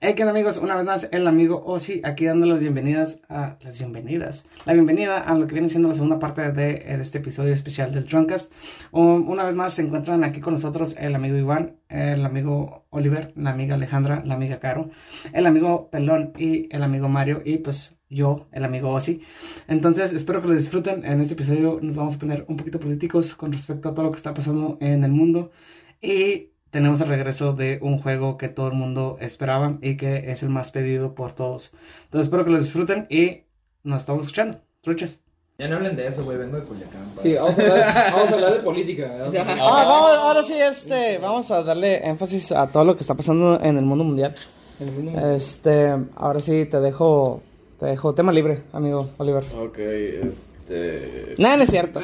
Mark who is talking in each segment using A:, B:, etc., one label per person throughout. A: Hey, ¿qué onda, amigos? Una vez más, el amigo Osi aquí dando las bienvenidas a las bienvenidas. La bienvenida a lo que viene siendo la segunda parte de este episodio especial del Drunkcast. Um, una vez más, se encuentran aquí con nosotros el amigo Iván, el amigo Oliver, la amiga Alejandra, la amiga Caro, el amigo Pelón y el amigo Mario y pues yo, el amigo Osi. Entonces, espero que lo disfruten. En este episodio nos vamos a poner un poquito políticos con respecto a todo lo que está pasando en el mundo y tenemos el regreso de un juego que todo el mundo esperaba y que es el más pedido por todos. Entonces espero que lo disfruten y nos estamos escuchando. Truchas.
B: Ya no hablen de eso, güey, vengo de Culiacán. padre.
C: Sí, vamos a hablar, vamos a hablar de política. vamos a hablar-
A: Ah, ahora, sí, este, vamos a darle énfasis a todo lo que está pasando en el mundo mundial.
C: en el mundo mundial.
A: Este, ahora sí te dejo, te dejo tema libre, amigo Oliver.
D: Ok, este.
A: Nada, no es cierto.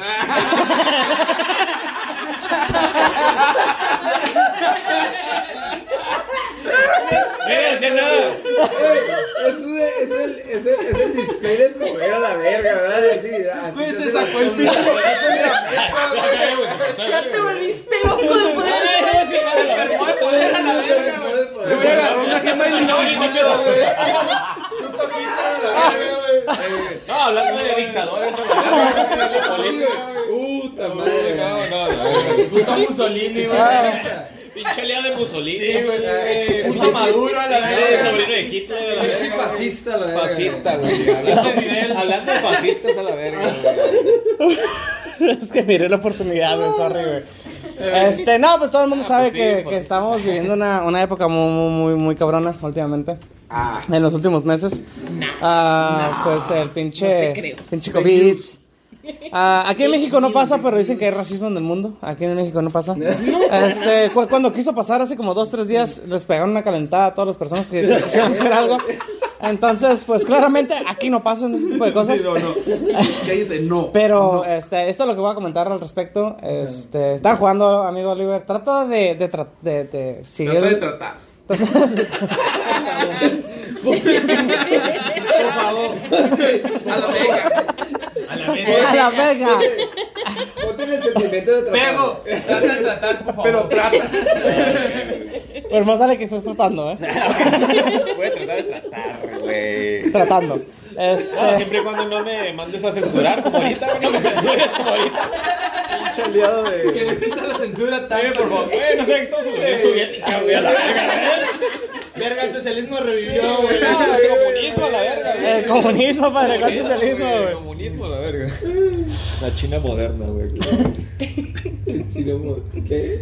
B: Es, es, el, es, el, es el display del proveedor a la verga, ¿verdad? Así, así
C: Güey, te
B: se hace
C: sacó
B: la-
C: el pito.
E: Ya te volviste loco de poder.
C: Se voy a agarrar una gema y no
E: No, hablando de dictadores.
B: Puta madre.
E: No, no, no. Puta Mussolini, güey. Pinche aliado de Mussolini. Puta Maduro a la vez. Sobrino de Hitler a la
B: Pinche
E: vez.
B: fascista, la verga.
C: Fascista, güey.
E: Hablando de Fidel, hablando de fascistas a la verga.
A: es que miré la oportunidad, güey, sorry, güey. Este, no, pues todo el mundo sabe
E: Eh, pues sí,
A: que,
E: por-
A: que estamos viviendo una, una época muy, muy, muy, muy cabrona últimamente. En los últimos meses. Ah, pues el pinche,
E: no te creo.
A: pinche COVID. Ah, aquí en México no pasa, pero dicen que hay racismo en el mundo. Aquí en México no pasa. Este, cu- cuando quiso pasar hace como dos, tres días, les pegaron una calentada a todas las personas que quisieron hacer algo. Entonces, pues claramente aquí no pasan ese tipo de cosas.
B: Cállate, no.
A: Pero este, esto es lo que voy a comentar al respecto. Este, están jugando, amigo Oliver. Trata de, de, tra- de- de seguir.
B: Trata de tratar. Por favor. A la verga.
E: A la vez.
A: a la verga.
B: Ponte en el sentimiento de tratar.
E: Pego. Trata de tratar, por favor.
B: Pero trata.
A: Pero más sale que estás tratando, ¿eh?
E: Voy a tratar de tratar, güey.
A: Tratando.
E: No,
A: Este,
E: siempre y cuando no me mandes a censurar como ahorita, güey, no me censures como ahorita.
D: Pinche aliado de.
B: Que no exista la censura
E: Dime,
B: tan
E: por favor. Güey, no sé qué estamos en la Unión Soviética, güey, a la verga,
B: Verga, el socialismo revivió,
E: güey.
B: güey.
E: Eh, No, el comunismo, a la verga, güey.
A: el eh, comunismo, padre, ¿cuál
E: Comunismo,
A: socialismo,
E: güey,
A: güey?
E: Comunismo, la verga.
D: La China moderna, güey.
B: ¿Qué?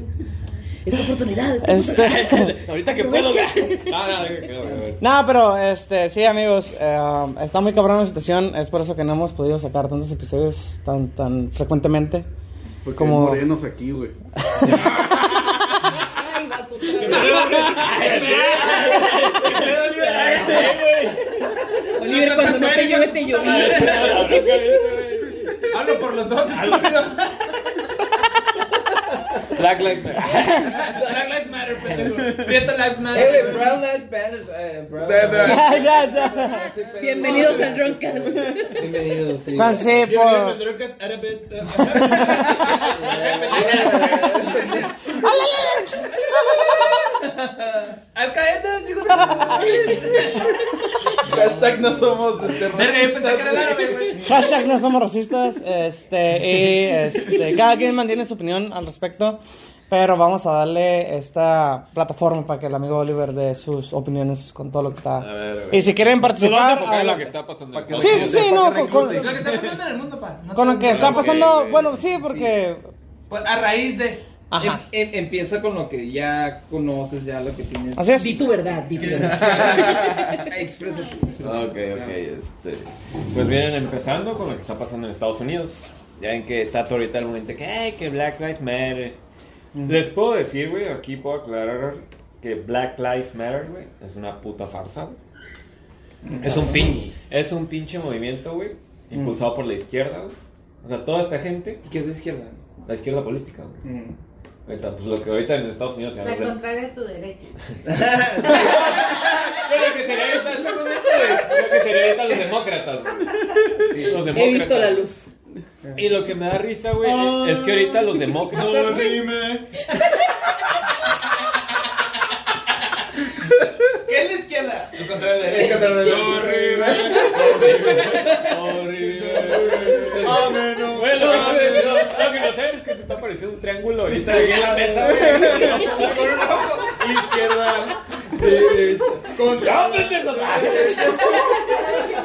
F: Esta oportunidad. esta
A: Este.
E: Ahorita que puedo, güey. No, no, güey.
A: No, pero este, sí, amigos, eh, está muy cabrón la situación. Es por eso que no hemos podido sacar tantos episodios tan, tan frecuentemente.
D: Porque
A: Como-
D: hay morenos aquí, güey.
F: Ay, vas otra vez. Oliver, cuando no te llueve, te llueve.
B: Hablo por los dos.
E: Black Lives Matter.
B: Black Lives Matter, pendejo. Prieto Lives
C: Eh,
B: Matter.
C: güey, Brown Lives Matter. eh, Brown
B: Ve, ve.
A: ya, ya, ya.
F: Bienvenidos al Roncas.
C: Bienvenidos, sí.
A: Entonces, sí, por-
B: Eh, Al caer hijos Hashtag no somos este
A: Hashtag no somos racistas. Este, y este, cada quien mantiene su opinión al respecto. Pero vamos a darle esta plataforma para que el amigo Oliver dé sus opiniones con todo lo que está.
E: A ver, güey.
A: y si quieren
E: Solo vamos a
A: participar.
E: enfocar en lo
A: adelante.
E: que está pasando.
A: Sí, sí, sí,
D: Para
A: no,
D: que
A: con, con-
D: recluten.
B: está pasando en el mundo, pa. No
A: con lo que está
E: Ok,
A: pasando.
E: ok.
A: Bueno, sí, porque.
B: Pues, a raíz de.
A: Ajá.
C: Em- em- empieza con lo que ya conoces, ya lo que tienes.
A: Así es.
F: Di tu verdad, di tu verdad.
C: Expresa
E: Ah, Ok, ok, este. Pues vienen empezando con lo que está pasando en Estados Unidos. Ya ven que está todo ahorita el momento que, ay, que Black Lives Matter. Les puedo decir, güey, aquí puedo aclarar que Black Lives Matter, güey, es una puta farsa, güey. Es un, pin, Mm. es un pinche movimiento, güey, impulsado por la izquierda, güey. O sea, toda esta gente,
C: ¿Qué es de izquierda?
E: la izquierda política, güey.
C: Mm.
E: Ahorita, pues lo que ahorita en Estados Unidos se llama.
G: La contraria a tu derecha.
E: Lo que sería ahorita- lo que sería ahorita los demócratas, güey. Los demócratas.
F: He visto la luz.
E: Y lo que me da risa, güey, es que ahorita los demócratas, güey,
B: ¿Qué es la izquierda?
A: El contra el
C: Es que
A: derecho.
C: te lo debo.
E: Horrible, horrible, horrible. Ameno. Bueno, lo lo que no sabes es que se está apareciendo un triángulo ahorita ahí en la mesa, güey. Con un ojo, Izquierda. derecha. Con ¡Ya, pendejo! Me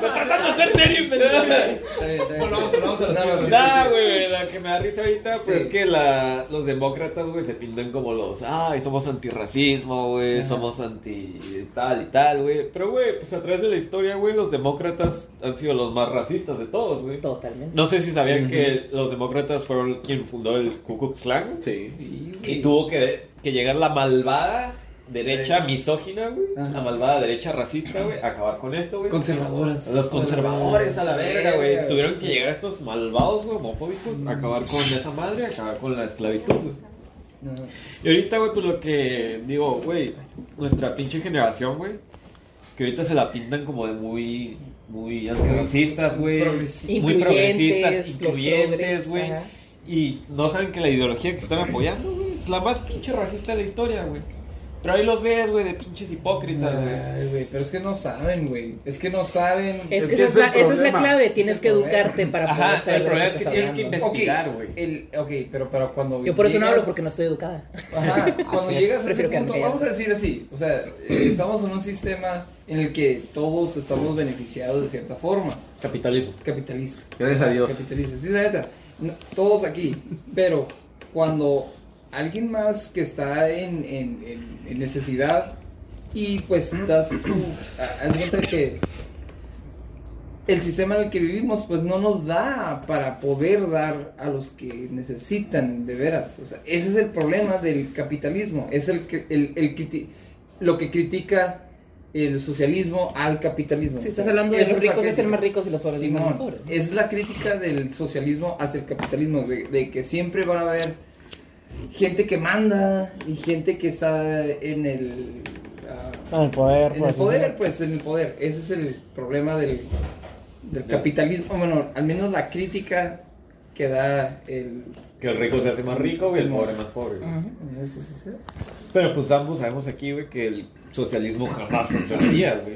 E: tratan de hacer serio, pendejo.
A: Está bien, está bien. Volvamos, volvamos a la-
C: No, no, sí,
E: Nah,
C: sí,
E: Ah, güey, la que me da risa ahorita pues,
C: Sí.
E: es que la, los demócratas, güey, se pintan como los, ay, somos antirracismo, güey, somos anti tal y tal, güey. Pero, güey, pues a través de la historia, güey, los demócratas han sido los más racistas de todos, güey.
F: Totalmente.
E: No sé si sabían que los demócratas fueron quien fundó el Ku Klux Klan
H: Sí.
C: sí.
E: y tuvo que, que llegar la malvada derecha misógina, güey,
C: Ajá.
E: la malvada derecha racista, güey, a acabar con esto, güey.
C: Conservadoras.
E: Los conservadores a la verga, güey. Tuvieron que
C: Sí.
E: llegar estos malvados, güey, homofóbicos, a acabar con esa madre, a acabar con la esclavitud, güey.
C: No.
E: Y ahorita, güey, pues lo que digo, güey, nuestra pinche generación, güey, que ahorita se la pintan como de muy, muy antirracistas, güey.
C: Progresi-
E: Muy progresistas,
F: los
E: incluyentes,
F: progres,
E: güey.
F: ajá.
E: Y no saben que la ideología que están apoyando, güey, es la más pinche racista de la historia, güey. Pero ahí los ves, güey, de pinches hipócritas, güey.
C: Ay, güey, pero es que no saben, güey. Es que no saben.
F: Es
H: Es
F: que
H: que
F: esa es
H: es el
F: la, esa es la
H: problema.
F: clave, tienes
C: el
F: que
C: problema.
F: educarte para poder
E: Ajá, el
F: saber de lo
E: problema
F: que
E: es que
F: estás
E: tienes que
F: hablando.
E: investigar. güey.
C: el- ok, pero, pero cuando.
F: Yo por eso no hablo
C: llegas-
F: porque no estoy educada.
C: Ajá, cuando
F: Así es,
C: llegas a ese
F: prefiero quedarme
C: punto,
F: callado.
C: vamos a decir así, o sea, eh, estamos en un sistema en el que todos estamos beneficiados de cierta forma,
E: Capitalismo.
C: capitalista.
H: Gracias a Dios.
C: Capitalista, sí, la neta, no- todos aquí, pero cuando alguien más que está en, en- en- en necesidad y pues das tu, a- haz de cuenta que el sistema en el que vivimos pues no nos da para poder dar a los que necesitan de veras. O sea, ese es el problema del capitalismo, es el, que- el, el criti- lo que critica el socialismo al capitalismo.
F: Si estás hablando de
C: Esa
F: los
C: es la
F: ricos, es el
C: crítica.
F: más ricos y los pobres, es el
C: Simón,
F: más pobres.
C: es la crítica del socialismo hacia el capitalismo, de, de que siempre van a haber gente que manda y gente que está en el, ah,
I: el poder,
C: en el poder, pues en el poder. Ese es el problema del, del capitalismo, bueno, al menos la crítica que da el...
E: Que el rico se hace más rico y el pobre más pobre. güey.
C: ¿Es eso, sí?
E: Pero pues ambos sabemos aquí, güey, que el socialismo jamás funcionaría, güey.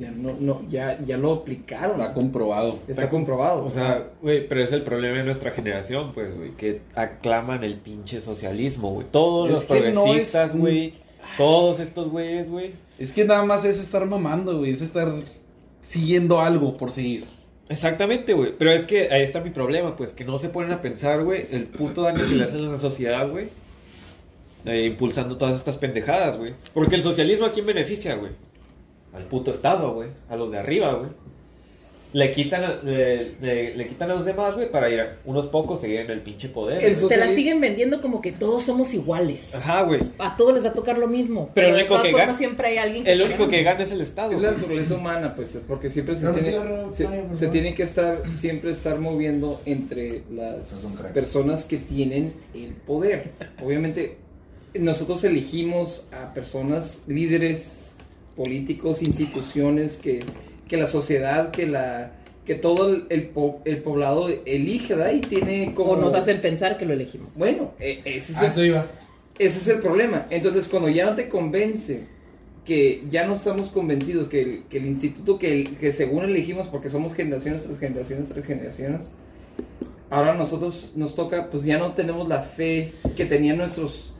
C: Ya, no, no, ya, ya lo aplicaron,
J: Está
C: está,
J: comprobado.
C: comprobado.
E: O sea, güey, pero es el problema de nuestra generación, pues, güey, que aclaman el pinche socialismo, güey. Todos
J: Es
E: los
J: que no
E: progresistas,
J: es-
E: güey, todos estos güeyes, güey.
J: Es que nada más es estar mamando, güey. Es estar siguiendo algo por seguir.
E: Exactamente, güey. Pero es que ahí está mi problema, pues, que no se ponen a pensar, güey, el puto daño que le hacen a la sociedad, güey. eh, impulsando todas estas pendejadas, güey. Porque el socialismo a quién beneficia, güey. Al puto Estado, güey. A los de arriba, güey. Le quitan, a- le, le- le quitan a los demás, güey, para ir a unos pocos seguir en el pinche poder.
C: El
E: güey.
C: so-
F: Te la
C: socialismo-
F: siguen vendiendo como que todos somos iguales.
E: Ajá, güey.
F: A todos les va a tocar lo mismo.
E: Pero el
F: de
E: único
F: todas
E: que
F: formas
E: gana-
F: siempre hay alguien que
E: El
F: se
E: único que
F: gana.
E: gana es el Estado.
C: Es la
E: güey.
C: naturaleza humana, pues, porque siempre se
A: No, no,
C: tiene,
A: no, no,
C: se,
A: no, no, no.
C: se tiene que estar, siempre estar moviendo entre
A: Eso es un
C: las
A: crack.
C: personas que tienen el poder. Obviamente, nosotros elegimos a personas, líderes, políticos, instituciones, que, que la sociedad, que la que todo el, el, po- el poblado elige, ¿verdad? Y tiene como...
F: O nos hacen pensar que lo elegimos.
C: Bueno, e- ese es
A: Ah,
C: el
A: eso iba.
C: ese es el problema. Entonces, cuando ya no te convence, que ya no estamos convencidos que el, que el instituto que, el- que según elegimos, porque somos generaciones tras generaciones tras generaciones, ahora nosotros nos toca, pues ya no tenemos la fe que tenían nuestros,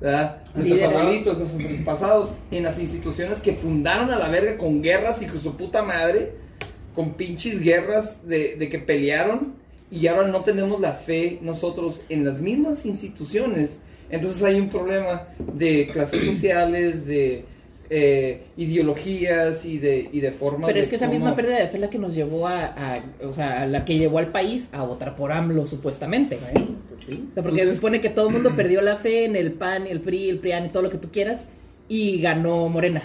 C: ¿verdad? nuestros
F: Líderes.
C: abuelitos, nuestros antepasados, en las instituciones que fundaron a la verga con guerras y con su puta madre, con pinches guerras de, de que pelearon y ahora no tenemos la fe nosotros en las mismas instituciones. Entonces hay un problema de clases sociales, de eh, ideologías y de, y de formas
F: Pero
C: de
F: es que esa
C: cómo-
F: misma pérdida de fe es la que nos llevó a, a- o sea, a la que llevó al país a votar por AMLO, supuestamente.
C: Bueno, pues sí.
F: O sea, porque se
C: Entonces,
F: supone que todo el mundo perdió la fe en el PAN, el PRI, el PRIAN y todo lo que tú quieras, y ganó Morena.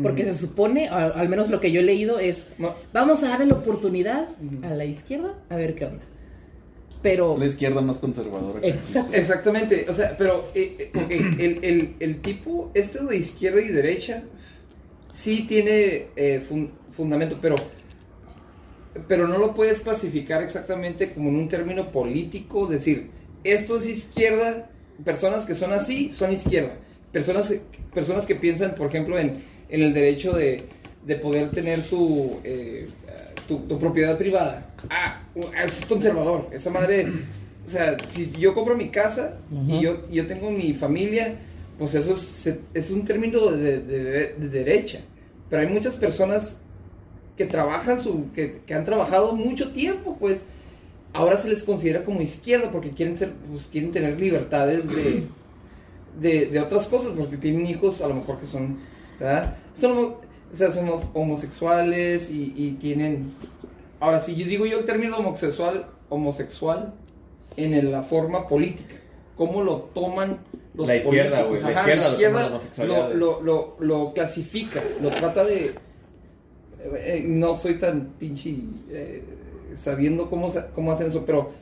F: Porque
C: Ujú.
F: se supone, a- al menos lo que yo he leído, es
C: no,
F: vamos a darle la oportunidad
C: Ujú.
F: a la izquierda a ver qué onda. Pero,
J: La izquierda más conservadora. que
F: Exacto.
J: existe.
C: Exactamente, o sea, pero eh, eh, ok, el, el- el tipo este de izquierda y derecha sí tiene eh, fun- fundamento, pero pero no lo puedes clasificar exactamente como en un término político, decir, esto es izquierda, personas que son así son izquierda, personas, personas que piensan, por ejemplo, en, en el derecho de, de poder tener tu, eh, tu, tu propiedad privada. Ah, es conservador. Esa madre, o sea, si yo compro mi casa y yo, yo tengo mi familia, pues eso es, se- es un término de, de- de- de derecha. Pero hay muchas personas que trabajan su, que, que han trabajado mucho tiempo, pues ahora se les considera como izquierda porque quieren ser, pues, quieren tener libertades de, de, de otras cosas, porque tienen hijos a lo mejor que son, ¿verdad? Son, homo- o sea, son homos- homosexuales y, y tienen... Ahora, si yo digo yo el término homosexual, homosexual en el- la forma política, ¿cómo lo toman los
E: La izquierda,
C: políticos?
E: güey, la
C: Ajá, la
E: izquierda lo toma la
C: izquierda
E: homosexualidad,
C: lo- lo- lo- lo clasifica, lo trata de, eh, no soy tan pinche eh, sabiendo cómo, sa- cómo hacen eso, pero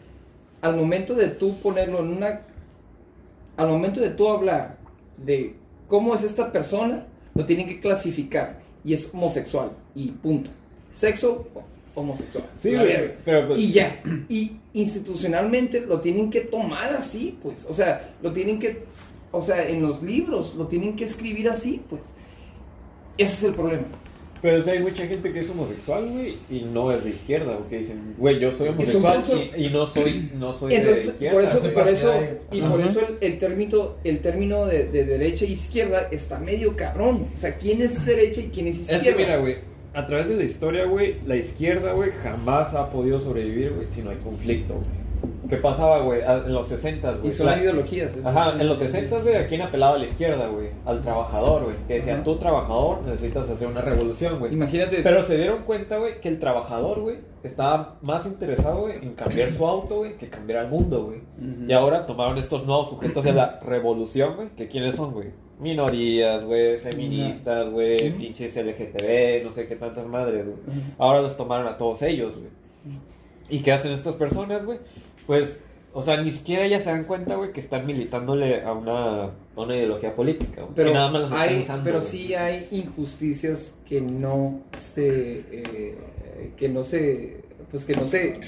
C: al momento de tú ponerlo en una... Al momento de tú hablar de cómo es esta persona, lo tienen que clasificar y es homosexual y punto. Sexo homosexual.
E: Sí,
C: La
E: güey,
C: verga.
E: pero pues-
C: Y ya. Y institucionalmente lo tienen que tomar así, pues. O sea, lo tienen que... O sea, en los libros lo tienen que escribir así, pues. Ese es el problema.
E: Pero o sea, hay mucha gente que es homosexual, güey, y no es de izquierda, porque dicen, güey, yo soy
C: Y son
E: homosexual
C: falsos.
E: y, y no soy, no soy Pues, de
C: Entonces,
E: izquierda.
C: por eso,
E: soy
C: por eso,
E: partidario.
C: y
E: Ajá.
C: por eso el, el término, el término de, de derecha e izquierda está medio cabrón. O sea, ¿quién es derecha y quién es
E: Es
C: izquierda?
E: que mira, güey, a través de la historia, güey, la izquierda, güey, jamás ha podido sobrevivir, güey, si no hay conflicto, güey. ¿Qué pasaba, güey? A- En los 60, güey.
C: y son
E: La-
C: ideologías. eso.
E: Ajá, en los 60, güey, ¿a quién apelaba la izquierda, güey? Al trabajador, güey. Que decían,
C: Ajá.
E: tú trabajador necesitas hacer una revolución, güey.
C: Imagínate.
E: Pero se dieron cuenta, güey, que el trabajador, güey, estaba más interesado, güey, en cambiar su auto, güey, que cambiar al mundo, güey.
C: Mm.
E: Y ahora tomaron estos nuevos sujetos de la revolución, güey, que quiénes son, güey. Minorías, güey,
C: Mm.
E: feministas, güey, pinches LGTB, no sé qué tantas madres, güey. Ahora los tomaron a todos ellos, güey.
C: Mm.
E: ¿Y qué hacen estas personas, güey? Pues, o sea, ni siquiera ya se dan cuenta, güey, que están militándole a una, a una ideología política, güey.
C: pero
E: que nada más los están
C: hay,
E: usando,
C: pero
E: güey.
C: sí hay injusticias que no se eh, que no se pues que no se eh,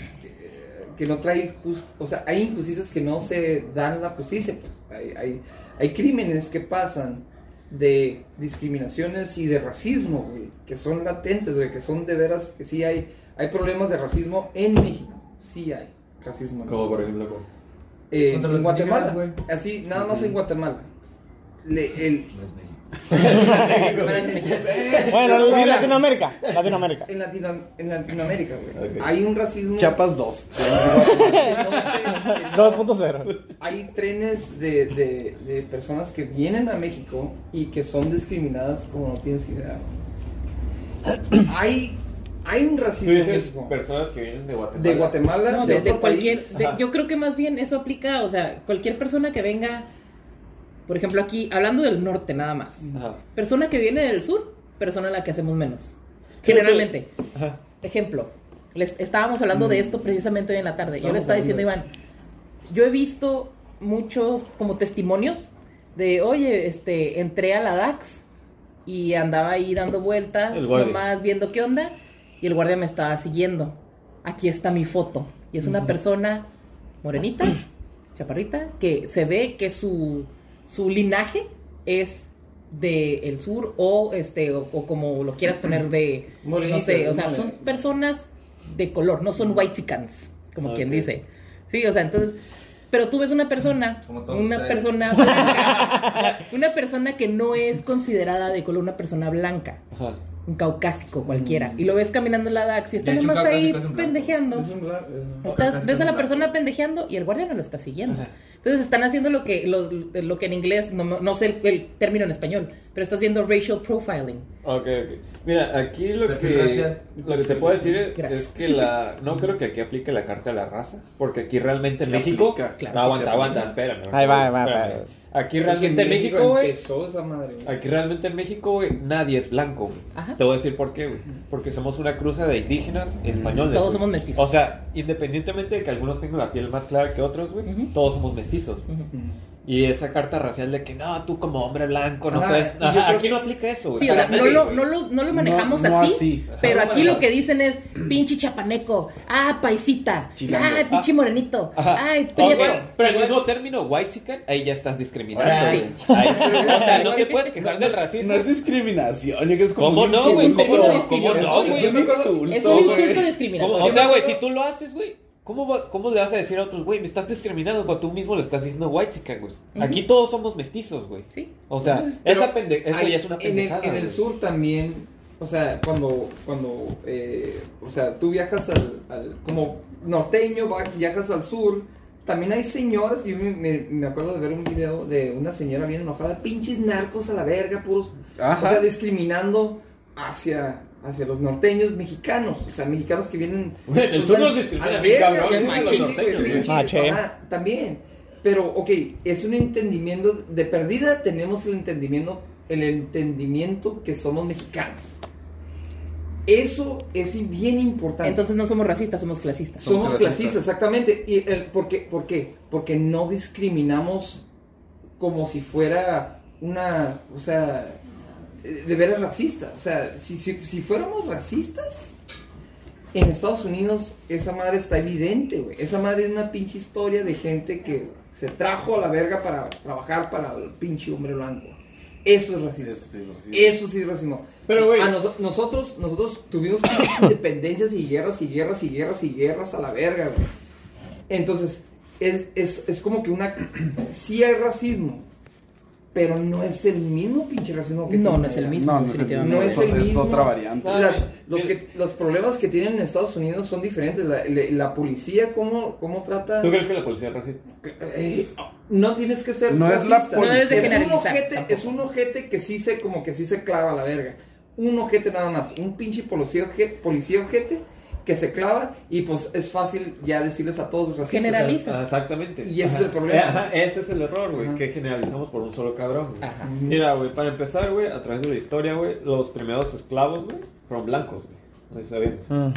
C: que no trae just, o sea hay injusticias que no se dan la justicia pues hay, hay, hay crímenes que pasan de discriminaciones y de racismo güey, que son latentes güey, que son de veras que sí hay hay problemas de racismo en México sí hay racismo en
E: Como por ejemplo, güey.
C: eh,
J: Contra
C: en
J: los
C: Guatemala.
J: indígenas,
C: Así, nada más en Guatemala. Le- el-
A: Bueno,
C: O sea,
A: Latinoamérica. Latinoamérica.
C: en, Latino- en Latinoamérica, güey.
E: Ok.
C: Hay un racismo.
J: Chiapas 2.
C: que no se- que no-
A: 2.0.
C: hay trenes de, de- de personas que vienen a México y que son discriminadas como no tienes idea. güey. Hay, hay un
E: Tú
C: racismo en
E: dices
C: México.
E: personas que vienen de Guatemala.
C: de Guatemala,
F: No, de, de
C: otro
F: cualquier.
C: país.
F: de-
C: Ajá.
F: yo creo que más bien eso aplica, o sea, cualquier persona que venga, por ejemplo, aquí, hablando del norte nada más.
E: Ajá.
F: Persona que viene del sur, persona a la que hacemos menos. Generalmente.
E: Ajá.
F: Ejemplo, les, estábamos hablando de esto precisamente hoy en la tarde. Yo le estaba
C: Estábamos
F: diciendo, Iván, yo he visto muchos como testimonios de, oye, este, entré a la DAX y andaba ahí dando vueltas,
E: El guardia.
F: nomás viendo qué onda, y el guardia me estaba siguiendo. Aquí está mi foto. Y es una persona morenita, chaparrita, que se ve que su, su linaje es de el sur o este o, o como lo quieras poner de
H: Pues
C: Morenita,
F: no sé, o sea,
C: mole.
F: "Mm, son
H: mm.
F: personas de color, no son white como quien
E: Ok.
F: dice. Sí, o sea, entonces pero tú ves una persona,
H: Mm, Como todos
F: una
H: ustedes.
F: persona blanca, una persona que no es considerada de color, una persona blanca,
E: Ajá.
F: un caucásico cualquiera, y lo ves caminando en la DAX y está
H: Mm. De hecho, un
F: nomás ahí
H: caucásico es un blanco.
F: pendejeando.
C: Es un bla- eh,
F: Estás,
H: Caucásico
F: ves a
H: es
F: la
H: blanco.
F: persona pendejeando y el guardia no lo está siguiendo. Entonces están haciendo lo que, lo, lo que en inglés, no, no sé el, el término en español, pero estás viendo racial profiling.
E: Ok, ok. Mira, aquí lo
H: Perfil
E: que,
H: racial.
E: lo que te puedo decir es,
F: Gracias.
E: es que la no creo que aquí aplique la carta de la raza, porque aquí realmente en
J: Se
E: México...
J: aplica, claro
E: No,
J: que
E: aguanta,
J: se
E: aguanta, espérame.
A: Ahí va, ahí va,
E: espérame.
A: ahí
E: Aquí
C: porque
E: realmente en México, güey...
C: empezó esa madre.
E: Aquí realmente en México, güey, nadie es blanco, güey.
F: Ajá.
E: Te voy a decir por qué, güey. Porque somos una cruza de indígenas españoles.
F: Todos
E: güey.
F: somos mestizos.
E: O sea, independientemente de que algunos tengan la piel más clara que otros, güey,
F: Ujú.
E: todos somos mestizos.
F: Ujú.
E: Y esa carta racial de que no, tú como hombre blanco no
C: Ajá,
E: puedes.
C: y yo
E: Ajá,
C: creo
E: aquí
C: que-
E: no aplica eso, güey.
F: Sí, o sea,
E: Para
F: no
E: nadie,
F: lo,
E: güey.
F: no lo, no lo manejamos
J: No- no
F: así,
J: así. Ajá,
F: pero
E: no
F: aquí lo
E: manejamos.
F: que dicen es pinche chapaneco, ah, paisita,
J: Chilango.
F: ah, pinche morenito,
E: Ajá.
F: ay,
E: Ok,
F: prieto.
E: Pero el mismo término white chicken, ahí ya estás discriminando.
F: Ahora sí.
E: güey. Ahí está. o sea, no te puedes quejar del racismo.
J: No es discriminación, yo creo que es como
E: ¿Cómo
J: un
E: no,
J: insulto.
E: güey? ¿Cómo no? ¿Cómo
J: Es-
E: no,
J: Es
E: güey?
J: un insulto,
F: Es un insulto
J: güey.
E: ¿Cómo?
F: discriminatorio.
E: O sea, güey, si tú lo haces, güey, ¿cómo, va- ¿cómo le vas a decir a otros, güey, me estás discriminando cuando tú mismo le estás diciendo white chicken, güey? Aquí todos somos mestizos, güey.
F: Sí.
E: O sea,
C: Pero
E: esa pende eso
C: hay-
E: ya es una
C: en el,
E: pendejada.
C: en el
E: güey.
C: sur también, o sea, cuando, cuando eh, o sea, tú viajas al, al- como norteño, va- viajas al sur, también hay señoras, yo me, me- me acuerdo de ver un video de una señora bien enojada, pinches narcos a la verga, puros,
J: Ajá.
C: o sea, discriminando hacia, hacia los norteños mexicanos, o sea, mexicanos que vienen...
E: Güey, en el
C: pues,
E: sur
C: a-
E: nos
C: a la
E: discriminan bien,
C: verga,
E: cabrón.
F: Qué
E: sí,
C: sí,
E: los
F: machín.
E: norteños,
C: güey,
E: güey.
C: sí,
A: Mache.
C: ajá, también. Pero, ok, es un entendimiento de perdida. Tenemos el entendimiento, el entendimiento que somos mexicanos. Eso es bien importante.
F: Entonces no somos racistas, somos clasistas.
C: somos
J: somos
C: clasistas,
J: clasistas.
C: exactamente. Y el, ¿por, qué, ¿Por qué? Porque no discriminamos como si fuera una, o sea, eh, de veras racista. O sea, si, si, si fuéramos racistas, en Estados Unidos esa madre está evidente, güey. Esa madre es una pinche historia de gente que se trajo a la verga para trabajar para el pinche hombre blanco. Eso es racista.
J: Es- es racismo.
C: Eso sí es racismo.
E: Pero, güey.
C: A noso- nosotros, nosotros tuvimos pinches independencias y guerras y guerras y guerras y guerras a la verga, güey. Entonces, es, es, es como que una... Sí hay racismo, pero no es el mismo pinche racismo que
F: No,
C: tiene
F: no es el
C: allá.
F: mismo,
J: No, no es el,
F: definitivamente.
J: no
C: No
J: es,
C: es el
J: es
C: mismo.
J: otra variante.
E: No,
C: Las- los,
E: mira.
C: que, los problemas que tienen en Estados Unidos son diferentes. La, le- la policía, ¿cómo, cómo trata?
E: ¿Tú crees que la policía es racista?
C: Eh, no tienes que ser
J: No es la
C: racista.
J: No debes de
C: es, un
F: generalizar,
C: ojete,
F: tampoco.
C: es un ojete que sí se como que sí se clava a la verga. Un ojete nada más, un pinche policía ojete, policía ojete que se clava y pues es fácil ya decirles a todos racistas.
F: Generaliza.
E: Ah, Exactamente.
C: Y ese es el problema.
E: Eh, Ajá, ese es el error, güey,
C: Ajá.
E: que generalizamos por un solo cabrón. güey.
F: Ajá.
E: Mira, güey, para empezar, güey, a través de la historia, güey, los primeros esclavos, güey, fueron blancos, güey. Ahí sabemos.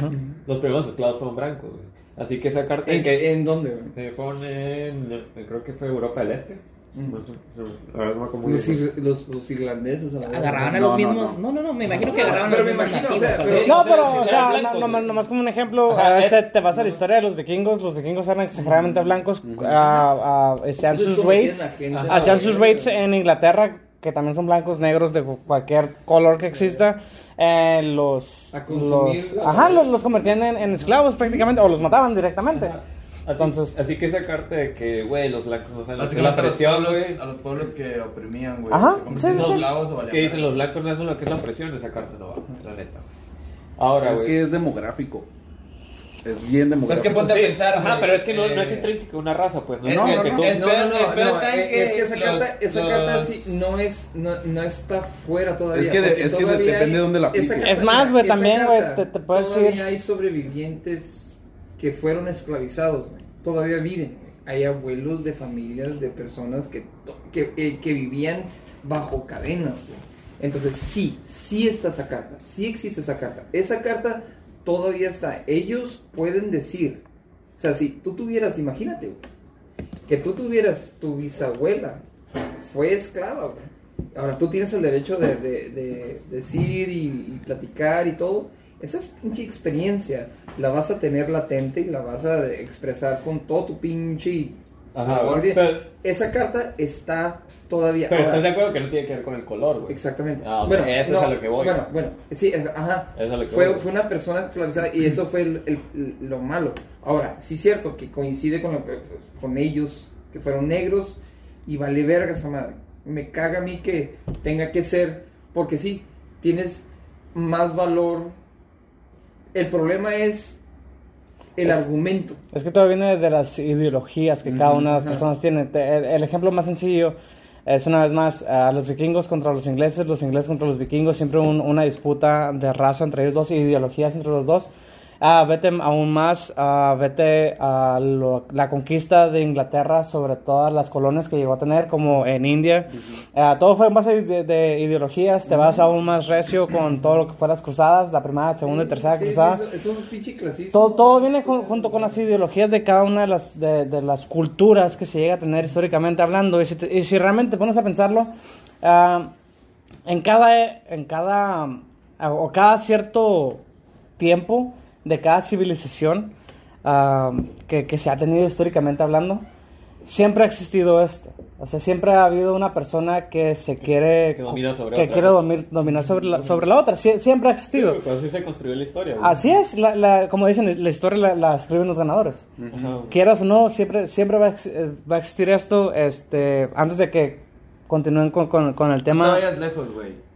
E: Los primeros esclavos fueron blancos, güey. Así que esa carta
C: ¿En,
E: que
C: en dónde? güey?
E: eh, fueron en, eh, creo que fue Europa del Este.
C: Mm.
E: No sé, no, ahora no me acuerdo muy
C: Los,
E: bien.
C: ir- los- los irlandeses. a la verga.
F: Agarraban a
J: No,
F: los
J: no,
F: mismos. No, no, no, me imagino que agarraban a
C: Pero
F: los
C: me
F: mismos
C: imagino,
F: nativos.
C: o sea,
F: o sea,
C: pero-
A: No,
E: O sea,
A: pero,
E: si
A: o
E: eran
A: sea,
E: blancos,
A: no-
E: güey.
A: nomás, nomás como un ejemplo,
E: Ajá,
A: ah,
E: es-
A: este, te vas a la historia de los vikingos, los vikingos eran exageradamente blancos, ah, ah, hacían
C: Entonces,
A: sus
C: sometían
A: raids,
C: a gente a la
A: hacían sus
C: verga,
A: raids
C: güey.
A: en Inglaterra, que también son blancos, negros, de cualquier color que exista, eh, los,
C: A consumir
A: los,
C: la-
A: ajá, los, los convertían en, en esclavos prácticamente, o los mataban directamente.
E: Así,
A: Entonces-
E: así que esa carta de que, güey, los blancos no saben
B: Básicamente
E: hacer la
B: a los
E: presión,
B: pueblos-
E: güey.
B: a los pueblos que oprimían, güey.
A: Ajá,
B: Se convirtieron
A: sí,
B: en
A: sí, sí.
B: esclavos o
E: Que dicen
B: valientes.
E: los blancos no hacen lo que es la presión, esa carta no va, la neta. güey. Ahora,
J: Es
E: güey.
J: que es demográfico. Es bien
E: Pues
J: demográfico.
E: que ponte
B: Sí,
E: a pensar, ajá,
B: güey,
E: pero es que no,
B: eh,
E: no es intrínseco una raza, pues, no,
B: eh,
E: es como
B: no,
E: que
B: no,
E: tú-
B: eh,
C: No, no,
B: El
C: no,
B: pedo
C: no,
B: está en
C: eh, es
B: que
C: que esa
B: los-
C: carta, esa carta
B: los-
C: sí no es, no, no está fuera todavía.
J: Es que de-
C: porque
J: es que de-
C: todavía
J: depende de dónde la
C: esa
J: apliques.
C: carta-
A: Es más, güey,
C: esa
A: también,
C: carta,
A: güey, te- te puedes
C: Todavía
A: ir-
C: hay sobrevivientes que fueron esclavizados, güey, todavía viven. güey. Hay abuelos de familias de personas que, to- que, eh, que vivían bajo cadenas, güey. Entonces sí, sí está esa carta, sí existe esa carta. Esa carta todavía está. Ellos pueden decir, o sea, si tú tuvieras, imagínate, güey, que tú tuvieras tu bisabuela fue esclava, güey. Ahora tú tienes el derecho de, de- de decir y, y platicar y todo. Esa pinche experiencia la vas a tener latente y la vas a expresar con todo tu pinche.
E: Ajá, güey,
C: Oye,
E: Ah, pero,
C: Esa carta está todavía.
E: pero estás de
C: ahora.
E: acuerdo que no tiene que ver con el color, güey.
C: Exactamente.
E: Ah, ok, eso es a lo que voy.
C: Bueno, bueno, sí, es- ajá.
E: Eso es a lo que
C: Fue,
E: voy.
C: fue una persona esclavizada y eso fue el- el- lo malo. Ahora, sí es cierto que coincide con, lo que- con ellos, que fueron negros, y vale verga esa madre. Me caga a mí que tenga que ser, porque sí, tienes más valor. El problema es el argumento.
A: Es que todo viene de las ideologías que cada una de las
C: Ujú.
A: personas tiene. Te- El, el ejemplo más sencillo es una vez más a los vikingos contra los ingleses, los ingleses contra los vikingos, siempre un- una disputa de raza entre ellos dos, ideologías entre los dos. Ah, vete aún más, ah, vete a lo- la conquista de Inglaterra sobre todas las colonias que llegó a tener, como en India. Ah, todo fue en base de, de ideologías, te vas aún más recio con todo lo que fue las cruzadas, la primera, segunda y tercera
C: Sí, sí,
A: cruzada.
C: eso- Es un pinche clasismo.
A: Todo, todo viene ju- junto con las ideologías de cada una de las, de, de las culturas que se llega a tener históricamente hablando. Y si, te- y si realmente te pones a pensarlo, ah, en cada, en cada, ah, o cada cierto tiempo de cada civilización ah, que, que se ha tenido históricamente hablando, siempre ha existido esto. O sea, siempre ha habido una persona que se quiere...
E: Que domina sobre
A: que
E: otra.
A: quiere domir- dominar sobre la, sobre la otra. Sie- siempre ha existido.
E: Sí, pues así se construyó la historia. güey.
A: Así es, la, la- como dicen, la historia la, la escriben los ganadores.
B: Mm,
E: Ajá, güey.
A: Quieras o no, siempre, siempre va, a, ex- eh, va a existir esto. Este, antes de que continúen con, con- con el
B: No te
A: tema.
B: vayas lejos, güey.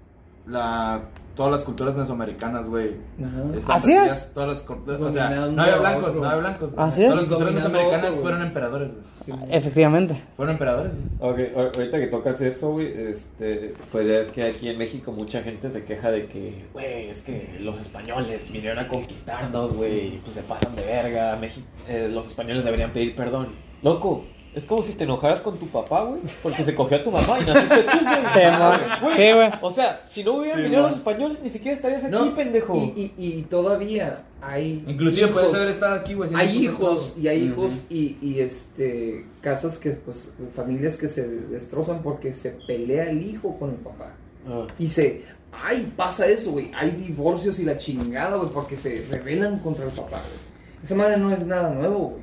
B: La... Todas las culturas mesoamericanas, güey.
C: Ajá.
B: están
A: Así
B: regidas-
A: es.
B: Todas las culturas. O sea,
C: Dominando
B: no había blancos,
C: otro.
B: no había blancos. güey.
A: Así es.
B: Todas las culturas
C: Dominando
B: mesoamericanas
C: otro, güey.
B: fueron emperadores, güey.
C: Sí.
A: Efectivamente.
B: Fueron emperadores, güey.
E: Ok, ahor- ahorita que tocas eso, güey, este, pues ya es que aquí en México mucha gente se queja de que, güey, es que los españoles vinieron a conquistarnos, güey, y pues se pasan de verga, México, los españoles deberían pedir perdón. Loco, es como si te enojaras con tu papá, güey, porque se cogió a tu mamá y naciste tú, güey.
A: Sí, amor. Sí, güey.
E: O sea, si no hubieran
B: Sí,
E: venido
B: man.
E: los españoles, ni siquiera estarías aquí,
C: No,
E: pendejo.
C: Y, y, y todavía hay.
B: Inclusive
C: hijos,
B: puedes haber estado aquí, güey. sin
C: Hay
B: ningún
C: hijos
B: resultado.
C: y hay hijos y, y este casas que pues familias que se destrozan porque se pelea el hijo con el papá.
E: Ah.
C: Y se ay, pasa eso, güey. Hay divorcios y la chingada, güey, porque se rebelan contra el papá. güey. Esa madre no es nada nuevo, güey.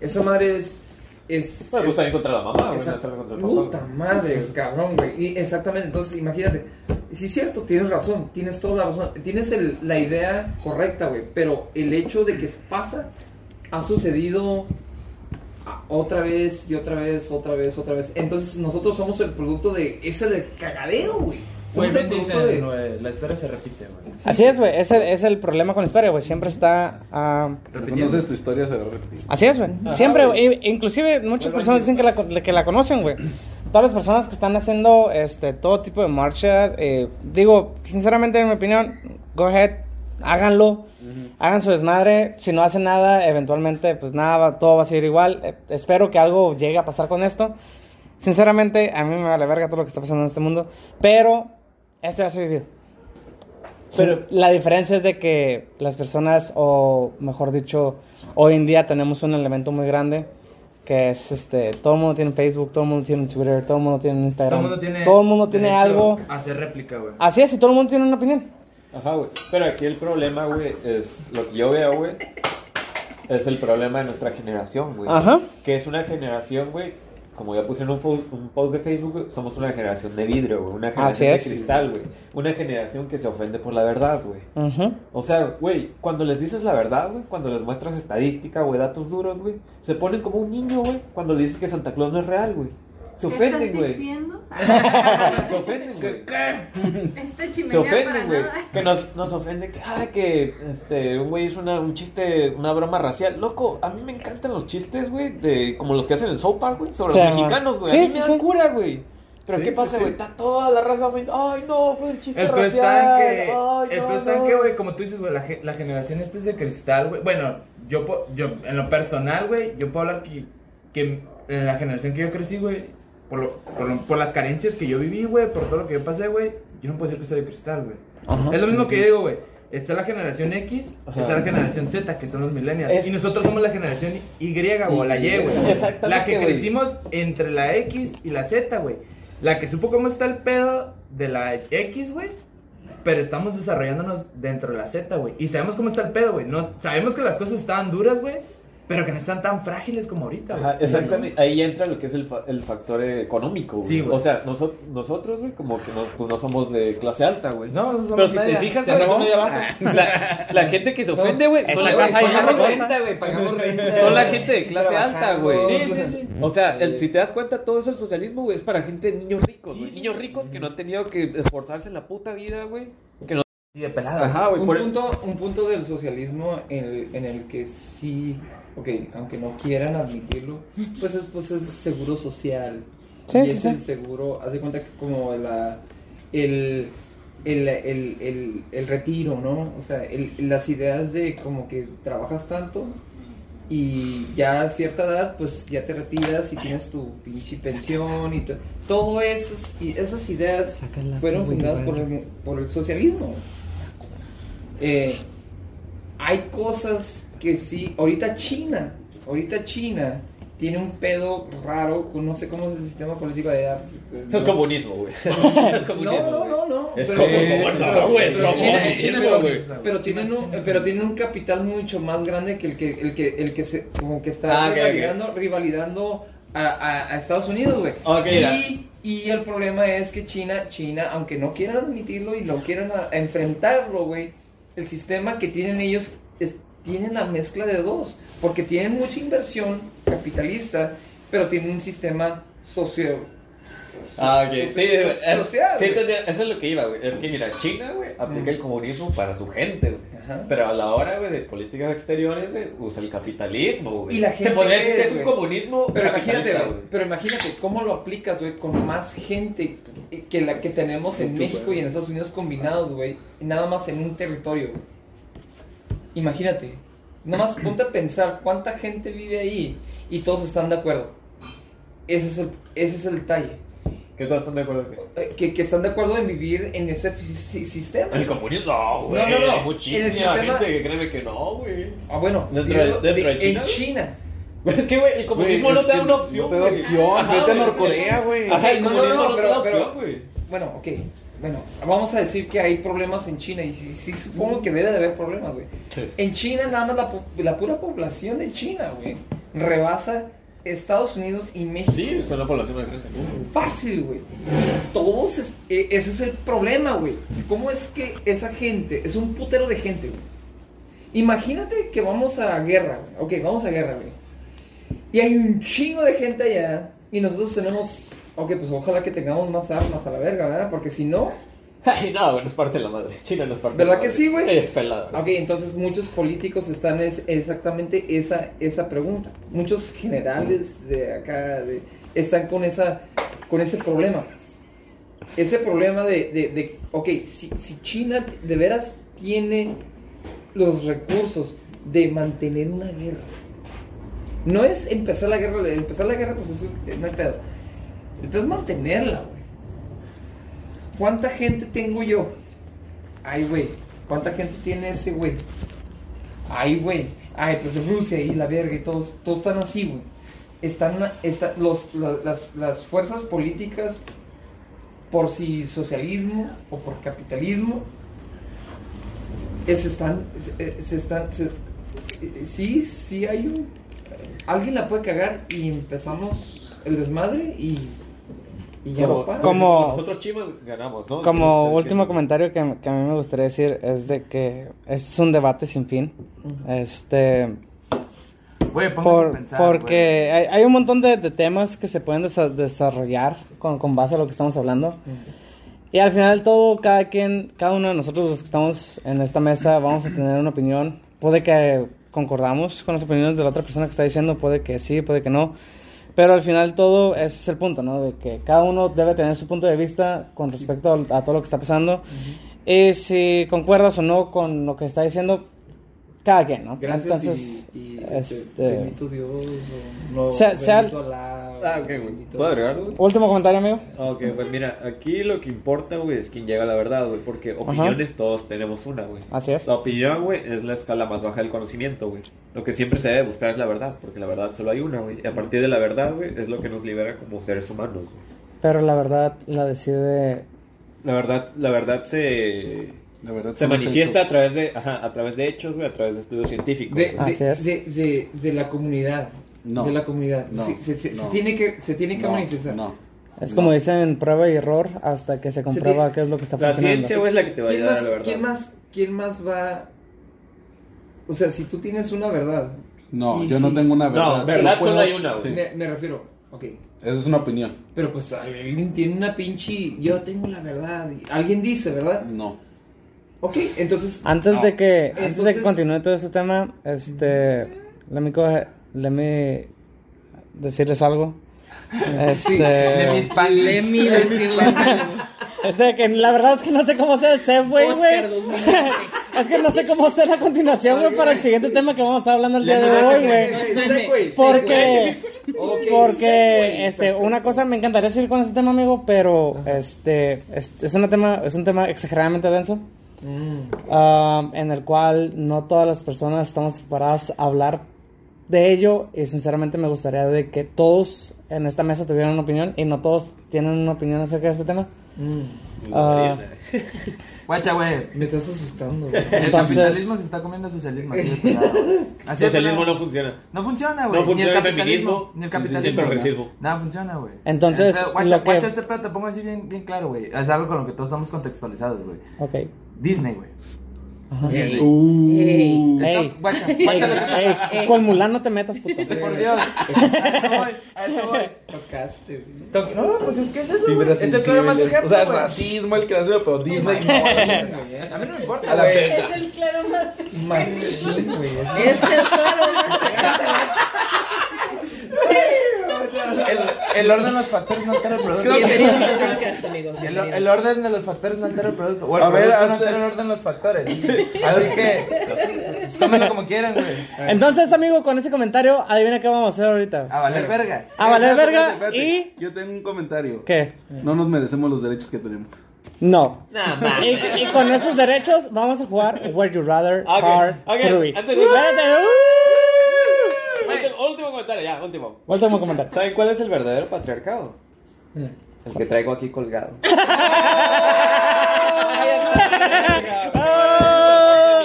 C: Esa madre es es,
E: Bueno, pues
C: es-
E: también contra la mamá, güey,
C: esa
E: no estar contra el papá.
C: puta madre, cabrón, güey. Y Exactamente, entonces imagínate. Sí, es cierto, tienes razón, tienes toda la razón. Tienes el- la idea correcta, güey. Pero el hecho de que pasa ha sucedido a- otra vez y otra vez, otra vez, otra vez. Entonces nosotros somos el producto de ese de cagadero, güey.
B: Güey,
C: Somos el
B: bien
C: producto
B: dicen,
C: de.
B: güey, la historia se repite, güey.
A: Así es, güey. Es el, es el problema con la historia, güey. Siempre está. ah,
J: Reconoces tu historia, se va a repetir.
A: Así es, güey. Siempre, güey. E- Inclusive muchas personas dicen que la, con- que la conocen, güey. Todas las personas que están haciendo este todo tipo de marcha, eh, digo, sinceramente en mi opinión, go ahead, háganlo, hagan su desmadre. Si no hacen nada, eventualmente, pues nada, va- todo va a seguir igual. Eh, espero que algo llegue a pasar con esto. Sinceramente, a mí me vale verga todo lo que está pasando en este mundo, pero esto ya se ha vivido. Pero la diferencia es de que las personas, o mejor dicho, hoy en día tenemos un elemento muy grande que es este: todo el mundo tiene Facebook, todo el mundo tiene Twitter, todo el mundo tiene Instagram,
B: Todo el mundo tiene.
A: todo el mundo tiene
B: derecho
A: algo.
B: a Hacer réplica, güey.
A: Así es, y todo el mundo tiene una opinión.
E: Ajá, güey. Pero aquí el problema, güey, es lo que yo veo, güey, es el problema de nuestra generación, güey.
A: Ajá.
E: Que es una generación, güey, como ya puse en un, fo- un post de Facebook, güey, somos una generación de vidrio, güey, una
A: Así
E: generación de
A: es.
E: cristal, güey. Una generación que se ofende por la verdad, güey.
A: Ujú.
E: O sea, güey, cuando les dices la verdad, güey, cuando les muestras estadística, güey, datos duros, güey, se ponen como un niño, güey, cuando le dices que Santa Claus no es real, güey. Se
K: ¿Qué
E: ofenden,
K: estás
E: güey.
K: diciendo?
E: Se ofenden, güey. se
K: Esta Este chimenea para
E: ofenden, güey.
K: nada.
E: Que nos, nos ofende que, ah, que este, un güey hizo una, un chiste, una broma racial. Loco, a mí me encantan los chistes, güey, de como los que hacen en South Park, güey, sobre
A: Sí,
E: los
A: amor.
E: mexicanos, güey.
A: Sí,
E: a mí
A: sí,
E: me dan
A: sí.
E: cura, güey. Pero
J: Sí,
E: ¿qué
J: sí,
E: pasa,
J: sí.
E: güey? Está toda la raza ofendida. Ay, no, fue un chiste
B: El peor
E: racial.
B: está en que,
E: Ay,
B: el
E: no,
B: peor está en
E: no".
B: que, güey, como tú dices, güey, la, ge- la generación esta es de cristal, güey. Bueno, yo, po- yo, en lo personal, güey, yo puedo hablar que, que en la generación que yo crecí, güey, por, lo- por, lo- por las carencias que yo viví, güey, por todo lo que yo pasé, güey, yo no puedo decir que soy de cristal, güey. Es lo mismo que yo digo, güey. Está la generación X,
E: Ajá.
B: está la generación Z, que son los millennials.
E: Es-
B: Y nosotros somos la generación Y, güey, o la Y, güey.
E: Exactamente,
B: La que
E: güey.
B: crecimos entre la X y la Z, güey. La que supo cómo está el pedo de la X, güey. Pero estamos desarrollándonos dentro de la Z, güey. Y sabemos cómo está el pedo, güey. No, sabemos que las cosas estaban duras, güey. Pero que no están tan frágiles como ahorita, güey.
E: Ajá, exactamente. Ahí entra lo que es el, fa- el factor eh, económico, güey.
B: Sí, güey.
E: O sea, noso- nosotros, güey, como que no, pues no somos de clase alta, güey.
B: No, somos
E: Pero si te
B: media.
E: fijas,
B: Ya
E: güey,
B: no.
E: la, la gente que se ofende, güey, pues, son
A: Esta
E: la-
A: clase hay
E: son la-
A: otra
C: pagamos
A: cosa.
C: renta, güey, pagamos renta.
E: Son la gente de clase alta, güey.
C: Trabajamos.
E: Sí, sí, sí. O sea, el- si te das cuenta, todo eso el socialismo, güey, es para gente de niños ricos, güey. niños ricos que no han tenido que esforzarse en la puta vida, güey. Que no.
B: Y de pelada.
E: Ajá, güey.
C: un,
E: por- e-
C: punto, un punto del socialismo en el, en el que sí, ok, aunque no quieran admitirlo, pues es, pues es seguro social.
A: Sí,
C: y
A: sí,
C: es
A: sí.
C: el seguro, haz de cuenta que como la, el, el, el, el, el retiro, ¿no? O sea, el- las ideas de como que trabajas tanto y ya a cierta edad, pues ya te retiras y tienes tu pinche pensión y to- todo esas, y esas ideas
I: Sácala,
C: fueron
I: güey,
C: fundadas por
I: vale.
C: el, por el socialismo. Eh, hay cosas que sí, ahorita China, ahorita China tiene un pedo raro, con- no sé cómo es el sistema político de allá.
E: Es comunismo, güey. Es
C: No,
E: comunismo.
C: no,
E: güey.
C: no, no.
E: Es
C: pero-
E: comunismo,
C: pero-
E: no, güey. Es
C: pero China-
E: comunismo,
C: pero-
E: güey.
C: Pero tienen, un, pero tienen un capital mucho más grande que el que, el que, el que se, como que está
E: Ah, ok, ok.
C: rivalidando, rivalidando a, a- a Estados Unidos, güey.
E: Ok, ya.
C: y, y el problema es que China, China, aunque no quieran admitirlo y no quieran a- enfrentarlo, güey, el sistema que tienen ellos es, tienen la mezcla de dos, porque tienen mucha inversión capitalista, pero tienen un sistema socio.
E: Ah, ok. Sí,
C: socio-
E: eh,
C: social,
E: sí,
C: güey.
E: entendí. eso es lo que iba, güey. Es que mira, China, güey, aplica el comunismo para su gente, güey.
C: Ajá.
E: Pero a la hora, güey, de políticas exteriores, güey, usa el capitalismo, güey.
C: Y la gente
E: Se podría decir que
C: es,
E: es un
C: güey.
E: comunismo
C: Pero imagínate,
E: capitalista,
C: güey, pero imagínate cómo lo aplicas, güey, con más gente que la que tenemos en México y en Estados Unidos combinados, güey, y nada más en un territorio. güey. Imagínate, nada más ponte a pensar cuánta gente vive ahí y todos están de acuerdo. Ese es el, ese es el detalle.
E: Que todos están de acuerdo que...
C: Eh, Que, que están de acuerdo en vivir en ese si- si- sistema.
E: El comunismo, no, güey.
C: No, no, no.
E: Hay muchísima
C: En el sistema-
E: gente que créeme que no, güey.
C: Ah, bueno,
E: ¿Dentro de- dentro de China?
C: en China.
E: Es que, güey, el comunismo
J: Güey,
E: no
J: es
E: te da
J: que
E: una opción.
J: no te da
E: güey.
J: opción. Vete a
E: güey.
J: Norcorea, güey.
E: Ajá, el
C: No, no,
E: comunismo no,
C: no,
E: te da
C: pero-
E: opción, güey.
C: Bueno, ok. Bueno, vamos a decir que hay problemas en China y sí, sí supongo que debe de haber problemas, güey.
E: Sí.
C: En China nada más la, po- la pura población de China, güey, rebasa Estados Unidos y México.
E: Sí, es una población más grande.
C: Fácil, güey. Todos, es- e- ese es el problema, güey. ¿Cómo es que esa gente, es un putero de gente, güey? Imagínate que vamos a guerra, güey. Ok, vamos a guerra, güey. Y hay un chingo de gente allá y nosotros tenemos... Ok, pues ojalá que tengamos más armas a la verga, ¿verdad? Porque si no,
E: Ay, no, güey, no es parte de la madre. China no es parte
C: ¿Verdad
E: de la
C: que
E: madre.
C: sí, güey?
E: Ella Es pelada. güey.
C: Ok, entonces muchos políticos están es exactamente esa, esa pregunta. Muchos generales de acá de- están con, esa, con ese problema. Ese problema de, de, de, ok, si, si China de veras tiene los recursos de mantener una guerra. No es empezar la guerra, empezar la guerra pues es, un- no hay pedo. El pedo es mantenerla, güey. ¿Cuánta gente tengo yo? Ay, güey. ¿Cuánta gente tiene ese güey? Ay, güey. Ay, pues Rusia y la verga y todos, todos están así, güey. Están, está- los, la- las, las fuerzas políticas, por si socialismo o por capitalismo, eh, se están, se, eh, se están, se- eh, sí, sí hay un, alguien la puede cagar y empezamos el desmadre y, y ya no
E: Como,
C: para.
A: Como-
E: nosotros chivas ganamos, ¿no?
A: Como
E: Entonces,
A: último
E: que-
A: comentario que, que a mí me gustaría decir es de que es un debate sin fin. Este,
B: Güey, pónganse a
A: por-
B: pensar, güey.
A: porque hay, hay un montón de, de temas que se pueden desa- desarrollar con, con base a lo que estamos hablando. Y al final todo, cada quien, cada uno de nosotros los que estamos en esta mesa vamos a tener una opinión. Puede que concordamos con las opiniones de la otra persona que está diciendo, puede que sí, puede que no. Pero al final todo ese es el punto, ¿no? De que cada uno debe tener su punto de vista con respecto al- a, todo lo que está pasando. Y si concuerdas o no con lo que está diciendo, cada quien, ¿no?
C: Gracias
A: Entonces,
C: y, y, este,
A: este,
C: bendito Dios, o no,
A: Sea- sea-
C: bendito Alá,
E: Ah, ok, güey.
C: bendito-
E: ¿Puedo agregar, güey?
A: último comentario, amigo.
E: Ok, pues mira, aquí lo que importa, güey, es quien llega a la verdad, güey, porque opiniones todos tenemos una, güey.
A: Así Ah, es.
E: La opinión, güey, es la escala más baja del conocimiento, güey. Lo que siempre se debe buscar es la verdad, porque la verdad solo hay una, güey. Y a partir de la verdad, güey, es lo que nos libera como seres humanos, güey.
A: Pero la verdad la decide...
E: La verdad, la verdad se...
J: La verdad,
E: Se
J: son los
E: manifiesta a
J: hechos.
E: través de, ajá, a través de hechos, güey, a través de estudios científicos.
C: de,
E: güey.
A: Así
C: de-
A: es.
C: de- de- de la comunidad.
J: No.
C: De la comunidad.
J: No,
C: Sí, se, se- se
J: no.
C: tiene que, se tiene que
J: No,
C: manifestar.
J: No.
A: Es
J: No.
A: como dicen, prueba y error hasta que se comprueba
C: tiene-
A: qué es lo que está
E: la
A: funcionando.
E: ciencia, güey, es la que te va a
C: ¿Quién,
E: ayudar a
C: más,
E: la verdad.
C: ¿quién, más, ¿Quién más va? O sea, si tú tienes una verdad,
J: No,
C: Y
J: yo
C: sí.
J: no tengo una verdad.
E: No, verdad
J: Yo puedo-
E: solo hay una, güey.
J: Sí.
C: me, me refiero, ok,
J: Eso es una opinión.
C: pero pues alguien tiene una pinche, yo tengo la verdad, y alguien dice, ¿verdad?
J: No.
C: Ok, entonces,
A: Antes
J: No.
A: de que antes de que
C: Entonces-
A: continúe todo este tema, este let me go ahead- let me decirles algo.
C: Let
B: De
A: Este
B: mis panes.
F: Lemmy decirle algo.
A: Este, que la verdad es que no sé cómo se hace, güey,
F: Oscar
A: güey.
F: 2020.
A: Es que no sé cómo hacer la continuación, güey, para el siguiente tema que vamos a estar hablando el día de hoy, güey.
C: güey.
A: Porque,
C: Ok,
A: porque,
C: segue.
A: este, una cosa, me encantaría seguir con ese tema, amigo, pero, este, es, es un tema, es un tema exageradamente denso, um, en el cual no todas las personas estamos preparadas a hablar de ello, y sinceramente me gustaría de que todos en esta mesa tuvieran una opinión, y no todos tienen una opinión acerca de este tema. Ah,
B: Guacha, güey.
C: Me estás asustando,
B: El
A: Entonces-
B: capitalismo se está comiendo el socialismo. así de cuidado, güey. Así de
E: Socialismo
B: cuidado.
E: no funciona.
B: No funciona, güey.
E: No funciona
B: ni el
E: el
B: capitalismo. Ni
E: feminismo,
B: el
E: ni el
B: capitalismo.
E: progresismo.
B: Nada funciona, güey.
A: Entonces,
B: Eh, guacha,
A: lo que-
B: guacha este pedo, te pongo así bien, bien claro, güey. Es algo con lo que todos estamos contextualizados, güey.
A: ok.
B: Disney, güey. Disney.
F: Ey.
B: Está-
A: Ey.
B: Guacha,
A: Ey,
B: guacha, lo que-
A: ey,
F: Ey.
A: con Mulan no te metas, puto.
B: Por Dios. A eso voy, a eso voy.
C: Tocaste, güey.
B: Toc- No, pues es que es eso, güey.
J: Fibras
B: Es el claro más
J: sensibles.
B: ejemplo,
J: O sea,
B: güey.
J: racismo, el que hace, pero Disney.
B: A mí no me importa.
J: A la
B: güey.
J: verga.
F: Es el claro más.
C: Machín, güey.
F: Es el claro más.
B: El, el orden de los factores no altera el producto.
F: Bienvenidos al podcast, amigos.
B: El,
F: bienvenidos.
B: el orden de los factores no altera el producto. O el
J: A ver,
B: producto no
J: antes-
B: altera el orden de los factores. A ver qué. Tómenlo como quieran, güey.
A: Entonces, amigo, con ese comentario, adivina qué vamos a hacer ahorita.
B: A valer verga.
A: A valer
J: Espérate,
A: verga
J: espérate,
A: y...
J: espérate. Yo tengo un comentario.
A: ¿Qué?
J: No nos merecemos los derechos que tenemos.
A: No. Y, y con esos derechos vamos a jugar Where You Rather
E: Ok,
A: Part
E: ok,
A: 3.
E: antes de-
A: Espérate. uh.
E: Último, último comentario, ya, último.
A: Último comentario.
E: ¿Saben cuál es el verdadero patriarcado?
B: Mm.
E: El que traigo aquí colgado. Ah.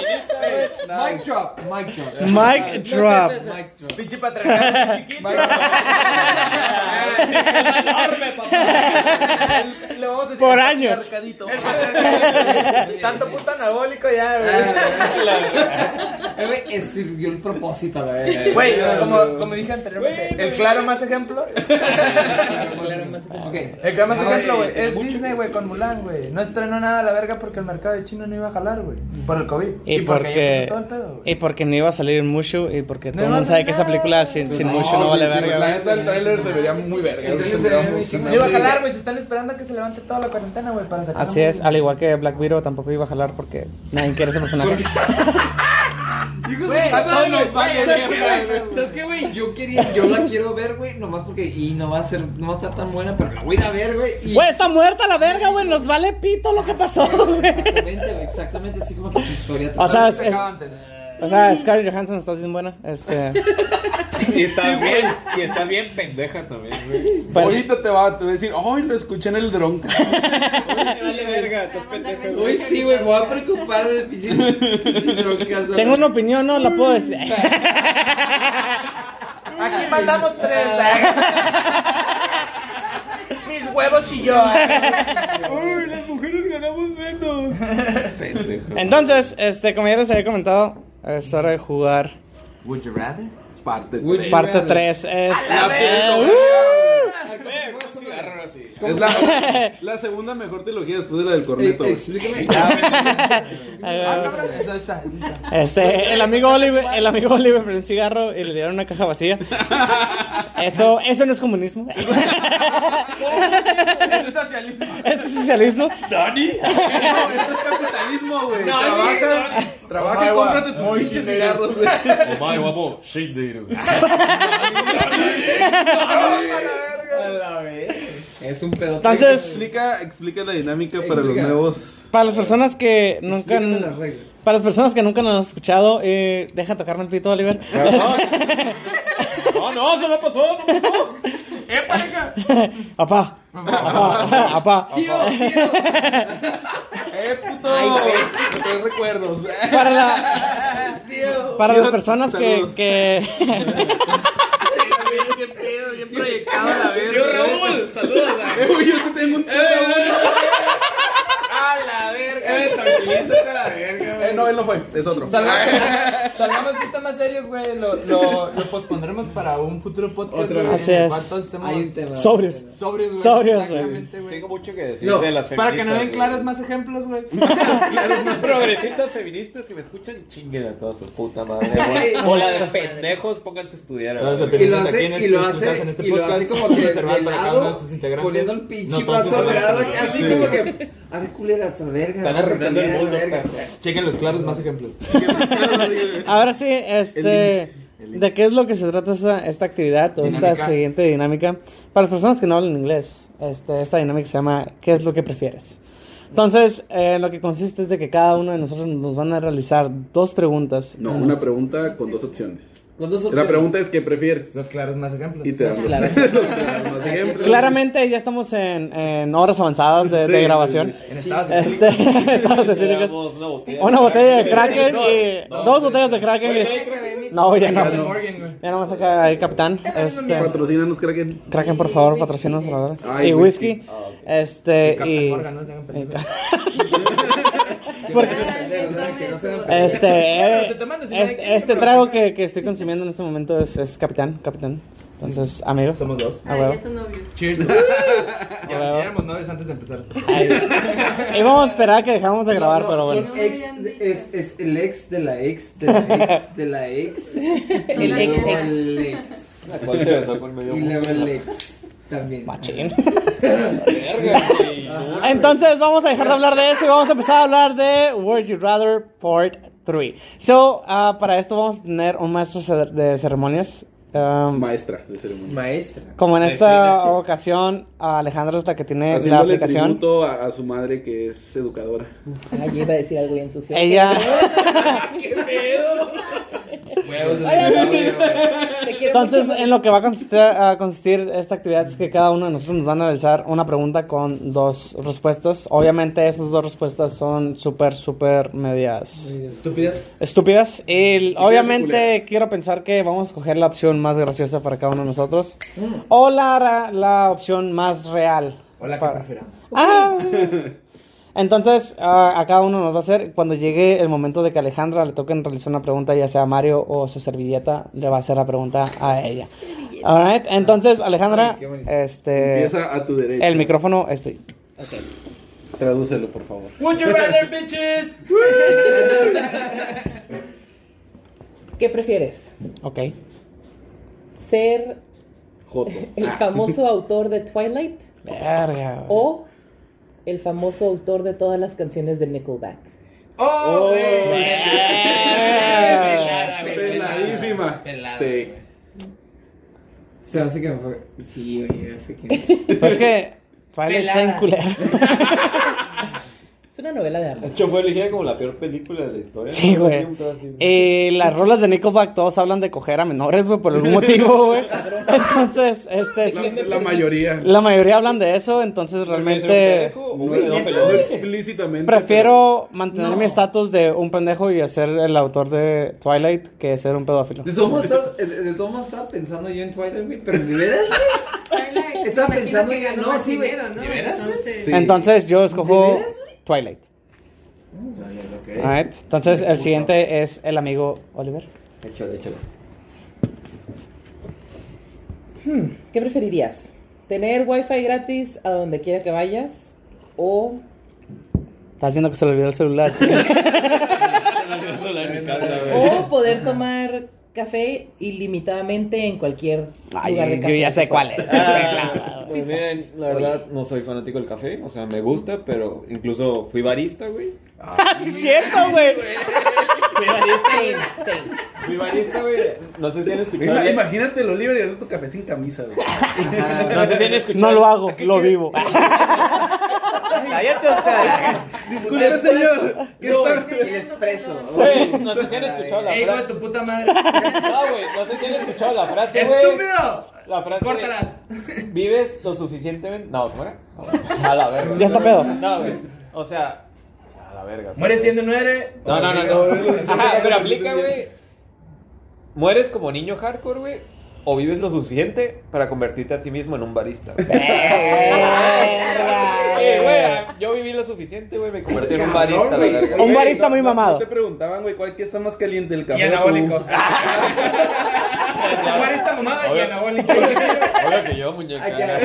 C: Mic drop, mic drop.
A: Ah. Mic drop.
C: Mic drop.
B: Pinche patriarcado chiquito. Enorme, papá. El- Lo vamos a decir
A: Por
B: el
A: años.
B: patriarcadito. El patriarcado. Tanto puto anabólico ya, güey.
C: Eh, güey, eh, sirvió el propósito, la verdad.
B: Güey, como, como dije anteriormente, el claro más ejemplo,
F: claro más.
C: Ok.
B: el claro más
C: Ay,
B: ejemplo, güey, es Disney, güey, con Mulan, güey. No estrenó nada a la verga porque el mercado de China no iba a jalar, güey, por el COVID.
A: Y
B: ya
A: porque...
B: puso todo el pedo, güey.
A: Y porque no iba a salir Mushu y porque todo el
B: No,
A: mundo
B: no,
A: sabe
B: no.
A: que esa película sin, sin Mushu no
J: sí,
A: vale
J: sí,
A: verga.
J: La
A: güey.
J: neta, el trailer se vería muy verga.
C: El trailer se vería muy chingón.
B: No iba a jalar, güey, se están esperando a que se levante toda la cuarentena, güey, para sacar
A: Así
B: un-
A: es, al igual que Black Widow tampoco iba a jalar porque nadie quiere ese personaje.
C: Güey,
B: A todos
C: no,
B: nos vale
C: ¿sabes qué,
B: verga,
C: güey?
B: güey.
C: ¿Sabes qué, güey? Yo quería, yo la quiero ver, güey, nomás porque, y no va a ser, no va a estar tan buena, pero la voy a ir a ver, güey. y-
A: Güey, está muerta la verga, güey. Nos vale pito lo que pasó, güey.
C: Exactamente, güey, exactamente, así como que su historia.
A: O sea, es-
B: Se acaba antes.
A: O sea, Scarlett Johansson está bien buena. Este.
E: Y está bien, y está bien pendeja también, güey.
A: pues,
J: Ahorita te va, te va a decir, ay, lo escuché en el dronca.
E: Oye, vale verga, estás pendeja, güey.
C: Uy, sí, güey, me voy a preocupar de pinches pinches broncas.
A: tengo una opinión, no la puedo decir.
B: Aquí mandamos tres, eh. Mis huevos y yo. eh.
E: Uy, las mujeres ganamos menos. Pendejo.
A: Entonces, este, como ya les había comentado, es hora de jugar
B: Would you rather?
J: Parte
C: Uy,
J: tres.
A: parte 3. Es,
B: la verga.
J: Es la, la segunda mejor trilogía después de la del corneto. güey.
C: Eh, Explícame.
B: Ah,
A: eh,
B: cabrón, eso está, eso está.
A: este, el amigo Oliver, el amigo Oliver prendió un cigarro y le dieron una caja vacía. Eso, eso no es comunismo.
B: Eso es socialismo.
A: Eso es socialismo.
E: ¿Dani?
J: No, eso es capitalismo, güey. Trabaja, trabaja y cómprate tus pinches cigarros, güey.
E: Omae guapo, Shindeiro.
C: Es un pedo.
A: Entonces,
J: Explica, explica la dinámica para los
C: Explica.
J: nuevos.
A: para las personas que nunca,
C: Explícame las reglas.
A: para las personas que nunca nos han escuchado, eh, deja tocarme el pito, Oliver.
E: No, no, se me pasó, no me pasó.
B: ¡Eh, pareja!
A: Apá, apá, apá.
C: Tío, tío.
J: ¡Eh, puto!
C: Ay, güey.
J: Tres recuerdos.
A: Para, la, para las personas que,
J: Saludos.
A: que,
J: Bien pedo, bien proyectado a la vez. Eh,
E: Tío Raúl, saludos.
B: Eh,
J: Uy, yo sí tengo un tío Raúl.
B: Ah,
J: la
H: Eh,
J: verga!
H: tranquilízate a la verga, güey.
J: Eh, no, él no fue, es otro.
B: Salgamos, salgamos de temas serios, güey. Lo, lo, lo pospondremos para un futuro podcast.
C: Otra
B: güey,
A: vez.
B: en el
A: Así
B: cual
A: es.
B: todos estemos
C: Hay un tema.
A: Sobrios.
B: Sobrios, güey.
A: Sobrios,
B: Exactamente, güey.
E: Tengo mucho que decir
B: No,
E: de las
B: para que no den
E: feministas,
B: claros más ejemplos, güey.
E: güey. Progresistas feministas que me escuchan chinguen a toda su puta madre. güey. O la de pendejos, pónganse a estudiar. a la
B: Todas las
E: verga.
C: Y lo
B: opiniones
C: hace-
B: aquí en el-
C: y lo
B: expresadas
C: hace-
B: en este
C: y lo
B: podcast
C: hace como
B: son
C: que de
B: reservadas para cada
C: lado,
B: uno de sus integrantes.
C: Poniendo el pinche
B: todos
C: brazo
B: son
C: de lado,
B: reservadas.
C: así como que. A ver, culeras, a verga.
E: Están
C: vamos a
E: arruinando el
C: pelear,
E: mundo,
C: verga.
E: perro.
B: Chequen los claros más ejemplos.
A: Ahora sí, este, ¿de qué es lo que se trata esta, esta actividad o
B: Dinámica.
A: esta siguiente dinámica? Para las personas que no hablan inglés, este, esta dinámica se llama ¿qué es lo que prefieres? Entonces, eh, lo que consiste es de que cada uno de nosotros nos van a realizar dos preguntas.
J: No, una pregunta con dos opciones.
C: Con dos
J: La
C: opciones.
J: pregunta es qué prefieres.
B: Los claros más ejemplos.
J: Y te damos
A: Claro.
J: los ejemplos.
A: Claramente ya estamos en, en horas avanzadas de,
J: Sí,
A: de
J: sí,
A: grabación.
B: En Estados Unidos.
A: Este, estamos en
E: Le
A: técnicas.
E: damos Una botella,
A: Una botella de
E: crack.
A: Kraken y dos botellas de Kraken. y- No, ya
B: Captain
A: no.
B: Morgan, güey.
A: Ya nomás acá el capitán. Este,
J: Patrocínanos, Kraken.
A: Kraken, por favor, patrocínanos, por favor.
J: Ay,
A: y
J: whisky.
A: whisky.
E: Ah, ok.
A: Este,
B: Captain
A: y.
B: Morgan, no se hagan pendejos.
C: Que
A: porque-
C: no sean pendejos, ¿verdad? Que no sean pendejos.
A: Este,
B: Claro,
A: eh,
B: te toman así, ¿de
A: este,
B: qué?
A: este trago que, que estoy consumiendo en este momento es, es Capitán, Capitán. Entonces, amigos,
B: Somos dos.
A: a
K: Ay,
A: huevo.
K: ya son novios.
B: Cheers.
A: a
B: Ya
A: huevo.
B: ya éramos novios antes de empezar. esto.
A: Ahí. Íbamos a esperar a que dejamos de grabar,
C: No,
A: pero
C: son
A: bueno.
C: ex de- es, es el ex de la ex de la ex de la ex.
F: El
C: Y
F: ex,
C: luego
F: ex.
C: el ex.
E: ¿Cuál se besó con medio
C: Y
E: mundo?
C: luego el ex. También.
A: Machín.
E: Verga, güey. No,
A: Entonces, vamos a dejar de hablar de eso y vamos a empezar a hablar de Would You Rather Part 3. So, ah, para esto vamos a tener un maestro ce- de ceremonias. Um,
J: Maestra de ceremonia.
C: Maestra.
A: como en esta ocasión, Alejandra es la que tiene la
J: Haciéndole
A: aplicación.
J: tributo a, a su madre que es educadora.
F: Ay, yo iba a decir algo bien sucio.
A: Ella.
B: Huevos de-
F: Hola, Santi. Te quiero
A: Entonces,
F: mucho.
A: en lo que va a consistir, a consistir esta actividad es que cada uno de nosotros nos va a analizar una pregunta con dos respuestas. Obviamente, esas dos respuestas son súper, súper medias
B: Estúpidas.
A: estúpidas. Y obviamente,
J: culeras.
A: quiero pensar que vamos a escoger la opción más graciosa para cada uno de nosotros o la, ra- la opción más real.
B: Hola, ¿qué
A: para-
B: prefieran?
A: Ah. Entonces, ah, a, a cada uno nos va a hacer, cuando llegue el momento de que Alejandra le toquen realizar una pregunta, ya sea a Mario o su servilleta, le va a hacer la pregunta a ella. Alright, entonces, Alejandra,
C: Ay, qué bonito.
A: este,
J: Empieza a tu derecha.
A: el micrófono es tuyo.
J: Tradúcelo, por favor.
B: Would you rather bitches?
F: ¿Qué prefieres?
A: Ok.
F: ¿Ser
J: Joto.
F: el
A: Ah.
F: famoso autor de Twilight
A: Verga. güey.
F: o el famoso autor de todas las canciones de Nickelback?
B: Oh, güey.
A: Verga.
B: güey,
J: Peladísima.
B: pelada,
J: Sí.
C: Se hace que me fue. Sí, oye, ya sé que.
A: Pues que Twilight está en
F: Pelada.
A: culera.
F: Es una novela de amor.
E: De hecho, fue elegida como la peor película de la historia.
A: Sí,
E: ¿no?
A: güey.
E: Un pedo así, güey.
A: Eh, las rolas de Nickelback todos hablan de coger a menores, güey, por algún motivo, güey. Entonces, este, sí,
J: La, la mayoría.
A: la mayoría hablan de eso, entonces realmente
E: ¿Puede ser un pendejo o
J: No,
E: un
J: no,
E: pedófilo?
J: no explícitamente.
A: prefiero mantener
C: No.
A: mi estatus de un pendejo y ser el autor de Twilight que ser un pedófilo.
C: De todos modos estás- de- de todos modos estaba pensando yo en Twilight, güey. Pero de veras, güey.
K: Twilight,
C: Estaba
K: imagino
C: pensando
K: que
C: ya-
K: ganó
C: no,
K: más
C: sí, güey.
K: dinero, ¿no?
B: ¿De veras?
K: Entonces,
J: Sí.
A: Entonces yo escojo Twilight.
B: Ok.
A: Alright, Entonces el siguiente es el amigo Oliver.
E: Échale, échale.
F: Hmm, ¿Qué preferirías? ¿Tener wifi gratis a donde quiera que vayas? ¿O
A: Estás viendo que se le olvidó el celular.
F: O poder tomar café ilimitadamente en cualquier
A: Ay,
F: lugar de
A: yo
F: café.
A: ya sé cuál es.
E: Ah, pues miren, la verdad no soy fanático del café, o sea, me gusta, pero incluso fui barista, güey.
A: sí, es cierto, güey.
F: Same, same.
E: Fui barista, güey. No sé si han escuchado.
J: Ima- Imagínate lo libre y haces tu café sin camisa, güey.
E: Ah, No sé si han escuchado.
A: No lo hago, lo vivo.
E: Cállate, hasta.
J: Disculpe, señor. ¿Qué está?
C: El expreso.
E: Güey, no sé si han escuchado la
B: Ey, hijo de
E: frase.
B: tu puta madre.
E: No, güey, no sé si han escuchado la frase, güey.
B: ¡Estúpido!
E: La frase.
B: Córtala.
E: ¿Vives lo suficientemente? No, fuera. A la verga.
A: Ya está pedo.
E: No, güey. O sea, a la verga.
B: Mueres siendo un héroe.
E: No, no, no, no. Ajá, pero aplica, güey. Mueres como niño hardcore, güey. o vives lo suficiente para convertirte a ti mismo en un barista. güey. Eh, güey, yo viví lo suficiente, güey, me convertí en un barista, la verga.
A: Un barista muy
J: no- no-
A: mamado.
J: no te preguntaban, güey, ¿cuál que está más caliente, el café
B: Y
J: o tú?
B: anabólico. Jugar esta mamada y
E: Oye.
B: anabólico.
E: Ahora que yo, muñeca.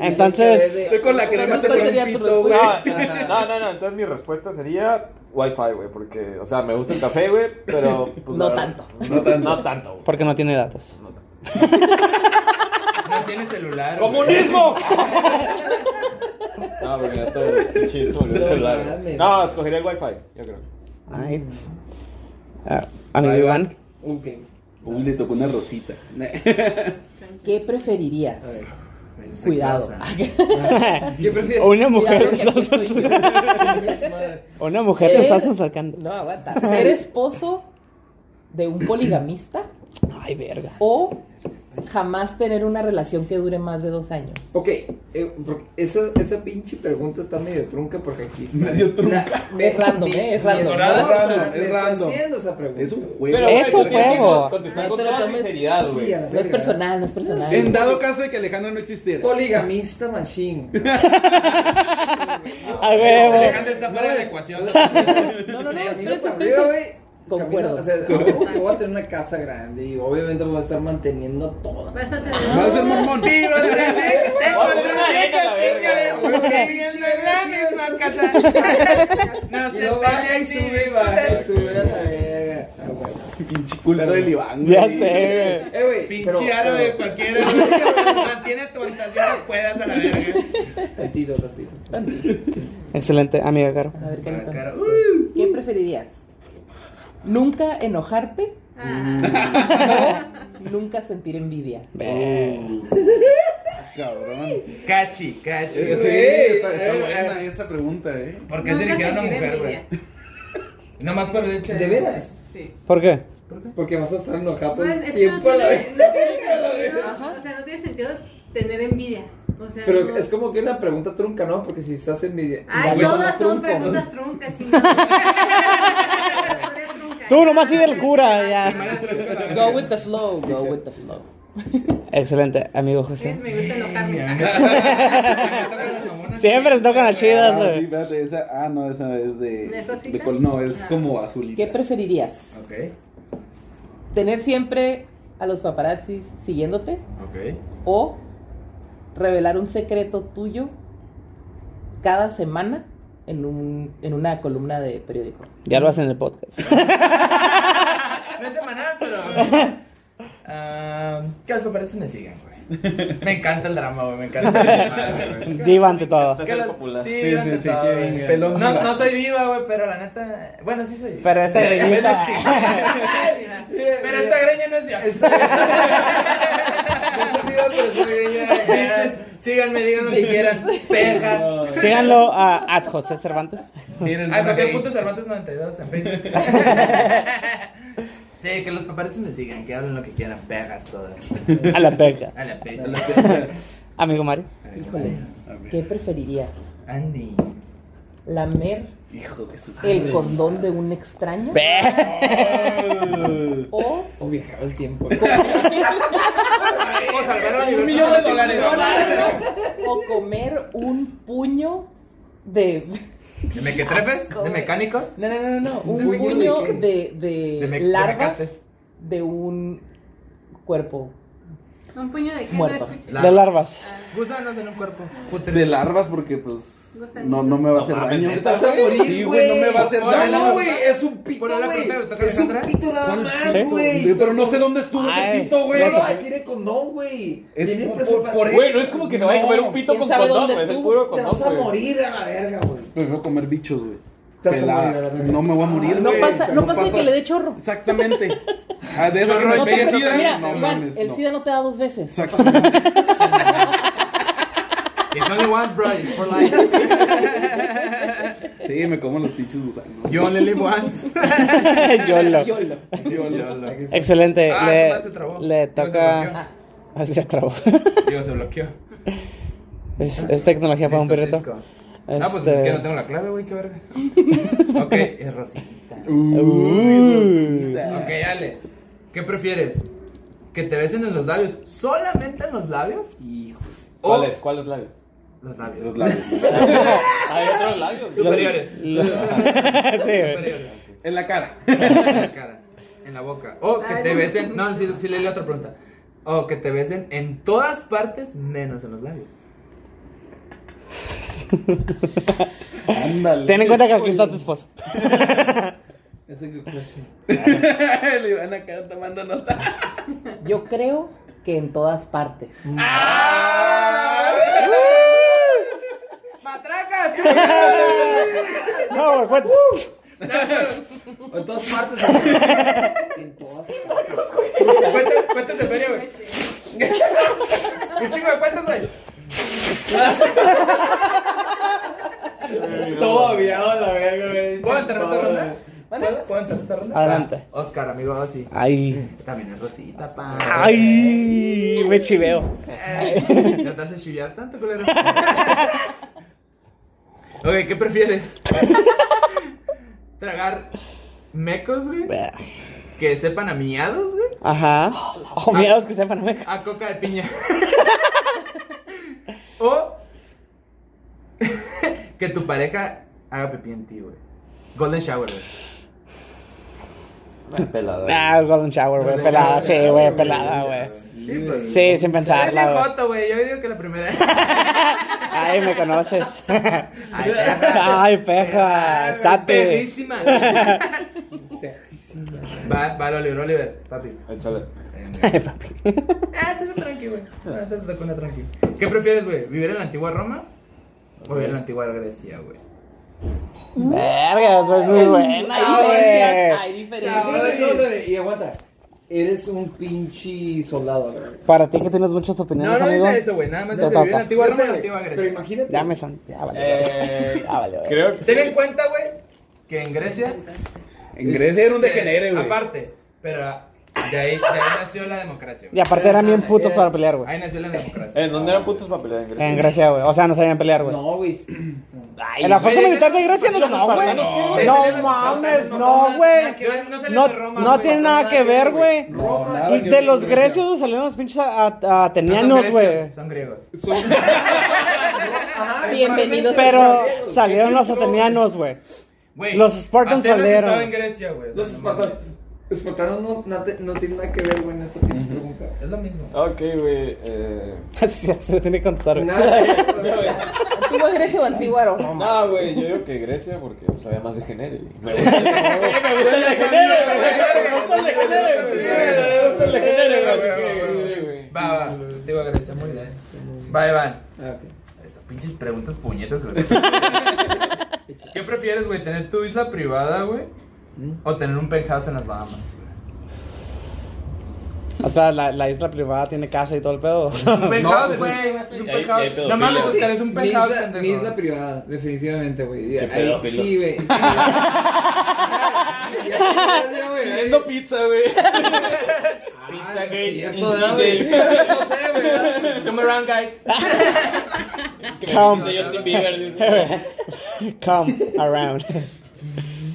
A: Entonces,
J: Estoy con la que
F: Pero
J: no
F: no,
J: se
F: ¿cuál
J: pone un
F: sería tu
J: pito, güey.
E: No, no, no, no, entonces mi respuesta sería Wi-Fi, güey, porque, o sea, me gusta el café, güey, pero... pues,
F: No
E: la-
F: tanto.
E: No tanto. No tanto, güey.
A: porque no tiene datos.
B: No tiene celular. güey.
E: ¡Comunismo! No, porque ya todo pinche sobre el
C: No
E: celular.
C: mames.
E: No, escogería el Wi-Fi, yo creo.
A: Ay, ah, Amigo Iván.
C: Ok.
J: Uy, le tocó una rosita.
F: ¿Qué preferirías?
J: Pues
B: Sexosa.
F: Cuidado.
C: ¿Qué prefieres?
A: Una
F: Cuidado
A: mujer,
F: que aquí estoy yo.
C: Es madre.
A: una mujer te
F: Eh.
A: estás sacando.
F: No, aguanta. ¿Ser esposo de un poligamista
A: Ay, verga.
F: o jamás tener una relación que dure más de dos años?
C: Ok, eh, porque esa, esa pinche pregunta está medio trunca porque aquí está.
J: Medio trunca.
C: Na-
F: Es random, eh, es
C: mi
F: random.
C: esposa
J: Es random,
C: me
J: es
C: está
J: random.
C: haciendo esa pregunta.
J: Es un juego.
E: Pero,
A: Es un
E: güey, tienes que
A: juego.
E: Contestar
F: No
E: con
F: te lo
E: toda
F: tomes-
E: sinceridad,
C: Sí,
E: güey.
C: a la
F: No es
C: verga.
F: personal, no es personal.
J: En dado caso de que Alejandro no existiera.
C: Poligamista machine.
A: A huevo.
B: Alejandro está fuera de la ecuación.
F: No, no, no,
C: Camino
F: espérense,
C: para arriba,
F: espérense.
C: güey.
F: pues, Concuerdo.
C: Camino, O sea, yo voy a tener una casa grande y obviamente voy a estar manteniendo todo.
K: Vas a
J: Va a
K: tener.
J: ser
E: Vamos a
J: mormón.
E: poner una arena a la verga, güey.
C: Y lo baja y sube, y baja y sube a la verga. Ah, güey.
J: Pinche culero del Iván, güey.
A: Ya sé,
C: Eh, güey, pero-
B: Pinche árabe
C: pero-
B: cualquiera. güey. Mantiene tu fantasía que puedas a la verga.
C: Tantito, tantito.
A: güey. Excelente, amiga Caro.
F: A ver,
B: Ah,
F: carita.
B: cara, uh.
F: ¿Qué preferirías? ¿Nunca enojarte
K: Ah,
F: o nunca sentir envidia?
J: Cabrón.
B: Cachi, cachi.
J: Sí, está, está
C: eh,
J: buena esa pregunta, eh.
B: ¿Por
C: Mm.
B: qué es
K: nunca
B: dirigida a una
K: sentir
B: mujer, güey?
K: envidia.
B: Nomás por el hecho
C: ¿De veras?
K: Sí.
A: ¿Por qué?
C: Porque vas a estar enojado todo
K: Bueno,
C: el
K: Pues, es que no
C: tiempo a la
K: tiene-
C: vez.
K: no tiene sentido, O sea, no tiene sentido tener envidia. O sea,
C: Pero
K: no-
C: es como que una pregunta trunca, ¿no? Porque si estás en mi...
K: Ay, todas son preguntas truncas, chingados.
A: Tú nomás sigue el cura, ya.
F: Go with the flow, go with the flow.
A: Excelente, amigo
K: Sí,
A: José.
K: Me gusta enojarme.
A: Siempre se tocan las chidas,
J: Ah, sí,
A: güey.
J: espérate, esa. Ah, no, esa es de.
K: ¿No es
J: de
K: rosita?
J: col- no, es
K: Ah.
J: como azulita.
F: ¿Qué preferirías?
B: Ok,
F: ¿Tener siempre a los paparazzis siguiéndote
B: ok.
F: o revelar un secreto tuyo cada semana en, un, en una columna de periódico?
A: Ya lo hacen en el podcast.
B: No es semanal, pero. Ah, que los paparazzi me sigan, güey. Me encanta el drama, güey. Me encanta el drama, güey.
A: Diva ante todo.
E: Te
B: Que
E: hace
B: las-
E: popular.
B: Sí,
J: Sí,
B: durante
J: sí, sí,
B: todo,
J: que
B: güey.
J: pelón
B: no,
J: viva.
B: no soy viva, güey, pero la neta. Bueno, sí soy.
A: Pero esta
B: Pero
A: greñita-
B: sí. Pero esta greña no es de Bitches, síganme, digan lo que quieran. Cejas.
A: Síganlo a at José Cervantes.
J: Tienes
B: Ay, ¿para qué
J: razón.
B: punto Cervantes 92 en Facebook? sí, que los paparazzi me sigan, que hablen lo que quieran, pegas todas.
A: A la peca.
B: A la pecho.
A: Amigo Mario.
F: Híjole,
J: A ver.
F: ¿qué preferirías?
B: Andy.
F: ¿Lamer
J: Hijo de su.
F: el condón de un extraño o
C: O viajar Oh, el tiempo.
B: Vamos a salvar a un millón de dólares.
F: o comer un puño de
B: ¿De mequetrefes? ¿De mecánicos?
F: no no no no, no
C: ¿De
F: un
C: puño
F: puño
C: de qué?
F: de,
B: De
F: de,
B: me- de
F: larvas
B: mecates.
F: de un cuerpo
K: Un puño de qué no
F: Muerto.
K: escuché.
A: De larvas.
K: Ah,
B: Gusanos en un cuerpo.
J: De larvas, porque pues.
K: Gusanito.
J: No, no me va a hacer
E: No mames,
J: daño.
E: neta.
C: Vas a morir,
J: Sí, güey, no me va a hacer
B: Ahora
J: daño.
B: no,
C: güey, es un pito,
B: Bueno, la
C: güey.
B: pregunta, ¿le toca a
C: Es un
B: Alejandra?
C: pito nada
A: Sí.
C: más,
J: Güey,
C: güey.
J: Pero no sé dónde estuvo
F: Ah,
A: Ay.
J: ese pito, güey.
C: No, ahí tiene condón, güey.
J: Es
C: Tiene
J: por-
C: preserva-
J: por- por-
E: Güey, no es como que se vaya a comer un pito
F: ¿Quién
E: con
F: sabe
E: condón,
F: dónde
E: güey, es
F: estuvo?
E: puro
C: Te
E: condón,
C: vas a
E: güey.
C: morir a la verga, güey.
F: eh.
J: Prefiero comer bichos, güey.
C: Te vas a
J: Pela-
C: morir, la verdad.
J: No me voy a morir,
F: no
J: güey. O
F: pasa
J: sea,
F: no pasa que le dé chorro
J: Exactamente. Ah, de eso que
B: Chorro
J: me
B: de
F: No te-
J: pegue
B: Pero,
J: sida,
F: mira,
J: no
F: Iván,
J: mames,
F: el
J: no.
F: SIDA no te da dos veces.
J: Exactamente.
B: It's only once, bro. It's for life.
J: Sí, me como los pinches gusanos.
B: You only live once.
A: Yolo.
F: Yolo.
A: Excelente.
B: Ah,
A: Le,
B: nomás se trabó.
A: le
B: Nomás se
A: toca.
B: bloqueó.
A: Ah, se trabó.
B: Digo, se bloqueó.
A: Es, es tecnología para un
B: Listo,
A: perrito.
B: Cisco. Ah, pues
A: Este-
B: es que no tengo la clave, güey, qué vergas. ok, es Rosita.
J: Uy,
B: Ok, Ale, ¿qué prefieres? que te besen en los labios, solamente en los labios,
C: Hijo.
B: o
E: ¿Cuáles? ¿Cuáles labios?
B: los
E: Los
B: labios
E: labios. Hay otros labios.
B: superiores,
A: Sí, güey.
B: superiores.
J: En la cara.
B: en la cara, en la boca, o que
K: Ay,
B: te
K: no.
B: besen, no, si, si leí la otra pregunta, o que te besen en todas partes menos en los labios.
C: Ándale.
A: Ten en cuenta que aquí está tu esposa.
C: Ese que question.
J: Le iban a quedar tomando nota.
F: Yo creo que en todas partes.
B: ¡Ah!
A: No, güey, cuenta.
C: O En todas partes. en- En todas partes.
B: Cuéntate, cuéntate, feria, güey. Un chingo de cuentas, güey.
H: Todavía, a la verga, güey.
B: ¿Puedo entrar a esta ronda? ¿Puedo- ¿Puedo entrar a esta ronda?
A: Adelante.
B: Va, Oscar, amigo, así.
A: Ay.
B: También es Rosita, pa.
A: Ay, me chiveo.
B: Eh, No te haces chillar tanto, culero. ok, ¿qué prefieres? ¿Tragar mecos, güey? Que sepan a miados, güey.
A: Ajá. Oh, miedos que sepan, güey.
B: A coca de piña. o que tu pareja haga pipí en ti, güey. Golden Shower, güey.
A: Ah, el Golden Shower, güey. Pelada, sí, güey, pelada, güey.
C: Sí, güey.
A: Sí, sin pensarla,
B: Es
A: güey.
B: foto, güey. Yo digo que la primera.
A: Ay, me conoces.
B: Ay, perra.
A: Ay, peja, estate.
B: Perrísima. va,
C: Sejísima.
B: va, el Oliver, Oliver, papi.
E: Échale.
B: Ah, eso es tranqui, güey. Ah, te tocó una tranqui. ¿Qué prefieres, güey? ¿Vivir en la antigua Roma o vivir en la antigua Grecia, güey?
A: Verga, eso es muy buena, güey.
F: hay
C: No,
F: diferencias.
C: no, no, Y aguanta. Eres un pinche soldado, la verga.
A: Para ti que tienes muchas
B: No,
A: opiniones,
B: no
A: amigo.
B: dice eso, güey. Nada más
A: Te
B: dice vivir en la
A: toca.
B: antigua
C: Yo
B: Roma
C: sé,
B: o en la antigua
C: güey, Pero
B: Grecia.
C: imagínate.
A: Ya me son. Ya vale.
E: Eh,
A: Ya vale, güey.
E: creo
B: Ten
E: que
B: en cuenta, güey, que en Grecia.
J: En Grecia era un degenere, güey.
B: Aparte, pero de ahí, de ahí nació la democracia.
A: Y
B: güey.
A: aparte eran bien putos
C: Eh,
A: para pelear, güey.
B: Ahí nació la democracia.
E: eh, ¿En dónde eran putos para pelear en Grecia?
A: En Grecia, güey. O sea, no sabían pelear, güey.
C: No, güey.
A: En la fuerza
B: güey,
A: militar de Grecia no, no, güey.
E: No,
A: No mames, no, güey. No, no tiene nada que ver, güey.
C: No, nada
A: Y
C: que
A: de
C: ver
A: los
C: con
A: grecios salieron los pinches a- a-
B: No son
A: atenianos, güey.
B: grecios, Son griegos.
F: Bienvenidos
A: Pero
F: a
A: salieron los atenianos, güey.
B: Güey,
A: Los Spartans
B: Atenas
A: salieron.
B: estaba en Grecia, güey.
C: Los espartanos. Espartanos no, no, te- no tienen nada que ver, güey, en esta pinche pregunta.
B: Es lo mismo.
E: Ok, güey. Eh...
A: Así se- se tiene que contestar, güey.
C: Nada que ver, güey.
F: Antigua Grecia o Antigua Roma.
E: No, güey, yo digo que Grecia porque pues, había más de genere. Me
B: Va, va. Antigua Grecia, muy bien. Va, Iván.
C: Ah,
B: Pinches preguntas puñetas que les ¿Qué prefieres, güey? ¿Tener tu isla privada, güey? ¿O tener un penthouse en las Bahamas, güey?
A: O sea, la, la isla privada tiene casa y todo el pedo.
B: Un penthouse, güey. es un
E: hay- hay
B: penthouse. No
E: pedofilia.
B: mames, Oscar, es un
C: ok. Ah, Mi
B: penthouse.
C: isla, mi
B: pendejo.
C: isla privada, definitivamente, güey.
E: Che,
C: Ahí-
E: pedófilo.
C: Sí, güey. Sí, güey. Ya, ya, güey.
J: Comiendo pizza, güey.
C: Ah, sí, cierto, ¿verdad, güey? No sé, güey. ¿verdad?
B: Come around, guys.
A: Come,
E: Justin Bieber. dice.
A: come around.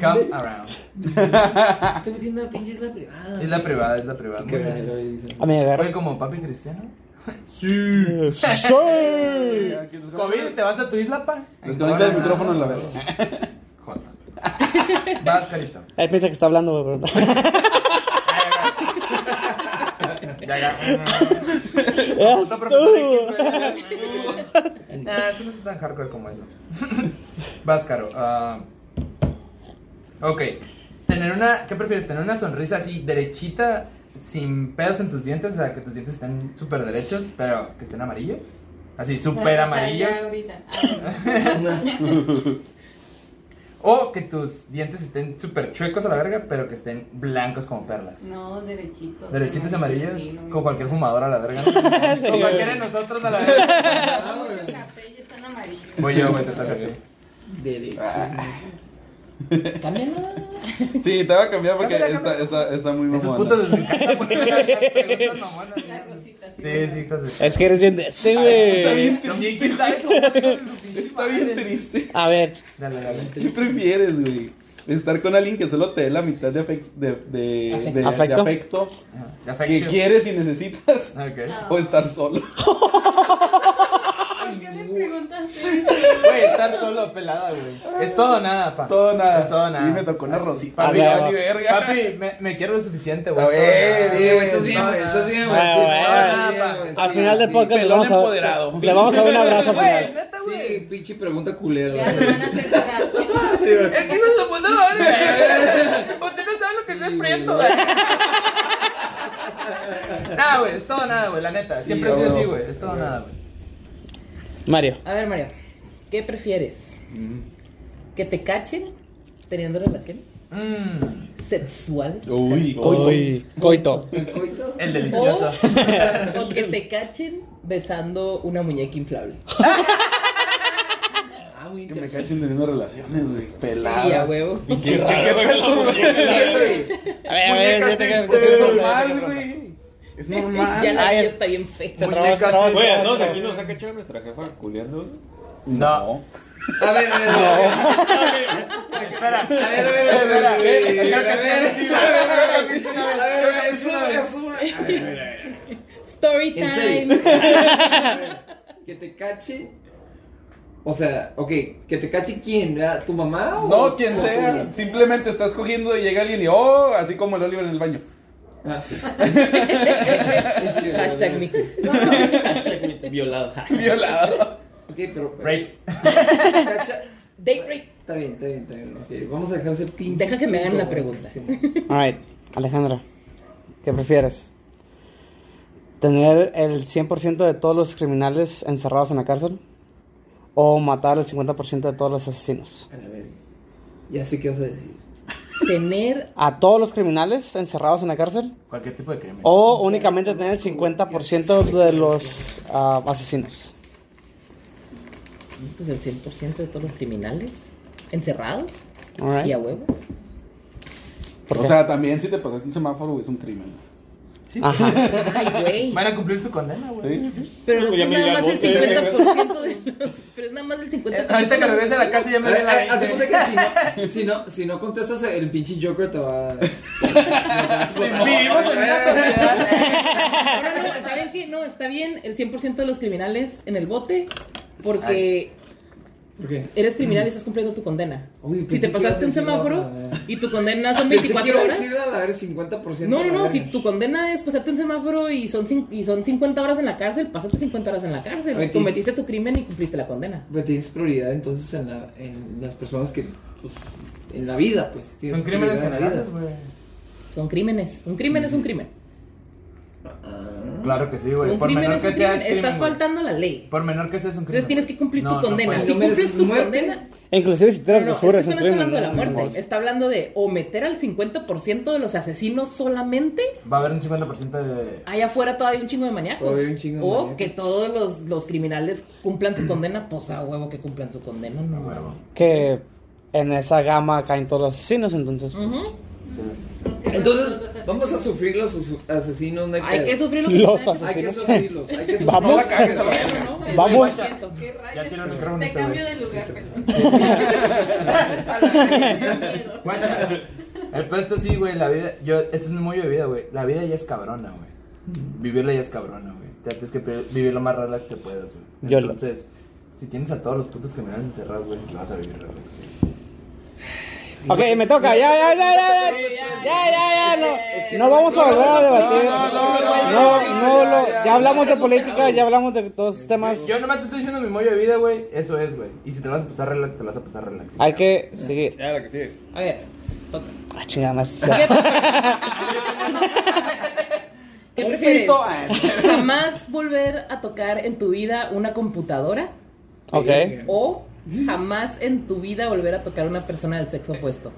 B: Come around.
C: Este güey tiene una pinche isla privada.
B: Isla privada, isla privada.
C: Que
B: muy
C: me
B: bien.
C: lo dice.
A: A mí me agarra.
B: Güey, como papi cristiano.
A: ¡Sí!
B: COVID, ¿te vas a tu isla, pa?
J: Desconecta el micrófono en la verga.
B: Jota. Vas, carito.
A: Él piensa que está hablando, güey, pero
B: Ya, ya.
A: no.
B: Puta
A: ¡Es
B: profesor X,
A: tú!
B: güey. Nah, eso no es tan hardcore como eso. Vas, Caro. ah, ok. Tener una, ¿Qué prefieres? ¿Tener una sonrisa así derechita, sin pedos en tus dientes? O sea, que tus dientes estén súper derechos, pero que estén amarillos. Así, súper amarillos.
K: Ah.
B: O que tus dientes estén súper chuecos a la verga, pero que estén blancos como perlas.
K: No, derechitos.
B: Derechitos amarillos,
K: sí, no me-
B: como cualquier fumador a la verga. ¿no? Como cualquiera de nosotros a la verga.
K: Ah, güey, el café ya están amarillos.
B: Voy yo, güey, te toca a ti.
F: Cámbiala.
J: Sí, te voy a cambiar porque está, está, está muy
B: Estos
J: mamona.
B: putos les encanta ponerme las preguntas mamonas.
K: Las rositas, sí.
B: Sí, sí, José.
A: Es que eres bien de este,
J: Está
A: güey.
J: bien triste.
B: Está bien
J: Está bien triste.
A: A ver,
B: Dale, dale.
J: ¿Qué prefieres, güey?
L: estar con alguien que solo te dé la mitad de, afec- de, de-
F: Afecto.
L: de- de
A: Afecto.
L: afecto
B: De
L: que
B: affection.
L: quieres y necesitas
B: Ok.
L: o estar solo.
K: ¿Por qué le preguntaste?
B: Güey, estar solo pelada, güey. Es todo o nada, pa.
L: Todo o nada.
B: Es todo o nada.
L: Y me tocó una rosita.
B: Papi,
L: Ah,
B: papi,
L: no.
B: verga. Papi, me, me quiero lo suficiente, güey.
L: A
B: es todo o
L: ver,
B: nada.
C: Sí, güey, estás
B: Ah, No,
C: bien, güey, estás bien, güey.
A: Ah,
C: Sí,
A: güey.
C: estás bien, güey,
A: Al
C: sí,
A: final del
C: sí.
A: podcast le
L: pelón
A: vamos, a,
L: empoderado.
A: le vamos a dar un abrazo al
B: Güey,
A: final.
B: neta, güey.
C: Sí, pinche pregunta culera.
K: Ya se van a hacer cagar.
B: Es que eso se pone la verga. Usted no sabe lo que es el prieto, güey. Nada, güey, es todo o nada, güey, la neta. Siempre ha sido así, güey. Es todo o nada, güey.
A: Mario.
F: A ver, María, ¿qué prefieres? ¿Que te cachen teniendo relaciones
B: Mmm,
F: sexuales?
L: Uy,
A: Uy, coito.
C: ¿Coito?
B: el
F: O,
B: delicioso.
L: Oh,
F: o que te cachen besando una muñeca inflable.
C: Ah, güey,
L: Que me cachen teniendo relaciones, güey.
J: Ah,
F: Y a
L: Pelada.
F: huevo.
L: Qué raro, güey, la muñeca.
C: güey.
A: A ver, a ver,
L: Muñeca
A: yo
L: siempre
A: te quiero- te quiero
L: es
A: preguntar,
L: normal,
A: te quiero
L: güey. Es normal.
F: Ya la
A: Ay,
F: vida
A: es-
F: está bien fea.
A: Se trabó, se trabó, se
E: Oye,
A: trabó,
E: no,
A: se
E: aquí
A: trabó.
E: nos ha cachado nuestra jefa culeando.
B: No.
C: A ver, a ver, a ver.
B: Espera.
C: A ver, a ver, a ver, a ver,
B: Eh,
C: a
B: creo que sí,
C: ver,
B: sí,
C: a ver, a ver, a ver, a ver, es una- es una-
F: Story
C: En
F: time.
C: serio. Que te cache. O sea, ok, que te cache quién, ¿verdad? ¿Tu mamá? o-
L: No, quien
C: o
L: sea. Simplemente estás cogiendo y llega alguien y, oh, así como el Oliver en el baño.
C: tú? Ah.
F: Hashtag me too.
E: Violado.
L: Violado.
C: Ok, pero.
B: Rape.
C: Cacha-
F: Date rape.
C: Está bien, está bien, está bien. ok, Vamos a dejar ese pinche.
F: Deja que me hagan
C: punto,
F: la pregunta.
C: sí, man.
A: Alright, Alejandra, ¿qué prefieres? ¿Tener el 100% de todos los criminales encerrados en la cárcel? ¿O matar el 50% de todos los asesinos?
C: Ya sé qué vas a decir.
F: Tener
A: ¿A todos los criminales encerrados en la cárcel?
B: Cualquier tipo de crimen.
A: ¿O únicamente tener el 50% de los ah, asesinos?
F: pues el 100% de todos los criminales encerrados.
A: Alright.
F: Y a huevo.
A: ¿Por
L: O
A: qué?
L: sea, también si te pasas un semáforo, güey, es un crimen.
A: Ajá.
F: Ay, güey.
B: Van a cumplir su condena, güey.
L: Sí, sí, sí.
F: Pero
E: Pues
F: es
E: ya me
F: nada
E: iré al
F: más el
E: bote, ya me-
F: 50% de los. Pero es nada más el 50%.
B: Eh, Ahorita que regrese a la casa ya
C: A
B: me ve
C: ver,
B: la
C: a- haz de
B: veinte.
C: cuenta que si no, si no, si no contestas, el pinche Joker te va a.
B: Vivimos en una sociedad.
F: Ahora no, ¿saben qué? No, está bien el 100% de los criminales en el bote porque
C: ¿Por qué?
F: eres criminal y estás cumpliendo tu condena.
C: Uy, pensé
F: si te
C: que
F: pasaste un
C: ibas a decir
F: semáforo
C: otra, eh.
F: y tu condena son
C: Pensé que
F: 24
C: iba a
F: horas.
C: decir a la ver 50%.
F: No, no,
C: a
F: no,
C: la
F: si
C: verga.
F: tu condena es pasarte un semáforo y son, cin- y son 50 horas en la cárcel, pásate 50 horas en la cárcel.
C: Oye,
F: Cometiste tu crimen y cumpliste la condena.
C: Pero Pues, tienes prioridad entonces en, la, en las personas que. Pues, en la vida, pues. tienes
B: Son crímenes
C: prioridad en la
B: generales,
C: vida.
B: güey.
F: Son crímenes. Un crimen es un crimen.
C: Ah.
B: Claro que sí, güey.
F: Un
B: Por
F: crimen
B: menor
F: es un
B: que sea,
F: crimen.
B: es crimen,
F: Estás
B: güey.
F: faltando a la ley.
B: Por menor que sea, es un crimen.
F: Entonces tienes que cumplir tu
B: No, no
F: condena.
B: puedes.
F: si
C: No mereces
F: cumples tu
C: muerte.
F: condena,
A: Inclusive si tiras
F: No, es
A: basura
F: que
A: es
F: esto
A: un
F: no está
A: crimen.
F: hablando de la
A: ¿no?
F: muerte, está hablando de o meter al 50% de los asesinos solamente,
B: Va a haber un 50% de.
F: allá afuera todavía hay un chingo de maníacos,
C: Todavía hay un chingo de
F: o
C: maníacos.
F: que todos los, los criminales cumplan su condena, pues a huevo que cumplan su condena, no huevo.
A: Que en esa gama caen todos los asesinos, entonces... pues,
F: Ujú.
C: Entonces, vamos a sufrir los asu- asesinos. no hay
F: Hay
C: pedo.
F: que sufrir lo que
A: Pues, Los
F: sea.
A: ases-
C: Hay que
A: asesinos.
C: sufrirlos. Hay que sufrirlos.
A: Vamos.
C: No la cagues, a la
F: No,
C: verga.
F: no, el
A: Vamos.
F: 100%.
K: ¿Qué
B: Ya tiró el
K: rayos?
B: micrófono
K: Te
B: este,
K: cambio
B: güey.
K: de lugar, perdón.
B: Guacha. El pedo está así, güey. La vida. Yo, este es mi mollo de vida, güey. La vida ya es cabrona, güey. Vivirla ya es cabrona, güey. Te tienes que pe- vivir lo más relax que puedas, güey.
A: Yo lo-
B: Entonces, si tienes a todos los putos criminales encerrados, güey, que vas a vivir relax, güey.
A: Ok, me toca, ya, ya, ya, ya, ya, ya, ya, ya, no, no vamos a volver a debatir.
B: no, no, no,
A: No, no,
B: no,
A: lo-
B: ya,
A: ya hablamos de política, ya hablamos de todos esos temas.
B: Pues, Yo nomás te estoy diciendo mi mollo de vida, güey. Eso es, güey. Y si te lo vas a pasar relax, te lo vas a pasar relax.
A: Hay que seguir.
E: Ya, la que sigue.
F: A ver, Oscar,
A: Ah, chingada más.
F: ¿qué prefieres? ¿Jamás volver a tocar en tu vida una computadora
A: Ok.
F: o jamás en tu vida volver a tocar a una persona del sexo opuesto?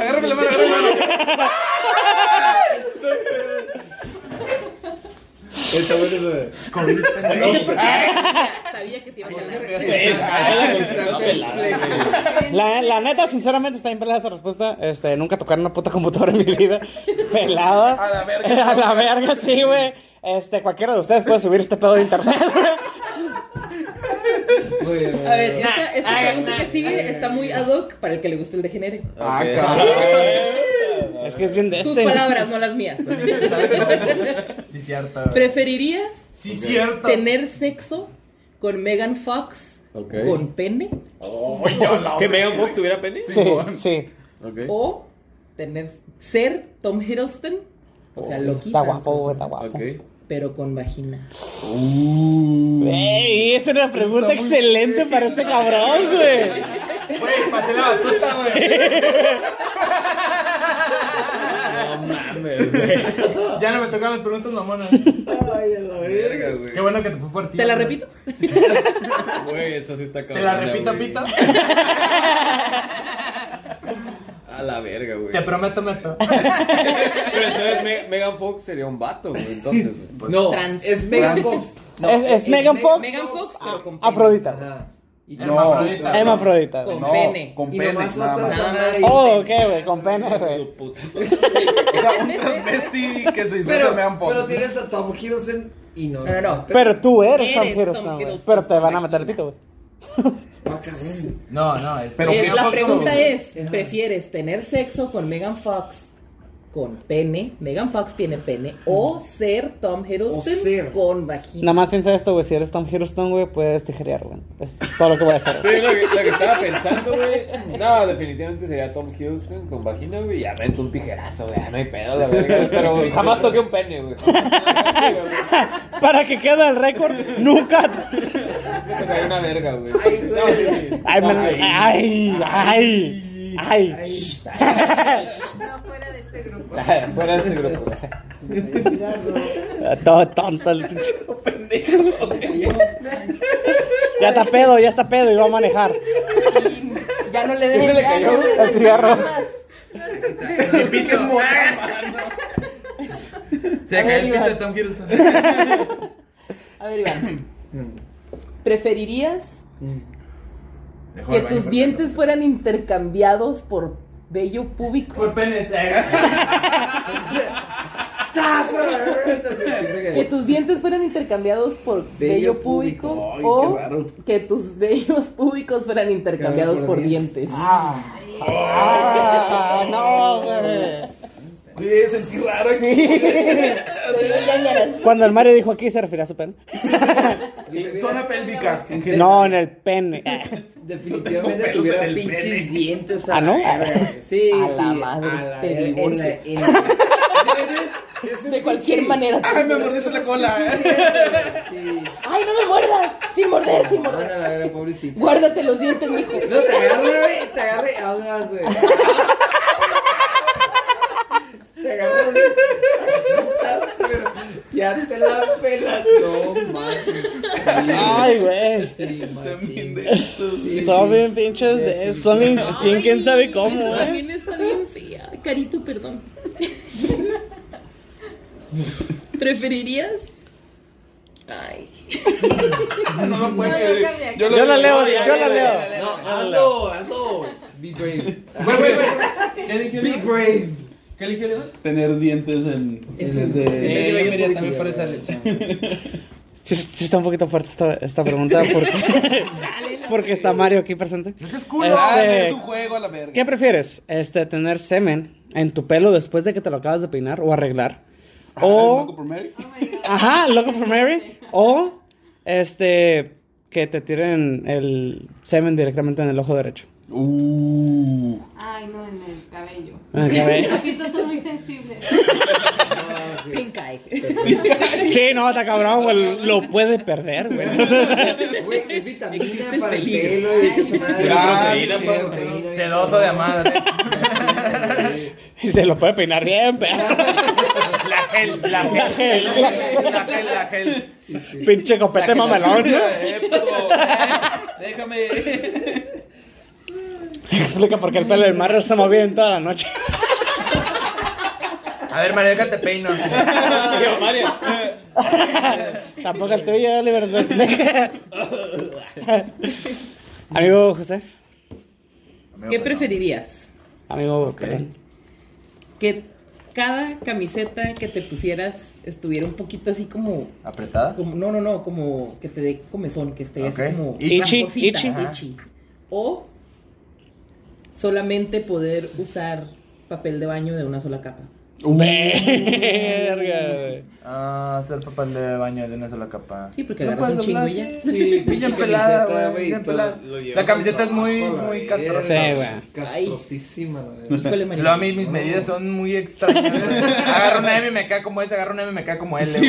L: Agárrame la mano, agárrame la mano.
H: Está bueno eso de-
B: COVID,
F: No
B: pendejo.
F: sé por qué. Ah, Sabía que te iba a ganar.
E: Está pelada.
A: La, la neta, sinceramente, está bien pelada esa respuesta. Este, nunca tocar una puta computadora en mi vida. Pelada. A la verga. A la verga, sí, güey. Este, cualquiera de ustedes puede subir este pedo de internet.
C: güey.
F: A ver, esta, esta pregunta que sigue está muy ad hoc para el que le guste el degenere.
L: Ah,
E: Ok.
A: Eh.
L: cabrón.
A: Es que es bien de
F: Tus
A: este.
F: palabras, no las mías.
B: Sí, cierto.
F: ¿Preferirías
B: Sí, cierto.
F: tener sexo con Megan Fox
E: Ok.
F: con pene
E: ¿Que Megan Fox tuviera pene?
A: Sí, sí.
B: Oh,
E: Ok.
F: o tener ser Tom Hiddleston? O sea, Loki.
A: Está guapo, güey, está guapo.
E: Ok.
F: Pero con vagina.
A: Ey, esa era una pregunta excelente para este cabrón, güey.
B: Güey, pasé la batuta, güey. Ya no me tocan las preguntas mamonas.
L: Verga, güey.
B: Qué bueno que te fue por ti.
F: ¿Te la
B: güey.
F: repito?
E: Güey, eso sí está
B: Te
E: cabrón.
B: la repito, pito.
E: A la verga, güey.
B: Te prometo, meto.
E: Pero entonces Me- Megan Fox sería un vato, güey. Entonces, güey.
C: No,
F: Pues, Trans.
C: es Megan Fox. No,
A: Es- es Megan
F: Me-
A: Fox.
F: Megan Fox, pero con pene.
A: Afrodita.
C: Ajá. Y
L: No,
B: Hermafrodita.
A: Hemafrodita. güey.
F: Con
L: no,
F: pene.
L: con
C: Y
L: pene,
C: nomás vas
L: nada
C: a
L: más.
F: Nada
C: sanar
F: más.
C: y-
A: Oh, ok, güey, con pene, güey.
E: Tu puta.
L: Un transvesti
B: Este,
L: que se disfraza
C: Pero,
L: de Megan Fox.
C: pero tienes a Tom Hiddleston y no.
F: No, no, no.
A: Pero tú eres
F: Eres
A: Tom
F: Tom
A: Hiddleston, güey.
F: Hiddleston,
A: Pero te van a matar el
F: imagina.
A: pito, güey.
C: Ah, cabrón.
B: No, no, es.
L: Pero
F: Eh,
L: qué
F: la
L: pasó,
F: pregunta
L: güey.
F: es, ¿prefieres tener sexo con Megan Fox con pene? Megan Fox tiene pene. ¿O ser Tom Hiddleston
C: O ser.
F: con
A: Nada
F: vagina?
A: más piensa esto, güey. Si eres Tom Hiddleston, güey, puedes tijerear, güey. Es todo lo que voy a hacer.
E: Sí, lo que, lo que estaba pensando, güey. No, definitivamente sería Tom Houston con vagina, güey. Y avento un tijerazo, güey. ah, No hay pedo, la verga. Pero güey, jamás toqué un pene, güey.
A: Para que quede el récord, nunca.
E: Me tocaría una verga, güey. No, sí, sí.
A: Ay, man, ay, ay, ay.
K: No fuera de este grupo.
E: Ay, Fuera de este grupo.
A: Todo tonto el pinche Ya está pedo, ya está pedo y va a manejar.
F: Ya no le den
E: le
F: ya
E: cayó
F: no le den
A: el cigarro.
F: más.
B: Se cae el
F: Iván.
B: pito de Tom Hiddleston.
F: A ver, Iván. ¿Preferirías
B: Dejó
F: que
B: el baño
F: tus
B: por
F: dientes fueran intercambiados por vello
B: pene.
F: púbico?
B: Por penes. eh.
F: Que tus dientes fueran intercambiados por vello,
C: Vello
F: púbico,
C: púbico. Ay,
F: o
C: qué raro.
F: que tus vellos púbicos fueran intercambiados
C: Por
F: por
C: dientes.
F: dientes.
A: Ah, no, güey.
L: Güey, sentí raro aquí.
F: Te digo, ya, ya, ya.
A: Cuando el Mario dijo aquí, se refiere a su pene.
L: Zona pélvica. en general.
A: No, en el pene.
L: Con
C: Definitivamente
L: pelos
C: tuviera
L: en el
C: pinches
L: pene.
C: dientes
A: Ah, ¿no?
C: verga. Sí,
F: A
C: sí.
F: la madre, te
C: en- en-
F: divorcio.
C: en- Debes- es un
F: De cualquier
C: pinche-
F: manera.
A: Ah,
L: Ay, me mordiste la cola.
C: Sí.
F: ¡Ay, no me muerdas! Sin morder, sin
C: Ahora
F: morder.
C: la verga, pobrecito.
F: Guárdate los dientes, mijo.
C: No, te agarre, güey. Te agarre. ¿A dónde vas, güey? Te agarre. güey. Estás, pero Ya te la pelas. No, mames.
A: Ay, güey.
C: Sí, machín. Sí,
A: Son
C: sí.
A: bien pinches de Son bien. ¿Quién, quién sabe cómo, eh?
F: Esta
A: güey?
F: También está bien fea. Carito, perdón. ¿Preferirías? Ay.
L: No lo puedo
K: No, yo
L: creer.
K: cambié.
L: Yo
A: Yo la leo,
L: ya,
A: yo
L: ya, ya, ya, ya,
A: la leo.
L: ya.
C: No, hazlo, hazlo. Be brave.
B: Güey, güey, güey. ¿Qué eligió
C: Be
B: Iván?
C: brave.
B: ¿Qué eligió Iván?
L: Tener dientes en. en
C: Sí.
L: este-
B: Eh,
C: yo
B: yo
C: púbico.
B: iría también por esa elección.
A: Sí, sí está un poquito fuerte esta, esta pregunta porque, porque está Mario aquí presente.
L: Ah,
A: Este,
L: es un juego a la verga.
A: ¿Qué prefieres? Este, tener semen en tu pelo después de que te lo acabas de peinar o arreglar.
L: Ah,
A: O.
L: loco por Mary.
A: Ajá, loco por Mary. O este que te tiren el semen directamente en el ojo derecho.
L: Uh.
K: Ay, no, en el cabello.
A: Ah, qué bello.
K: Los ojitos son muy sensibles.
F: Pink eye.
A: Sí, no, está cabrón, güey. Lo puede perder, güey. Entonces,
C: Güey, es vitamina
F: Existe el
C: para el
F: peligro.
C: pelo. y que
K: Ay,
C: su madre.
L: madre.
C: Sí,
L: Proteína,
C: proteína,
B: Sedoso de amada.
A: y se lo puede peinar bien, pero.
B: La gel, la gel.
A: La gel.
B: La gel, la gel.
A: Pinche copete mamalón.
L: Déjame.
A: Explica por qué el pelo del Mario se movía en toda la noche.
B: A ver, María, déjate peino.
E: Yo, Mario.
A: Tampoco el tuyo, libertad. Amigo José.
F: ¿Qué preferirías?
A: Amigo, perdón.
F: Que cada camiseta que te pusieras estuviera un poquito así como
B: ¿Apretada?
F: Como- no, no, no, como que te dé comezón, que esté
B: Ok.
F: así como
A: Itchy,
F: rasposita,
A: itchy.
F: ajá. itchy. O solamente poder usar papel de baño de una sola capa.
A: Verga, güey.
B: Ah, hacer papel de baño de una sola capa.
F: Sí, porque
B: Lo
F: agarras un
B: puedes
F: chingo
B: doblar,
F: y ya.
B: sí.
C: Sí,
B: Bien
C: pinche
B: pelada,
C: camiseta,
B: güey,
C: güey,
B: bien
C: todo
B: pelada.
C: lo llevas
B: La
C: al
B: camiseta es
C: trabajo,
B: muy-
C: la
B: es muy
C: verga.
B: castrosa.
A: Sí, güey.
C: Castrosísima, la verga.
F: Híjole, María.
B: Luego a mí mis medidas son muy extrañas. güey. agarro una M y me cae como S, agarro una M y me cae como L. güey.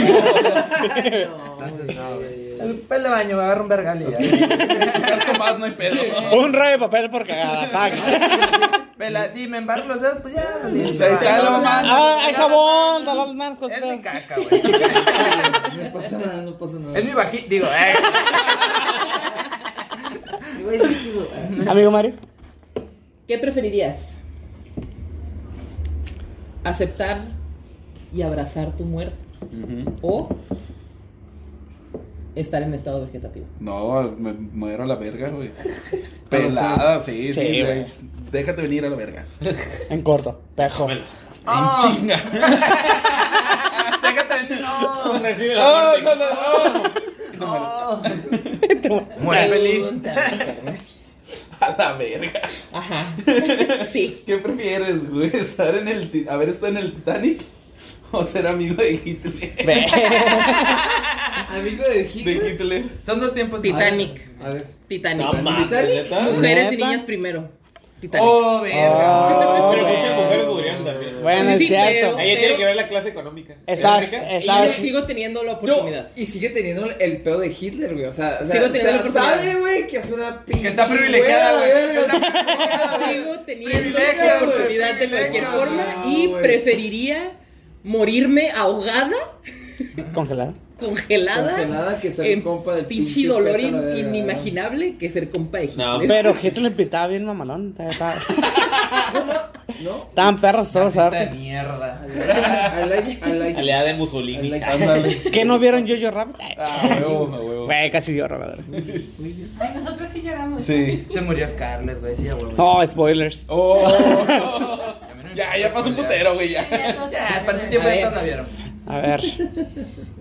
B: Entonces, no, güey. El papel de baño, me agarro un vergal y ya.
J: Gasto más, no hay pedo.
A: Un rayo de papel por cagada. fuck.
B: Vela, sí, me embarro los dedos, pues ya.
M: Ahí
B: limpio.
M: está lo mamá.
A: Ah, hay jabón, talón más
B: Es mi
A: cosas.
B: caca, güey.
C: No pasa nada, no pasa nada.
B: Es mi bajito, digo, eh.
C: Güey, es líquido.
A: Amigo Mario.
F: ¿Qué preferirías? ¿Aceptar y abrazar tu muerte? ¿O estar en estado vegetativo?
J: No, me muero a la verga, güey. Pelada, sí, sí,
A: Sí,
J: güey.
A: güey.
J: Déjate venir a la verga.
A: En corto. Pejo.
B: Oh,
J: Chinga.
B: déjate. No.
E: Recibe la muerte.
J: No, Ah, no, no, no.
B: no.
M: Muere feliz.
J: A la verga.
F: Ajá. Sí.
J: ¿Qué prefieres, güey? ¿Estar en el ti- haber estado en el Titanic? ¿O ser amigo de Hitler?
C: Amigo de
J: De
C: Hitler.
J: Hitler.
B: Son dos tiempos.
F: Titanic.
C: A ver.
F: Titanic.
E: No mames, ¿neta?
F: Mujeres y
A: ¿Neta?
F: niñas primero. Titanic.
B: Oh, verga.
A: Oh,
E: Pero muchas mujeres
A: güey.
E: murieron también.
A: Bueno,
F: Sí,
A: es
F: sí,
A: cierto.
F: pero-
E: Ahí tiene que ver la clase económica.
A: Estás,
E: ¿Económica?
F: y yo
A: estás.
F: sigo teniendo la
C: No,
F: oportunidad.
C: y sigue teniendo el pedo de Hitler, güey. O sea, o sea,
F: Sigo teniendo
C: o sea,
F: la oportunidad.
C: sabe, güey, que es una pinche.
B: está privilegiada,
C: güey.
B: güey.
C: verga, o sea,
F: Sigo teniendo
B: Privilegio,
F: la
B: güey,
F: oportunidad de cualquier
B: privilegio.
F: forma
C: No,
F: y
C: Ah, güey.
F: preferiría morirme ahogada,
A: Congelado.
F: congelada,
C: Congelada, que ser
F: en
C: compa del
F: pinche
C: pinche
F: dolor
C: Zeca, la
F: in-
C: verga.
F: inimaginable que ser compa de Hitler.
E: No,
A: Pero Hitler pitaba bien mamalón. Estaba- estaba-
C: ¿No?
A: Estaban perros todos,
B: Esta
A: ¿sabes?
B: mierda.
C: I like, I like,
E: Aliada de
C: I
E: Mussolini.
C: like.
A: ¿Qué no vieron yo yo Rabbit? Ay,
B: A Ah, huevo, a huevo.
A: Güey, casi lloro, la verdad.
K: Ay, nosotros sí lloramos.
B: Sí. Se murió Scarlett, güey. Sí, a huevo.
A: Oh, spoilers.
B: Oh.
J: Ya, ya pasó un putero, güey, ya.
K: Ay, nosotros
B: Ya,
K: sí
B: para ese tiempo
F: A
B: ya
F: ver.
B: todos la vieron.
A: A ver.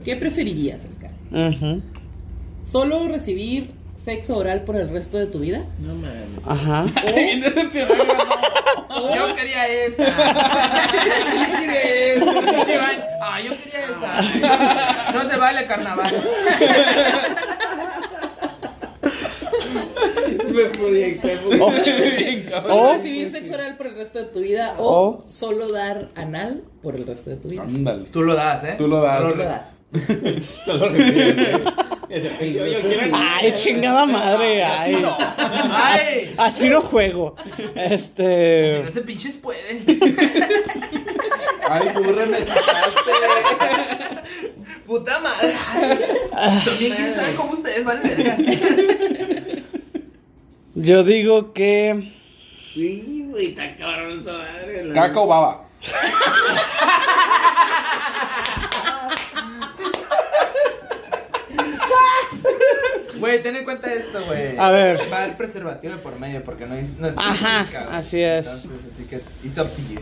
F: ¿Qué preferirías, Oscar?
A: Ujú.
F: ¿Solo recibir sexo oral por el resto de tu vida?
A: Ajá.
F: ¿O,
B: Yo quería esta. Yo quería esta. Pinche Iván. Ah, yo quería esta. No se vale carnaval.
C: Me proyecté, güey.
A: O,
F: solo
A: o-
F: recibir sexo oral por el resto de tu vida? ¿O,
A: O-
F: solo dar anal por el resto de tu vida?
J: Ándale.
B: Tú lo das, ¿eh?
J: Tú lo das.
F: Solo das.
E: Yo, yo quiero-
A: Ay, chingada madre. Ay.
B: ¡Ay!
A: Así no juego.
J: Eh.
A: Este.
B: No se pinches puede.
J: Ay, burra, me sacaste.
B: Puta madre. Ay, También quién sabe cómo ustedes van a ver.
A: Yo digo que.
C: Sí, güey, está cabrón esa madre. la-
J: Caca o baba.
B: Güey, ten en cuenta esto, güey.
A: A ver.
B: Va a haber preservativo de por medio porque no es. No es
A: Ajá,
B: específica, güey.
A: así es.
B: Entonces, así que. It's up to you.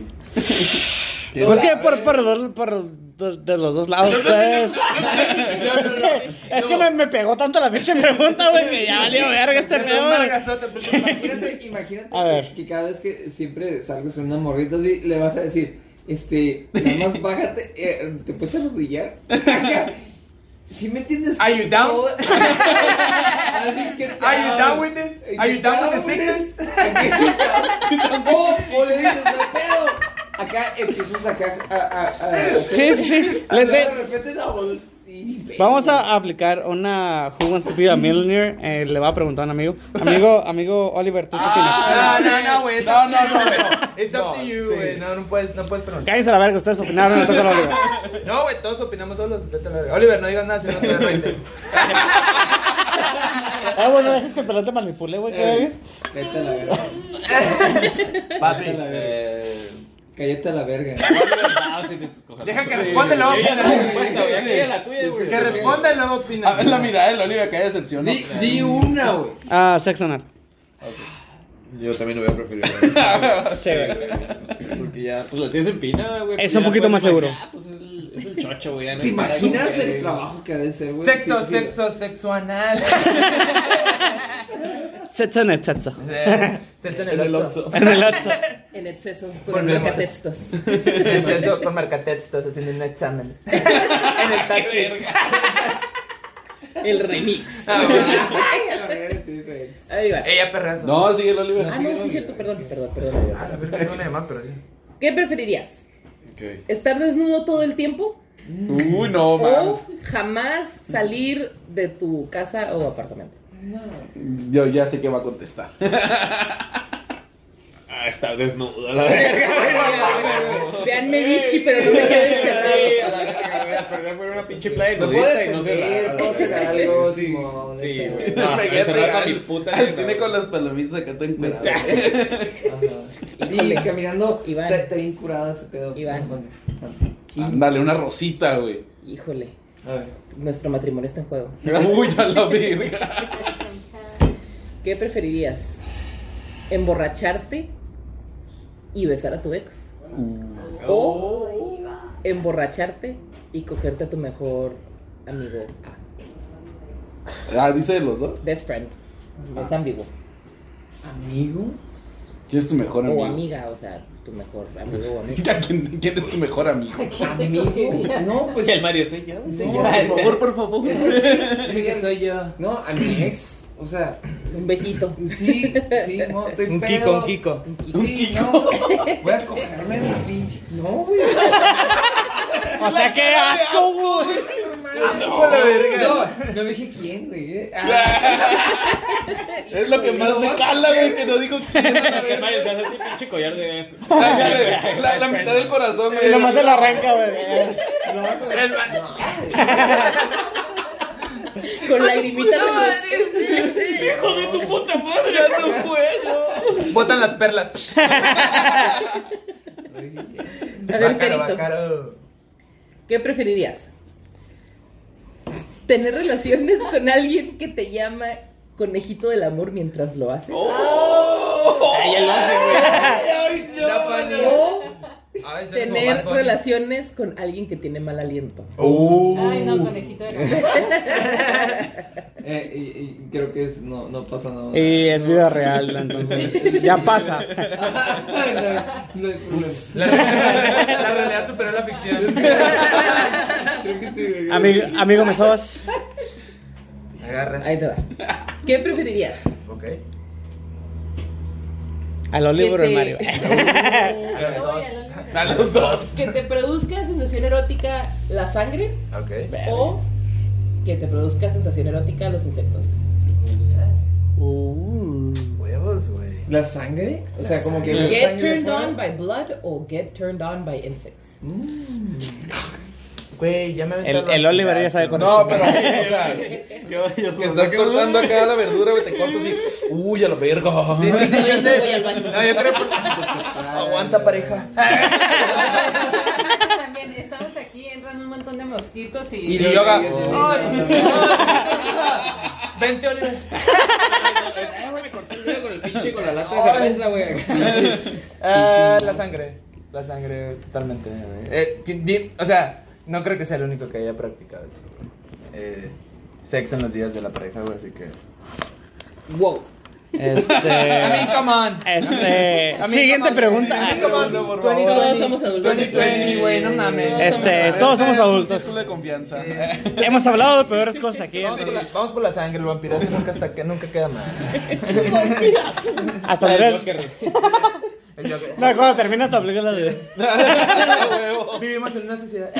A: Pues que por, por, dos- por dos- de los dos lados, pues. Es que, es que me, me pegó tanto la pinche pregunta, güey, que ya valió verga este
B: Pero es
A: pedo.
B: un
A: güey.
B: vergazote, pues,
C: Imagínate, imagínate
A: A ver.
C: que cada vez que siempre salgas con una morrita así, le vas a decir, este, nada más bájate, eh, te puedes arrodillar. Si me entiendes?
B: Are you down?
C: Todo- Así que te-
B: Are you down with this? Are you down with the sickness?
C: Oh, o le dices, "No hay pedo". Acá empiezas acá a... a, a-
A: Sí, sí, sí.
C: a-
A: Le-
C: de
A: le-
C: repente la vol- y ni pedo.
A: vamos a aplicar una Who Wants to Be a Millionaire. eh, le va a preguntar a un amigo. Amigo, amigo Oliver, ¿tú qué opinas?
B: Ah, No, no, no, güey. No, no, no. It's
J: No,
B: up to you,
J: sí.
B: güey. No, no puedes, no puedes preguntar.
A: Cállense la verga, ustedes opinaron, no toca a Oliver.
B: No, güey, todos opinamos solos. Vete a la verga. Oliver, no digas nada si no te rinde.
A: Ah, bueno, dejes que el pelón te manipule, güey, ¿qué ves?
C: Vete a la verga. Vete a la
B: Papi.
C: verga. Cállate a la verga.
B: Deja que responda y luego
E: Yo ya
B: opina.
E: tengo respuesta, güey. Aquí ya la tuya, güey.
B: Que responda y luego opina.
J: A ver la mirada del Oliver que decepcionó.
C: Di, di una, güey.
A: Ah, sexo anal.
E: Yo también lo voy a preferir.
A: Sí, güey.
E: Porque ya, pues la tienes empinada, güey.
A: Es
E: Ya
A: un poquito
E: puedes
A: más seguro.
E: imaginar, Pues es el, es el chocho, güey. ya no
N: ¿Te
E: hay para
N: imaginas
E: dónde,
N: el
E: güey.
N: trabajo que ha de ser, güey?
B: Sexo,
N: Sí, sí.
B: sexo, sexo anal.
A: Sexo en el sexo.
B: Eh, Sexo en el Oxxo.
A: En el otro.
F: En exceso, con
B: Volvemos.
F: marcatextos.
B: Sexo con marcatextos haciendo un examen. En el taxi.
F: El remix. Ahí va.
B: Ella perrazo.
E: No, sigue el Oliver.
F: Ah, no, sí es cierto, perdón, perdón, perdón.
B: A Ah, la verga, no me llama, pero ya.
F: ¿Qué preferirías?
E: Ok.
F: ¿Estar desnudo todo el tiempo?
E: Uy, no, man.
F: ¿O jamás salir de tu casa o apartamento?
J: Yo ya sé que va a contestar.
E: Ah, está desnudo, la verga.
F: Veanme bichi, pero no me queden
E: Sí, a
F: cerrado.
E: la verga, voy a perder por una pinche playa
C: Me puedo
E: nudista y no se
C: defender,
E: la.
C: puedo hacer algo,
E: Sí,
C: Simón.
E: Sí,
C: neta.
E: güey.
J: No,
E: No,
J: me
E: me
J: quedé
E: cerrar
J: al-
E: mi puta.
J: Al
E: neta,
J: cine
E: güey.
J: con las palomitas acá tan curadas.
C: Ajá. Sí,
F: Híjole.
C: caminando.
F: Iván.
C: Está está bien curada ese pedo.
F: Iván.
C: Sí.
J: Dale una rosita, güey.
F: Híjole,
C: A ver.
F: nuestro matrimonio está en juego.
E: Uy, a la verga.
F: ¿Qué preferirías? ¿Emborracharte y besar a tu ex?
J: Uh.
F: ¿O emborracharte y cogerte a tu mejor amigo?
J: Ah, dice de los dos.
F: Best friend.
B: Ah.
F: Es ambiguo.
C: ¿Amigo?
J: ¿Quién es tu mejor
F: O
J: amigo?
F: amiga, o sea, tu mejor amigo o amiga.
J: ¿A ¿Quién, quién es tu mejor amigo?
C: ¿Amigo? No, pues.
E: El Mario soy yo, soy yo.
J: por favor, por favor.
C: Eso sí.
N: Sí,
C: sí,
N: estoy yo.
C: No, a mi ex. O sea,
F: Un besito.
C: sí, sí, no, estoy
B: Un
C: pedo.
B: Kiko, un Kiko.
C: Un Kiko. No, voy a cogerme mi pinche. No, güey.
A: O sea, qué asco, güey.
C: No, no dije quién, güey. Ah,
J: Es lo que más me cala, güey, que no digo quién.
E: Que Mario se hace así pinche collar de.
J: La, la- la mitad del corazón,
A: Y
J: güey.
A: nomás se lo arranca, güey.
F: Con lagrimita de los...
B: Botan las perlas.
F: A ver,
B: Bácaro,
F: Carito,
B: bácaro.
F: ¿qué preferirías? ¿Tener relaciones con alguien que te llama conejito del amor mientras lo haces?
E: Ahí él lo hace, güey.
B: La pani.
F: ¿O
B: Ay, soy Ah, como Bad
F: tener
B: Bunny.
F: relaciones con alguien que tiene mal aliento?
J: Oh.
K: Ay, no, conejito de la
C: eh, y, y creo que es. No, no pasa nada.
A: Y es vida real, entonces. Ya pasa.
C: Ah, no, no hay problema.
B: La realidad, la realidad superó la ficción.
C: Creo que sí, güey.
A: Amigo, amigo, me sobas.
B: Agarras.
F: Ahí te va. ¿Qué preferirías?
B: Ok.
A: Al Oliver o al Mario.
K: Oliver.
B: A los dos.
F: ¿Que te produzca sensación erótica la sangre
B: Ok.
F: o que te produzca sensación erótica los insectos?
B: Uh. Huevos, güey.
C: ¿La sangre? O sea, como que. la
F: Get
C: sangre
F: turned
C: fuera.
F: on by blood o get turned on by insects.
B: Güey, ya me aventé
A: El,
B: la
A: el Oliver ya
B: pirazo.
A: sabe cuándo.
J: No, pero yo, yo que estás cortando acá la verdura, güey, te cortas y. Uy, a la verga.
B: Sí, sí, sí,
F: Yo
B: ya
F: no voy al
B: sé.
F: baño.
B: No, yo creo que- Aguanta, pareja.
K: También estamos aquí, entran un montón de mosquitos y.
B: Y yo haga.
C: Oh.
B: "Ay, Vente, Oliver.
E: Ay, güey, me corté el dedo con el pinche con la lata de
C: Oh,
E: cerveza.
C: esa, güey.
B: Ah, la sangre. La sangre, totalmente. güey. Eh, que- di- o sea, no creo que sea el único que haya practicado eso. güey. Eh, sexo en los días de la pareja, güey, así que.
F: Wow.
B: I mean,
A: Este.
B: come on.
A: Este.
B: A mí,
A: Siguiente
B: come on.
A: pregunta.
B: A mí, come on.
F: Todos somos adultos.
B: 2020, güey, no mames.
F: Todos somos
A: Este,
F: adultos.
A: todos somos
J: Es un
A: adultos.
J: Círculo de confianza.
A: Hemos hablado de peores cosas aquí.
B: Vamos por, la,
A: entonces,
B: vamos por la sangre, el vampirazo nunca, está, que nunca queda mal.
A: Hasta la vez.
B: El Joker.
A: No, cuando termina tu película de.
B: Vivimos en una sociedad.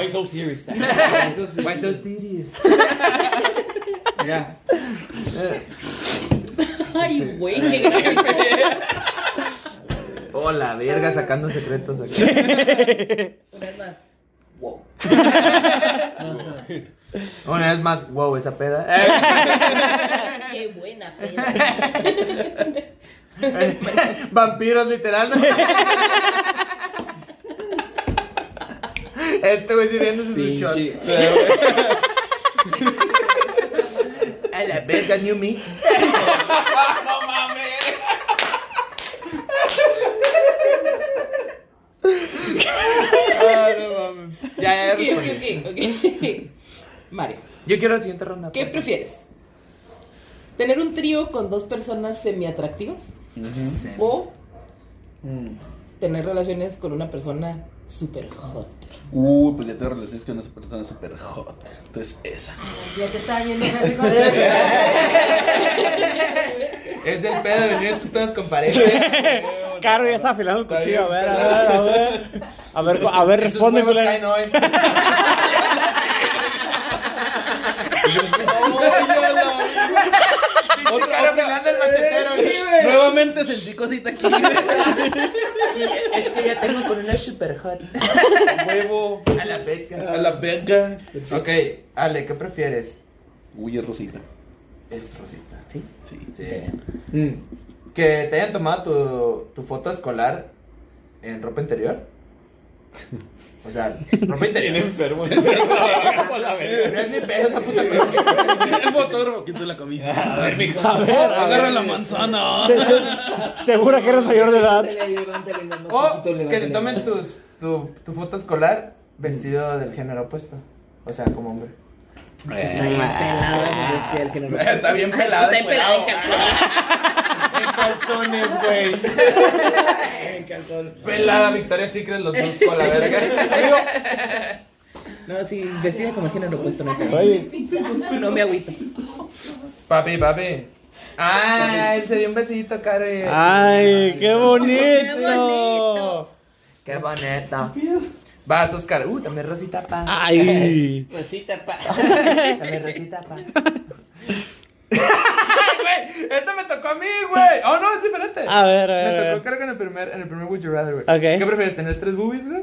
E: Why so serious?
C: Eso sí.
B: White Dog Theories.
C: Ya.
F: Ay, güey, qué grave.
B: Oh, la verga, sacando secretos acá.
F: Una vez más. Wow.
B: Una vez más, wow, esa peda.
F: Qué buena peda.
B: Vampiros, literal. Este güey sirviéndose su shot.
C: Pinche.
B: Ah, A la verga, New Mix.
F: Mario,
B: Yo quiero la siguiente ronda. pues.
F: ¿qué
B: por favor.
F: prefieres? ¿Tener un trío con dos personas semiatractivas? ¿O Mm. tener relaciones con una persona super hot?
J: Uh, pues ya tengo relaciones con una persona súper hot. Entonces, esa.
O: Ya te estaba viendo Harry Potter.
B: Es el pedo de venir a estos pedos con pareja.
A: Caro ya está afilando el
B: Está
A: cuchillo. A
B: bien,
A: ver, a ver, a ver. A ver, cu- a ver, responde,
B: Esos huevos
A: culero.
B: caen hoy. Otro cara pelando el machetero.
J: Nuevamente sentí cosita aquí.
B: Es que ya tengo con una super hot. Huevo. A la beca.
J: A la verga.
B: Ok, Ale, ¿qué prefieres?
J: Uy, es Rosita.
B: Es Rosita.
J: Sí.
B: Sí. Mm. Que te hayan tomado tu, tu foto escolar en ropa interior. O sea, ropa interior.
E: Bien enfermo.
B: No es mi pedo, esa puta madre.
J: El fotógrafo, quítale la camisa. A ver, mijo. A ver, agarra la manzana.
A: Se- se- Segura que eres mayor de edad.
B: O que te tomen tus, tu, tu foto escolar vestido del género opuesto. O sea, como hombre.
F: Está bien pelado el bestia del género.
B: Ah. Está bien pelado,
F: Está bien pelado en
B: pelado.
F: calzones.
A: Calzones, güey.
B: Pelada Victoria Secret, los dos con la verga.
F: No, sí, vestida como género opuesto, no hay pedo.
A: Oye,
F: No me agüito.
B: Papi, papi. Ay, te dio un besito, Caro. y-
A: Ay, qué bonito.
F: bonito.
B: Qué bonito. Vas, Oscar. Uh, también Rosita Pa.
A: Ah. Ay.
B: También Rosita Pa. Güey, Esta este me tocó a mí, güey. Oh, no, es diferente.
A: A ver, a
B: Me
A: ver, a
B: tocó,
A: ver.
B: creo que en el primer, en el primer Would You Rather, güey.
A: Ok.
B: ¿Qué prefieres, tener tres boobies, güey?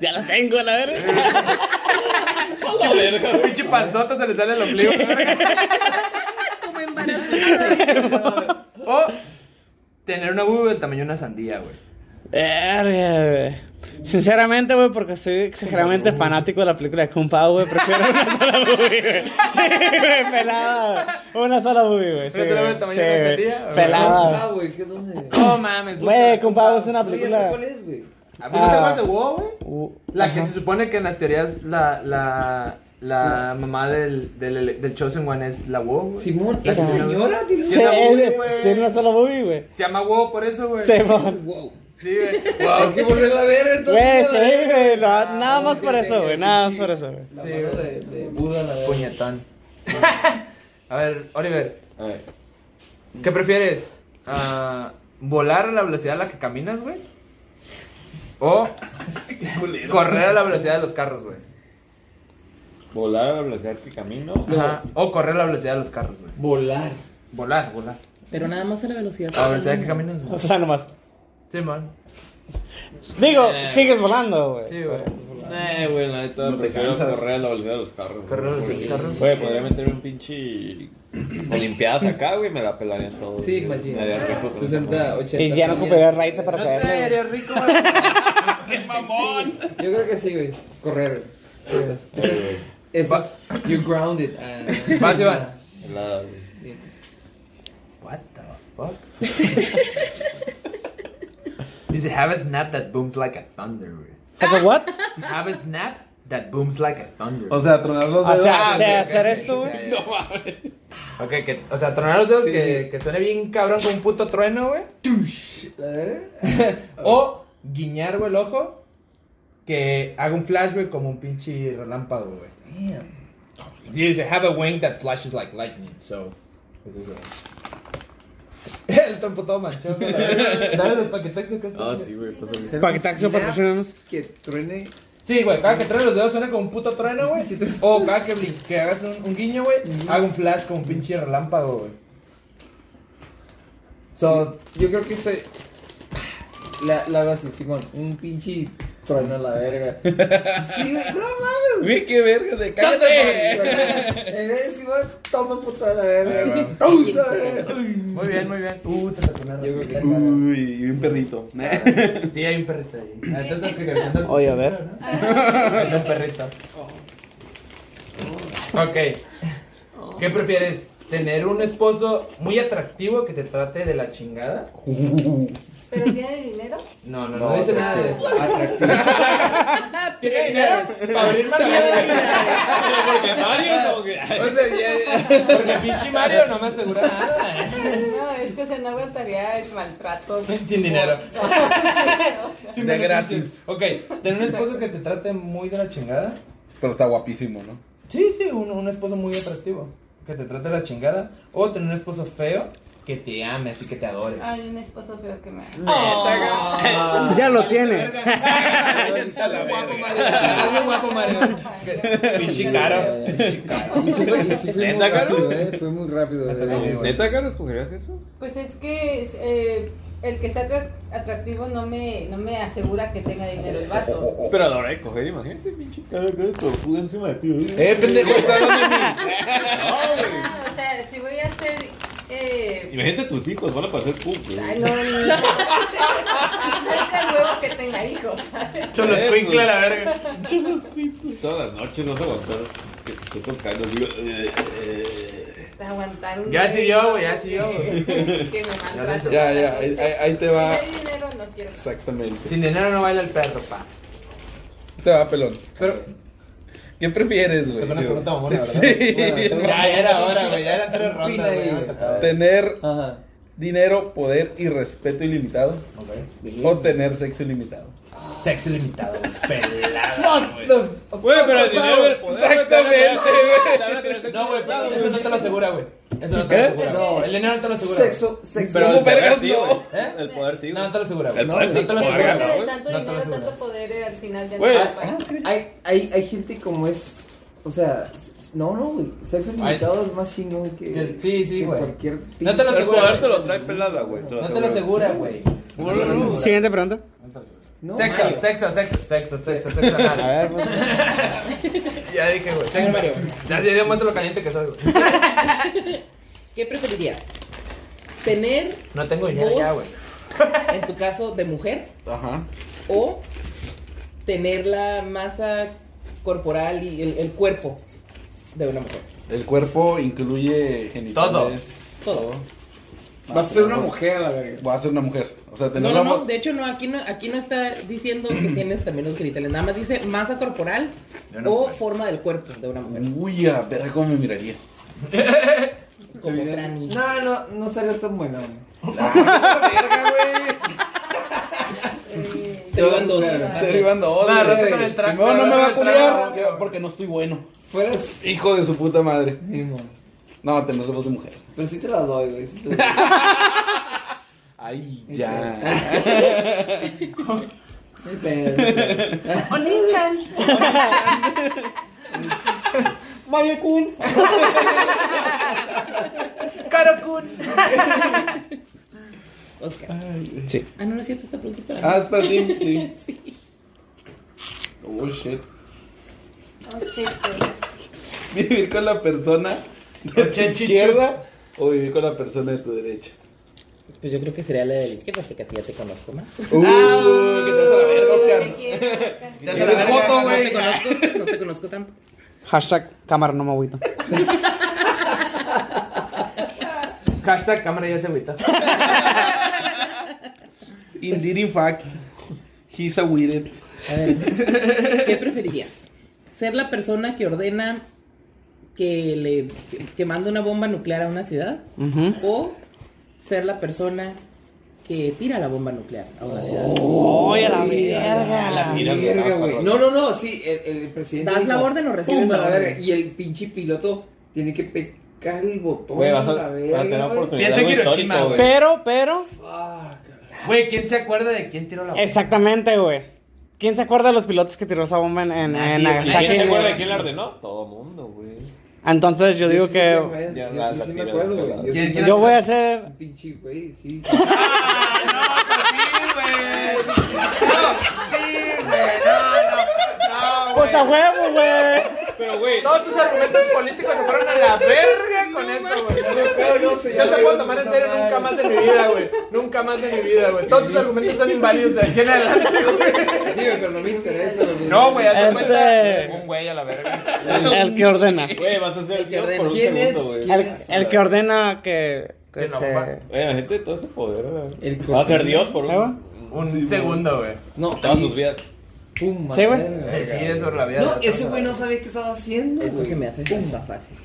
A: Ya la tengo, la verga.
B: Pinche panzota se le sale el ombligo.
F: Como embarazada.
B: o tener una boobie del tamaño de una sandía, güey.
A: Verga, güey. Sinceramente, güey, porque soy exageradamente fanático de la película de Kung Pao, güey, prefiero una sola boobie, güey. Sí, güey, pelada. güey. Una sola boobie, güey. Sí,
B: ¿Pero será
A: güey.
B: del tamaño
A: Sí,
B: de una
A: güey.
B: sandía? ¿O
A: Pelada.
C: Ah, güey, ¿qué dónde?
B: No mames,
A: Güey, Kung Pao Ah, es una
C: No, ya sé cuál
A: película.
C: es, güey.
B: ¿A poco te
A: Ah.
B: acuerdas de WoW, güey?
A: Uh,
B: La que se supone que en las teorías la, la, la mamá del, del, del Chosen One es la WoW, güey.
C: Simón,
B: La
C: esa
B: señora-
C: señora tiene
A: Sí,
B: Tiene una
A: es de-
B: boobie, güey.
A: tiene una sola boobie, güey.
B: Se llama WoW por eso, güey.
A: Se
C: Wow.
B: Sí, güey.
C: Hay que volverla a ver entonces. Ah,
A: Güey, sí,
C: la verga.
A: güey, lo- nada más
C: que
A: por eso,
C: tenga
A: güey, nada más
C: pinche-
A: por eso, güey.
C: La mano de, de Buda, la verga.
B: Puñetón. A ver, Oliver,
E: A ver.
B: ¿qué prefieres? Ah, ¿Volar a la velocidad a la que caminas, güey? ¿O correr a la velocidad de los carros, güey?
E: Volar a la velocidad que camino.
B: Ajá. O correr a la velocidad de los carros, güey.
C: Volar.
B: Volar, volar.
F: Pero nada más a la velocidad.
B: A la velocidad que caminas,
A: O
B: güey.
A: sea, nomás.
B: Sí, man.
A: Digo, sigues volando, güey.
B: Eh. Sí, güey.
E: Eh, güey, la neta, prefiero correr a la velocidad de los carros.
B: Correr a la velocidad de los carros.
E: Güey, podría meterme un pinche. Olimpiadas acá, güey, me la pelarían todos.
C: Sí,
E: güey.
C: imagínate.
E: Me haría rico con esa
C: 60,
E: madre.
C: 80.
A: Y ya no ocuparía raíta para
B: No te
A: caerle. güey.
B: haría rico, güey.
C: Yo creo que sí, güey. Correr. güey. Es- es- es-
B: Vas.
C: You grounded. Ah,
B: Vas, Iván.
E: La-
B: What the fuck? Dice, have a snap that booms like a thunder, güey.
A: ¿Has a what?
B: Have a snap that booms like a thunder. Ah,
J: O sea, tronar los
A: O
J: dedos.
A: sea, o sea,
B: ok,
A: hacer
B: ok,
A: esto,
B: ya,
A: güey.
B: ya. Ok, que, o sea, tronar los dedos que, que suene bien cabrón con un puto trueno, güey.
C: la verga.
B: O guiñar, güey, el ojo. Que haga un flash, güey, como un pinche relámpago, güey. Dice, have a wing that flashes like lightning, so. Pues eso. El trompo todo manchoso. la verdad. Dale los paquetexos que
E: Ah,
B: están.
E: sí, güey, pasa bien.
A: Paquetaxo, patrocinanos.
C: Que truene.
B: Sí, güey, cada que traes los dedos suena como un puto trueno, güey. O cada que, blin- que hagas un, un guiño, güey, haga un flash como un pinche relámpago, güey. So,
C: Yo creo que soy. La, la hago así, Simón. Un pinche trueno a la verga. Sí, güey. No mames.
J: Güey, qué verga de
C: Eh, Simón, toma puto a la verga. Usa, eh. verga.
B: muy bien, muy bien. Uh, te sacó una
C: Yo creo
B: rosita.
C: que.
J: Uy, y un perrito.
B: Sí, hay un perrito ahí. Ah, tú estás acariciando el
A: Oye, a ver.
B: perrito, ¿no? Un perrito. Ok. ¿Qué prefieres? ¿Tener un esposo muy atractivo que te trate de la chingada?
K: ¿Pero tiene dinero?
P: No, no, no.
C: No dice nada de atractivo.
K: Ah,
B: Tiene dinero para abrir marcadores.
E: Porque Mario, como que.
B: O sea, ya- porque pinche Mario no me asegura nada. ¿eh?
K: No, es que se no aguantaría el maltrato.
B: Sin dinero.
J: Sin
B: de
J: beneficios.
B: gratis. Ok, tener un esposo que te trate muy de la chingada.
J: Pero está guapísimo, ¿no?
B: Sí, sí, un, un esposo muy atractivo. Que te trate la chingada. O tener un esposo feo que te ame, así que te adore.
K: Hay un esposo feo que me ama.
B: Ah,
Q: Oh. Ya lo tiene.
B: Algo guapo, Mario. Algo guapo, Mario. Pinche cara. Pinche cara.
C: Y sí fue- y sí fue muy
E: ¿Neta, Caro?
C: rápido, eh. Fue muy rápido. eh.
E: ¿Neta, Carlos, escogerías eso?
K: Pues es que eh, el que sea atra- atractivo no me, no me asegura que tenga dinero el vato.
E: Pero a la hora de coger, imagínate, pinche cara, que tortuga encima de ti. güey.
B: Eh, pendejo, está hablando de mí.
K: Ah, o sea, si voy a hacer... Eh,
E: Imagínate tus hijos, van a pasar pum, güey.
K: ay, no, no. No es el huevo que tenga hijos, ¿sabes?
B: Cholo escuincle a la verga.
E: Todas las noches no se aguantaron. Que te estoy tocando, digo. eh, eh.
K: Aguantar un
B: Ya
K: bebé
B: siguió, güey, ya siguió,
K: Que
B: güey.
K: que me maltrate.
J: Ya, ya, ahí- ahí- ahí te va.
K: Si no hay dinero no quiero. nada.
J: Exactamente.
B: Sin dinero no baila el perro, pa.
J: Te va pelón.
B: Pero,
J: ¿Qué prefieres, güey?
B: es una
J: Digo,
B: pregunta mamona, ¿verdad?
J: Sí.
B: Bueno, ya, ya era hora, güey. Ya eran tres
C: Opina
B: rondas, güey.
C: ahí,
B: ya me tocaba.
J: Tener
C: Ajá.
J: dinero, poder y respeto ilimitado. O tener sexo ilimitado.
B: Sexo limitado, pelada.
E: Güey, pero el dinero del poder.
J: Exactamente,
E: güey.
B: No, güey, pero eso no te lo asegura, güey. Eso no te
J: ¿Qué?
B: lo asegura.
C: No.
B: El dinero no te lo asegura.
C: Sexo, sexo.
E: Pero el
J: ¿Cómo
E: poder
J: vergas
E: sí,
J: no?
E: güey.
B: ¿Eh?
E: El poder sí,
B: No,
E: güey.
B: no te lo asegura, güey.
E: El poder
B: no,
E: sí,
B: no te lo
E: por
B: asegura.
E: verga,
K: Porque
E: güey.
K: de tanto
B: No te lo
K: dinero,
B: aseguro.
K: tanto poder, eh, al final ya
E: Güey,
K: no
E: ah,
K: va a pagar.
C: Hay, hay, hay gente como es. O sea, s- s- no, no, güey. Sexo limitado es más chingón que.
B: Que- sí, sí,
C: que
B: güey.
C: Cualquier
B: No te lo
E: El
B: asegura.
E: poder
B: güey.
E: te lo trae pelada, güey.
B: No te lo asegura, güey. No te lo asegura.
A: Siguiente pregunta.
C: No,
B: Sexo,
C: Mario.
B: sexo, sexo, sexo, sexo, sexo. anal.
A: pues.
B: Ya dije, güey. Sexo.
F: Mario.
B: Ya te muestro lo caliente que soy, güey.
F: ¿Qué preferirías? ¿Tener,
B: No tengo dinero
F: Vos.
B: ya, güey.
F: en tu caso, de mujer
J: Ajá.
F: o tener la masa corporal y el, el cuerpo de una mujer?
J: El cuerpo incluye genitales.
F: Todo.
C: Vas a ser una mujer a la verga.
J: Voy a ser una mujer. O sea,
F: No,
J: tener
F: no,
J: una
F: no,
J: mu-
F: de hecho no, aquí no, aquí no está diciendo que tienes también los genitales, nada más dice masa corporal
B: De una
F: o
B: mujer.
F: forma del cuerpo de una mujer,
J: Uy, a la verga, cómo me miraría.
F: como tranny.
C: No, no, no estarías tan buena, güey.
F: Se iban dos.
C: Claro.
F: van
J: Estoy
F: dos.
J: llevando
B: Nah,
J: odio.
B: rata con el trago.
J: Primero no me va a
B: Rata con el
J: culiar
B: trago.
J: porque no estoy bueno.
C: Fueras.
J: Hijo de su puta madre.
C: Sí, mon.
J: No, tener voz de mujer.
C: Pero sí te la doy, güey. sí te la doy.
J: Ay, ya.
C: Sí, pero-
K: Oni-chan.
J: Mario Kun.
F: Oscar.
Q: Sí.
F: Ah, no, no es cierto, esta pregunta es para mí.
J: Ah, está sí, sí. Oh shit.
K: Ok, pues.
J: Vivir con la persona de tu
B: Oche, chicho.
J: izquierda o vivir con la persona de tu derecha.
F: Pues yo creo que sería la de la izquierda, porque a ti ya te conozco más.
J: Uh, que te vas a la verga,
K: Te
J: Oscar.
K: quiero.
B: Te la
J: Eres
B: verga,
J: foto,
F: No te
J: güey.
F: conozco, Oscar, no te conozco tanto.
A: Hashtag cámara no me agüito.
B: Hashtag cámara ya se agüita.
J: Indeed, in fact, he's a weird.
F: A ver, ¿qué preferirías? ¿Ser la persona que ordena que le que, que manda una bomba nuclear a una ciudad? ¿O ser la persona que tira la bomba nuclear a una ciudad?
A: ¡Oye, a la Ah, verga!
E: La mira,
C: Verga,
E: güey.
C: güey. No, no, no, sí, el, el presidente.
F: ¿Das
C: dijo,
F: la orden o recibes
C: "Pum,
F: la
C: a
F: orden?"
C: verga, Y el pinche piloto tiene que pecar el botón.
E: Güey, vas a,
C: la
E: vas a
C: verga,
E: tener
C: güey.
E: oportunidad.
B: Piensa en
E: algo
B: Hiroshima,
E: histórico,
B: güey.
A: Pero, pero,
B: Güey, ¿quién se acuerda de quién tiró la bomba?
A: exactamente, güey. ¿Quién se acuerda de los pilotos que tiró esa bomba en, en, en Nagasaki?
E: ¿Quién se acuerda
A: güey?
E: de quién la ordenó? Todo mundo, güey.
A: Entonces yo digo
C: sí
A: que
C: me-
E: Ya
C: yo
E: la-
C: sí,
E: la
C: sí me
E: tira
C: acuerdo,
E: de
C: güey.
E: lado.
C: Yo sí
B: ¿Quién-
C: me
A: yo voy a
C: acuerdo.
A: hacer...
C: Pinche, güey, sí. sí.
B: Ah,
A: ¡Pues a huevo, güey!
E: Pero, güey.
B: Todos tus argumentos políticos se fueron a la verga con eso, güey. Yo te puedo tomar en serio nunca más en mi vida, güey. Nunca más en mi vida, güey. Todos tus argumentos son inválidos de aquí en adelante, güey.
C: Sí, güey, pero no me interesa, güey.
B: No, güey, hazte
A: Este-
B: cuenta. Un güey a la verga.
A: El que ordena.
E: Güey, vas a ser
F: El que
E: Dios por
F: ordena.
E: un
C: ¿Quién es?
E: segundo, güey.
A: El, el que ordena que que
B: Yo no,
A: se-
B: va-
E: Oye, la gente de todo ese poder. ¿verdad?
C: El
E: Va a ser Dios por
A: ¿Eh, va?
E: un,
B: Un segundo, güey.
C: No,
E: todas
C: ahí-
E: sus vidas.
C: Pum,
A: Sí, güey.
C: madre,
B: Decide sobre la vida.
J: No, ese güey no sabía qué estaba haciendo.
F: Esto
J: güey.
F: se me hace está fácil.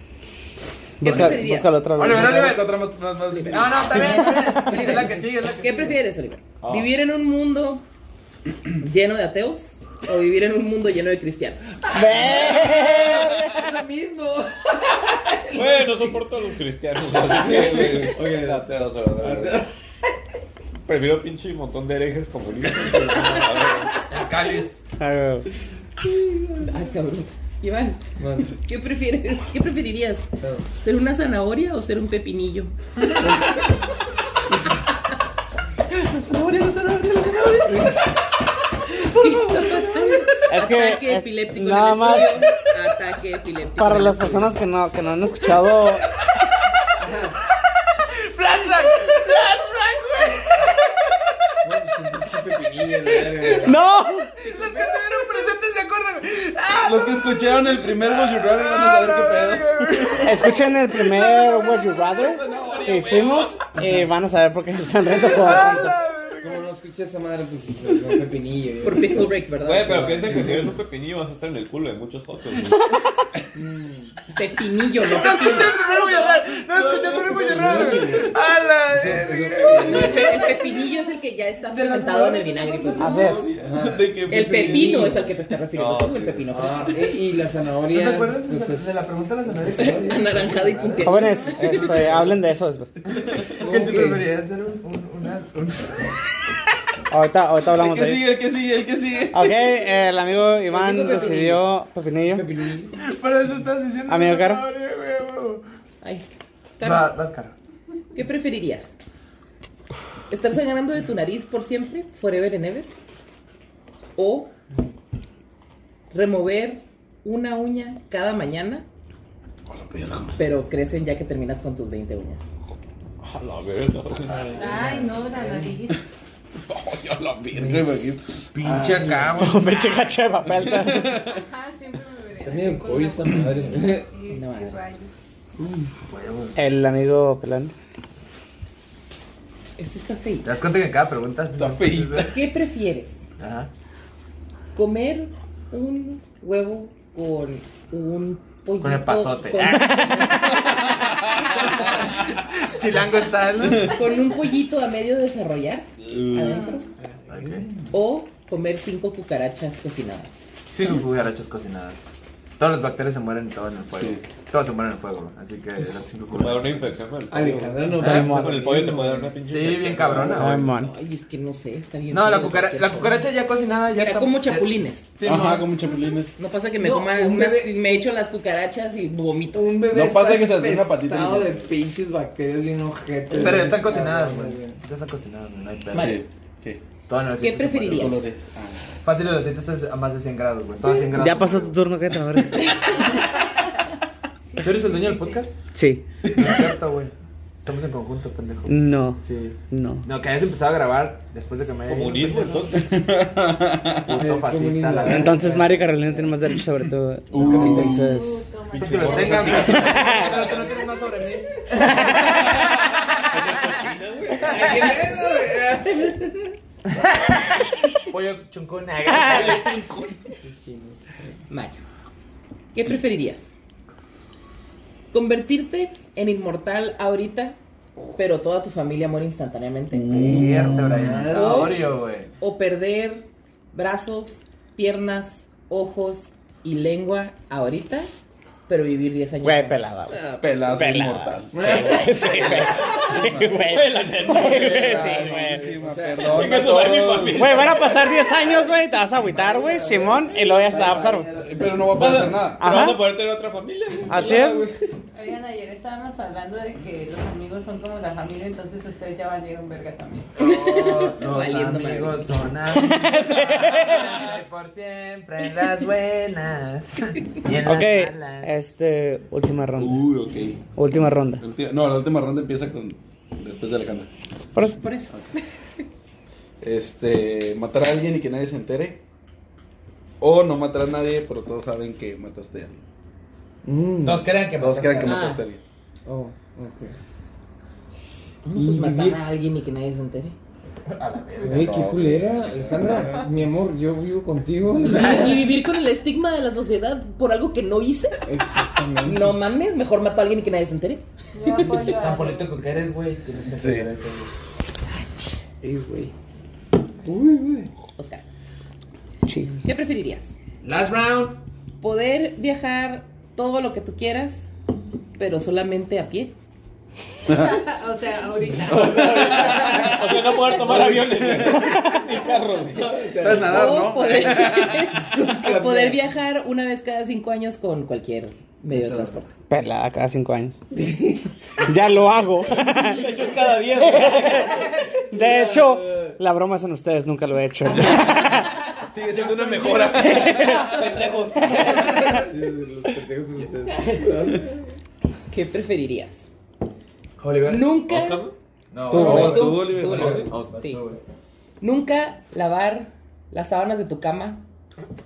F: ¿Qué
A: Busca,
F: preferirías?
A: búscalo otra vez.
B: Bueno, no le voy a encontrar más. más- más- No, no, está bien, está bien. Es la que sigue, es la que
F: ¿Qué
B: sigue.
F: prefieres, Oliver? ¿Vivir en un mundo lleno de ateos o vivir en un mundo lleno de cristianos?
E: Güey, no soporto a los cristianos. así que, güey,
C: Oye,
E: date dos horas, güey. Prefiero pinche montón de herejes como el
B: El cáliz.
A: Ah, güey.
F: Ay, cabrón. Iván,
C: Bueno,
F: ¿qué prefieres? ¿Qué preferirías? ¿Ser una zanahoria o ser un pepinillo? ¿Qué está pasando?
A: Es que
F: Ataque
A: es-
F: epiléptico.
A: nada
F: en el
A: más-
F: estudio. Ataque epiléptico.
A: Para
F: en el
A: las
F: estudio.
A: personas que no, que no han escuchado.
C: bueno, es un pinche pepinillo, la verga.
A: ¡No!
J: Los que escucharon el primer Would You Rather van a saber qué pedo.
A: Escuchen el primer Would You Rather que hicimos y van a saber por qué están reto con tantos.
C: Como no escuché esa madre, pues sí, pues, un pepinillo. ya.
F: Por Pickle Break, ¿verdad?
E: Güey, pero piensa que si eres un pepinillo vas a estar en el culo de muchos fotos.
F: Pepinillo, no pepino. El, pe- el pepinillo es el que ya está fermentado en el vinagre. pues.
A: Así es.
C: Ajá.
F: El pepino es al que te está refiriendo.
B: No,
F: tú, el
B: sí.
F: pepino.
C: Ah, eh, y la zanahoria. pues, es-
B: pregunta de la
F: Anaranjado y puntiagudo.
A: Jóvenes, este, hablen de eso después.
C: ¿cómo
B: ¿Qué te
C: que?
B: preferirías hacer un, un, una, un...
A: Ahorita, ahorita hablamos de ello.
J: El que sigue, el que sigue.
A: Ok, eh, el amigo Iván
F: Pepinillo.
A: decidió Pepinillo.
C: Pepinillo.
B: Para eso estás diciendo.
A: Amigo Caro.
B: madre, güey, güey.
F: Ay, Caro,
B: Va, vas, caro.
F: ¿qué preferirías? ¿Estar sangrando de tu nariz por siempre, forever and ever? ¿O remover una uña cada mañana? Pero crecen ya que terminas con tus 20 uñas.
E: A la verga.
K: Ay, no, la nariz.
E: Yo la verga, güey.
L: Pinche acá, güey.
A: Pinche cacho de papel. ¿sabes?
K: Ajá, Ah, siempre me veré.
C: Está medio coy esa madre.
K: Qué-
F: No,
K: qué
F: no.
K: rayos.
A: El amigo Pelón.
F: Esto está feo.
B: ¿Te das cuenta que cada pregunta está feita?
F: ¿Qué prefieres?
B: Ajá.
F: ¿Comer un huevo con un pollito?
B: Con el pasote.
F: con-
B: Chilango está el.
F: con un pollito a medio desarrollar adentro o comer cinco cucarachas cocinadas.
B: Sí, con cucarachas cocinadas. Todas las bacterias se mueren todo en el fuego. Todas se mueren en el fuego, así que las cinco
E: Me da una
B: cucarachas.
E: infección con el pollo.
C: Alejandra no
E: Ah,
C: va a
E: Con el pollo te puede dar una pinche.
B: Sí,
E: infección.
B: bien cabrona.
A: Ay,
B: güey.
A: man.
F: Ay, es que no sé, está bien.
B: No, la,
F: feo de
B: cucara-
F: cualquier
B: la
F: forma.
B: cucaracha ya cocinada ya
F: Era
B: está.
F: como
B: ya-
F: chapulines.
B: Sí,
J: Ajá,
B: Ajá,
J: como chapulines.
F: No pasa que me
C: No,
F: coman
C: un
F: unas,
C: bebé-
F: me echo las cucarachas y vomito.
C: Un bebé
J: No pasa que se te una patita
C: atestado
J: en
C: de
J: el-
C: pinches bacterias bien ojetes. Ah,
B: Pero ya
C: güey,
B: están cocinadas,
C: cabrón,
B: güey. Ya están cocinadas, no hay pedo.
F: Vale.
J: ¿Qué?
B: Todas en el
F: ¿Qué
B: aceite se mueren.
F: preferirías?
B: Fácil el aceite está a más de 100 grados, güey. Todas 100 grados.
A: Ya pasó tu turno, ¿qué te va a ver?
B: ¿Tú eres el dueño del podcast?
A: Sí.
B: No es cierto, güey. Estamos en conjunto, pendejo.
A: No.
B: Sí.
A: No.
B: No, que hayas empezado a grabar después de que me haya ido,
E: Comunismo,
B: pendejo.
E: entonces.
B: Puto fascista, la verdad.
A: Entonces Mario y Carolina tienen más derecho sobre todo.
J: Uh.
A: Entonces.
K: Toma.
B: Pues que los tengan. Pero que no quieres más sobre mí. Pollo chuncón.
F: Mario, ¿qué preferirías? ¿Convertirte en inmortal ahorita, pero toda tu familia muere instantáneamente?
B: Mm. Mierda, Brian. Saurio, güey.
F: ¿O perder brazos, piernas, ojos y lengua ahorita, pero vivir 10 años
A: Güey,
F: más?
A: pelada, güey.
J: Pelazo
A: Pelada.
J: Ah, inmortal.
A: Sí, güey. Sí, güey. Sí, güey. Sí, güey.
J: O sea, Perdón.
E: Chinga
J: a
E: su madre, mi
J: todos.
E: familia.
A: Güey, van a pasar 10 años, güey. Te vas a agüitar, güey. Simón, y luego ya se te va a pasar.
J: Pero no va a poder hacer nada.
E: Pero vas
A: Ajá.
E: a poder tener otra familia. güey.
A: Así es.
K: Oigan, ayer estábamos hablando de que los amigos son como la familia, entonces ustedes ya valieron verga también.
B: Todos Los
F: Valiendo madre.
B: amigos son amigos. Por siempre en las buenas. Y en las
A: Ok,
B: malas.
A: este. Última ronda.
J: Uy, ok.
A: Última ronda.
J: Empi- No, la última ronda empieza con. Después de Alejandra.
A: Por eso.
F: Por eso.
J: Este. Matar a alguien y que nadie se entere. O no matar a nadie, pero todos saben que mataste a alguien.
C: Mm.
B: Todos crean que
J: Todos creen que
F: Ah.
J: mataste a alguien.
C: Oh, ok.
F: Y pues, matar a alguien y que nadie se entere.
C: Güey, qué culera, Alejandra, mi amor, yo vivo contigo.
F: Y, y vivir con el estigma de la sociedad por algo que no hice.
C: Exactamente.
F: No mames, mejor mato a alguien y que nadie se entere.
K: Yo apoyo
B: Tan
K: a...
B: político que eres, güey. Tienes que hacer eso, güey.
C: Ey, güey.
F: Oscar. ¿Qué preferirías?
B: Last round.
F: ¿Poder viajar todo lo que tú quieras, pero solamente a pie?
K: O sea, ahorita.
J: O sea, no poder tomar aviones. Ni carro. Pues
B: Sabes
J: Ah,
B: nadar,
F: o
B: ¿no?
F: poder, o poder viajar una vez cada cinco años con cualquier medio de transporte.
A: Pelada cada cinco años. ya lo hago.
J: De hecho, es cada 10. güey.
A: De hecho, la broma es en ustedes, nunca lo he hecho.
J: Sigue siendo una mejora. Pendejos.
F: ¿Qué preferirías?
B: Oliver.
F: Nunca,
J: Oscar,
B: No,
A: Tú,
B: güey.
A: tú,
J: tú, Oliver.
F: tú,
J: Oliver.
F: tú,
B: Vas
F: sí.
B: tú, güey.
F: Nunca lavar las sábanas de tu cama.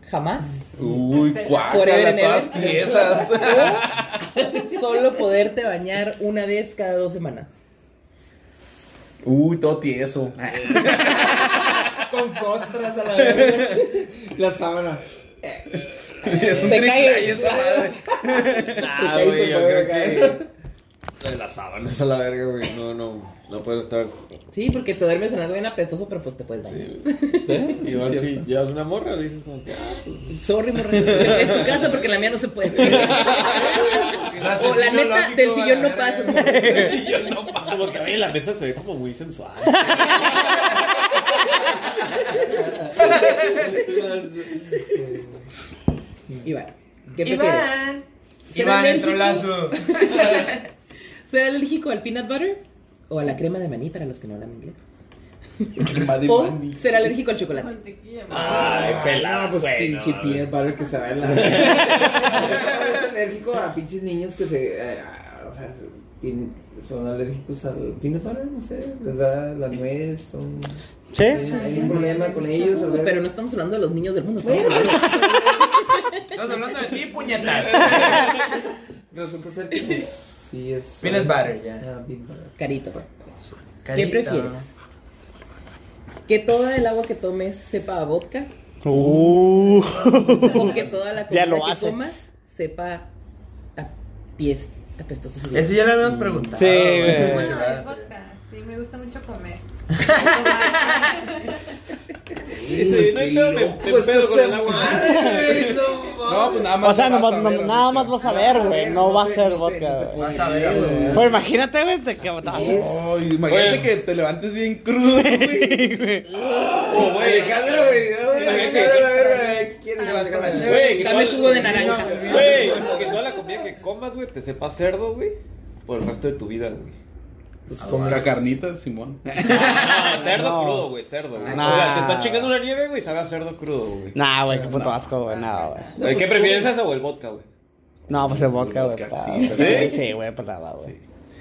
F: Jamás.
J: Uy,
F: Forever
J: cuácala,
F: and Este, ever. ¿Eh?
J: todas piezas.
F: Solo poderte bañar una vez cada dos semanas.
J: Uy, todo tieso.
B: Con costras a la vez.
C: La sábana.
J: Es
F: Se
J: triple
F: cae.
J: ahí esa madre.
C: Se
J: Nah,
C: cae,
J: güey,
C: se
J: yo
C: puede
J: creo que... Las sábanas a la verga, güey. No, no, no puedo estar.
F: Sí, porque te duermes en algo bien apestoso, pero pues te puedes bañar.
E: Sí, ¿Eh? Igual si llevas una morra, le dices como que. ah,
F: Sorry, morra. En tu casa, porque en la mía no se puede. o la neta, del sillón no pasas, morra.
E: Sí, yo no pa- Como que ahí en la mesa se ve como muy sensual.
F: Iván, ¿qué prefieres? ¿Ser
B: Iván, entró
F: alérgico,
B: lazo.
F: ¿Ser alérgico al peanut butter? ¿O a la crema de maní para los que no hablan inglés?
J: Madre
B: Oh.
F: ¿O
J: mía.
F: ser alérgico al chocolate?
K: Mantequilla,
E: Ay, pelada,
C: Ah, pues
E: güey,
C: pinche
E: no,
C: piel para que se vea la. es alérgico a pinches niños que se. eh, ah, o sea, se- tienen- son alérgicos al peanut butter, no sé. Les da la nuez, son.
A: ¿Sí?
E: ¿Eh?
C: tienen- Hay un problema con ellos, al ver-
F: Pero no estamos hablando de los niños del mundo. estamos hablando de-
B: Estamos hablando de ti, puñetas.
C: Resulta ser que. pues, sí, es.
B: Peanut butter, ya.
C: Ah, peanut butter.
F: Carito, ¿qué
B: Carita.
F: prefieres? ¿Que toda el agua que tomes sepa a vodka?
A: Uh.
F: ¿O que toda la comida
A: Ya lo
F: que
A: hace.
F: comas sepa a pies apestosos? y
B: Eso ya lo habíamos preguntado.
A: Sí, güey.
K: No,
B: Muy
K: es
B: raro.
K: vodka. Sí, me gusta mucho comer.
E: Dice, no hay pedo, me, me
C: Pues
E: pedo con el agua.
J: No, pues nada más.
A: O sea,
J: lo vas
A: nomás,
J: a
A: no-
J: ver,
A: nada
J: ahorita.
A: más vas a ver, güey. No va a
C: te-
A: ser
C: no te- no te
A: vodka, güey.
B: Vas a ver, güey.
A: Pues imagínate, güey, te que botabas.
J: Ay, imagínate
E: Oye.
J: que te levantes bien crudo, güey.
E: Oh, güey.
C: Alejandro, güey, no, güey,
E: Imagínate.
C: Alejandro, la verga, ¿qué quieres, Alejandro?
E: Güey, que
F: Dame
E: toda-
F: jugo de naranja.
E: Güey, que toda la comida que comas, güey, te sepa cerdo, güey. Por el resto de tu vida, güey.
C: Pues
J: Con
C: comes-
J: la carnita, Simón.
E: No, Ah, cerdo
A: No.
E: crudo, güey, cerdo, güey.
A: No.
E: O sea, te estás chingando una nieve, güey, sabe a cerdo crudo, güey.
A: Nah, güey, qué puto asco, güey. Nada, güey.
E: Güey, ¿Qué prefieres eso o el vodka, güey?
A: No, pues el vodka, güey.
J: Vodka,
A: pelada,
J: sí.
A: güey. Sí, sí, güey, pelada, güey.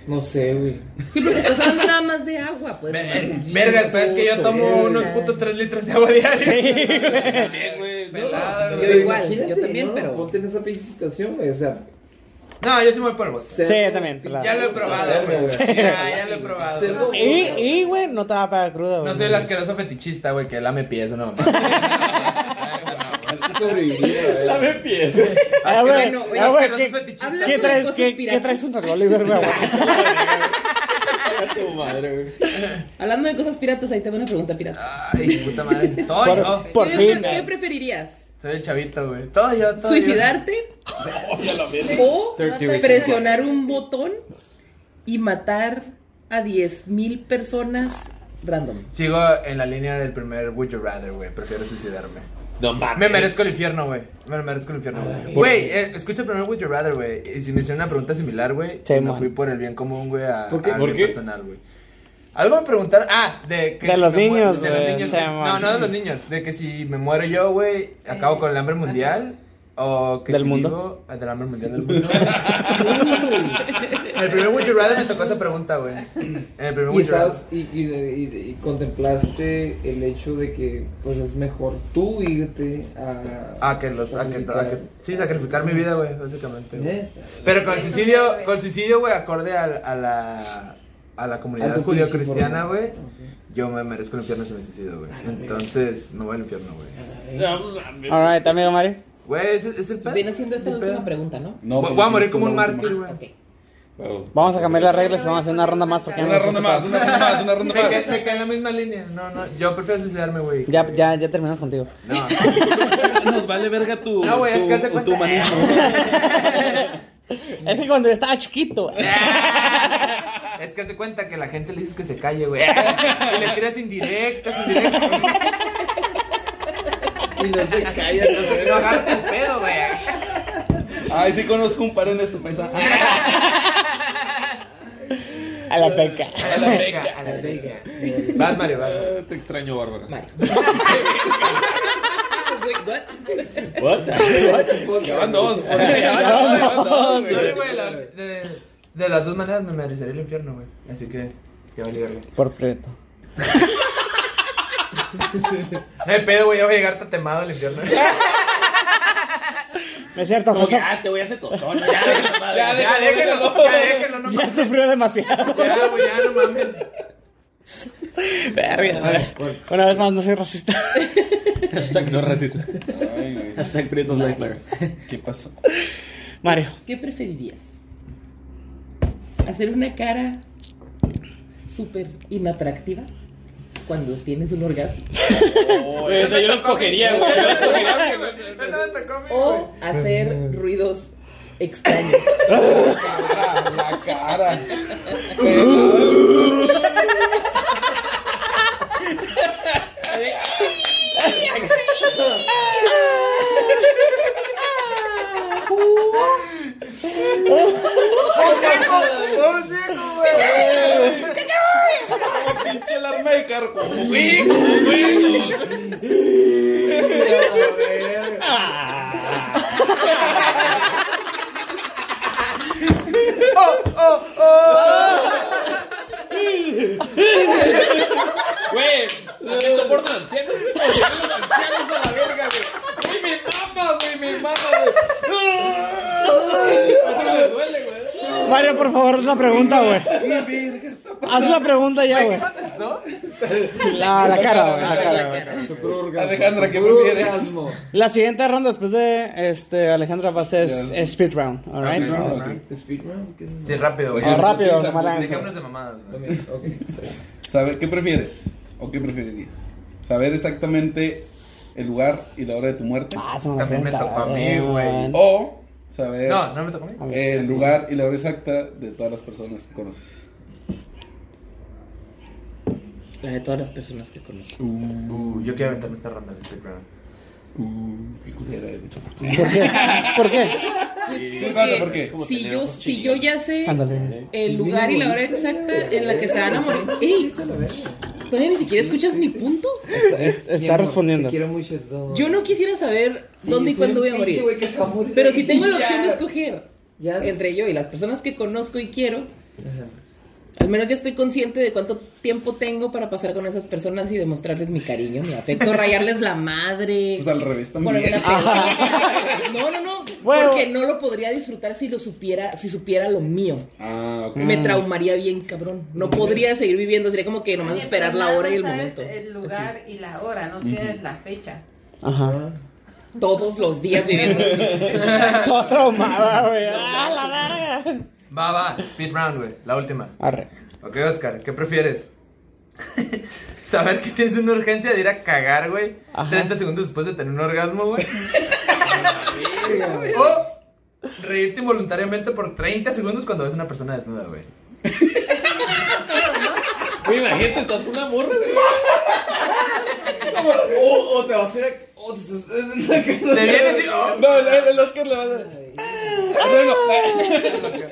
C: No sé, güey.
F: Sí, porque estás hablando nada más de agua. Pues,
B: Ver- Verga, el pedo es que yo tomo unos putos 3 litros de agua diaria.
E: También, güey.
B: Pelada,
F: Yo
B: güey.
F: igual,
C: imagínate,
F: yo también, pero-
C: Ponte en esa pinche situación, güey. O sea,
B: No, yo sí me voy por el vodka.
A: Sí, yo también, pelada.
B: Ya lo he probado, güey. Ya, ya lo he probado.
C: Cerdo.
A: Y, y, güey, no te va a pegar crudo, güey.
B: No soy el asqueroso fetichista, güey, que lame pies, una mamá.
C: Es que sobrevivir, güey.
E: Dame pies, güey.
A: Ah, güey,
F: Bueno, oye,
A: ah, güey,
B: pero
A: ¿qué-
B: no soy fetichista.
F: Hablando
A: ¿Qué
F: de
A: traes,
F: cosas
A: qué,
F: piratas.
A: ¿Qué traes contra el Oliver, güey?
E: A tu madre, güey.
F: Hablando de cosas piratas, ahí te voy una pregunta pirata.
B: Ay, puta madre. Todo yo.
A: Ah, Por, por
F: ¿Qué,
A: fin. ah.
F: ¿Qué preferirías?
B: Soy el chavito, güey. Todo yo, todo yo.
F: ¿Suicidarte? ¿O
E: Thirty reasons
F: presionar un botón y matar a 10.000 personas random?
B: Sigo en la línea del primer Would You Rather, güey. Prefiero suicidarme.
E: No mames.
B: Me merezco el infierno, güey. Me merezco el infierno,
E: Ah,
B: güey. Güey, eh, escucha el primer Would You Rather, güey. Y si me hicieron una pregunta similar, güey,
A: Sí,
B: me
A: man.
B: fui por el bien común, güey, a,
E: ¿Por qué?
B: a
E: ¿Por
B: mi
E: qué?
B: personal, güey. Algo me preguntaron. Ah, de que.
A: De los
B: me muero-
A: niños,
B: de los
A: güey,
B: niños,
A: sí,
B: que- No,
A: man.
B: no de los niños. De que si me muero yo, güey, acabo con el hambre mundial. O que
A: ¿Del
B: si
A: mundo?
B: vivo- ah, del hambre mundial del mundo. En el primer Would You Rather me tocó esa pregunta, güey. En el primer
C: Y,
B: Would You Rather.
C: estabas- y, y- y- y contemplaste el hecho de que pues es mejor tú irte a...
B: Ah, que los. A que, a que- sí, sacrificar mi vida, güey, básicamente. güey.
C: ¿Eh?
B: Pero con el suicidio, con el suicidio, güey, acorde al- a, la a la comunidad
C: Algo
B: judío-cristiana,
C: pinche,
B: güey, yo me merezco el infierno si me suicido, güey. Entonces, me voy al infierno, güey.
A: Alright, amigo Mario.
B: Güey, ese ese es el pedo.
F: Pues Viene siendo esta la
B: El pedo.
F: última pregunta, ¿no?
B: Voy- voy
J: pues,
B: a morir como un mártir, güey.
F: Ok.
A: Vamos a cambiar las reglas y vamos a hacer una ronda más porque ya
J: Una
A: nos
J: ronda más, una ronda más, una
B: Me
J: ronda más.
B: cae, me cae en la misma línea. No, no, yo prefiero suicidarme, güey.
A: Ya, ya, ya terminamos contigo.
B: No,
J: Nos vale verga tu,
B: No, güey, es que
J: tu-
B: hace
J: tu
B: cuenta. Eh,
J: humanismo.
A: Es que cuando yo estaba chiquito.
B: es que te cuenta que la gente le dices que se calle, güey. Y le tiras indirectas, indirectas.
C: Y no se calla, no se
B: Pero agárrate el pedo, güey.
J: Ay, sí conozco un par en esta mesa. Ah,
A: A la teca.
B: A la beca, a la beca. Vas, Mario, vas.
J: Ah, Te extraño, Bárbara.
R: What?
J: Ya van dos. Ya van dos, ya van dos, güey.
B: Sorry, güey, la- de, de las dos maneras me merecería el infierno, güey. Así que, que vale verga.
A: Por prieto.
B: No hay Eh, pedo, güey, ya voy a llegar tatemado al infierno.
A: No es cierto, José.
E: te voy a hacer tostón.
B: Ya, déjalo, ya déjalo, no
A: Ya
B: mames.
A: sufrió demasiado.
B: Ya, güey, ya, no mames.
A: Verga. Una vez más, no soy racista.
E: Hashtag no racista.
J: Ay, güey.
E: Hashtag Prietos Life Matter.
J: ¿Qué pasó?
A: Mario.
F: ¿Qué preferirías? ¿Hacer una cara súper inatractiva cuando tienes un orgasmo?
E: Eso yo lo escogería, güey. Yo lo escogería, güey.
B: Eso me tocó, güey.
A: Oh.
F: ¿O hacer ruidos extraños?
J: La cara.
B: ¡Oh, chico, güey!
J: Pinche alarma de carro.
B: La verga.
E: Güey, la siento por tan anciano.
A: Mario, por favor, haz la pregunta, güey. Haz la pregunta ya, güey. La, la cara, güey. La cara, güey.
J: Alejandra, ¿qué
C: Puro
J: prefieres?
C: orgasmo.
A: La siguiente ronda después de este, Alejandra va a ser eh, speed round, alright?
C: Speedrun, ¿qué es eso?
B: Sí, rápido, güey.
J: Oye,
A: Ah, rápido,
J: Utiliza-
A: no mala
B: Pues, Dejémonos de mamadas, güey.
C: Ok.
J: Saber qué prefieres o qué preferirías. Saber exactamente el lugar y la hora de tu muerte.
A: Ah, se me
B: También me
A: fue la
B: tocó a mí,
A: verga,
B: güey.
J: O saber
B: No, no me tocó a mí.
J: el lugar y la hora exacta de todas las personas que conoces.
B: Oh.
F: La de Eh, todas las personas que conozco.
B: Uh, yo quiero aventarme esta ronda en este programa.
J: uh, Qué culera eres.
A: ¿Por qué? ¿Por qué?
J: Espérate, ¿por qué?
F: Pues Si yo, si yo ya sé
A: Ándale.
F: el lugar y la hora exacta en la que se van a morir. ¡Ey! Todavía ni siquiera escuchas mi punto.
A: Está, es- está
C: Mi amor,
A: respondiendo.
C: Te quiero mucho. todo.
F: Yo no quisiera saber
C: Sí,
F: dónde y
C: soy
F: cuándo
C: un
F: voy a morir.
C: pinche güey que se va a morir.
F: Pero si tengo la
C: Ya.
F: opción de escoger
C: Ya.
F: entre yo y las personas que conozco y quiero,
C: Ajá.
F: al menos ya estoy consciente de cuánto tiempo tengo para pasar con esas personas y demostrarles mi cariño, mi afecto, rayarles la madre.
J: Pues al revés
F: ponerme
J: también.
F: una pelota. No, no, no.
A: Bueno.
F: Porque no lo podría disfrutar si lo supiera, si supiera lo mío.
J: Ah, ok.
F: Me traumaría bien, cabrón. No podría seguir viviendo. Sería como que nomás esperar la hora y el
K: pues Sabes
F: momento.
K: El lugar y la hora, no tienes la fecha.
A: Ajá.
F: Todos los días viviendo así. Ah.
A: Toda traumada, güey. ¡Ah, la verga!
B: Va, va, speed round, güey. La última.
A: Arre.
B: Ok, Oscar, ¿qué prefieres? Saber que tienes una urgencia de ir a cagar, güey.
A: Ajá.
B: 30 segundos después de tener un orgasmo, güey. o reírte involuntariamente por 30 segundos cuando ves a una persona desnuda, güey.
E: Güey, imagínate, estás con una morra, güey.
C: O, o te vas a ir a. O te estás-
B: Te vienes y. oh,
J: No, el, el Oscar le va a hacer. Hazlo.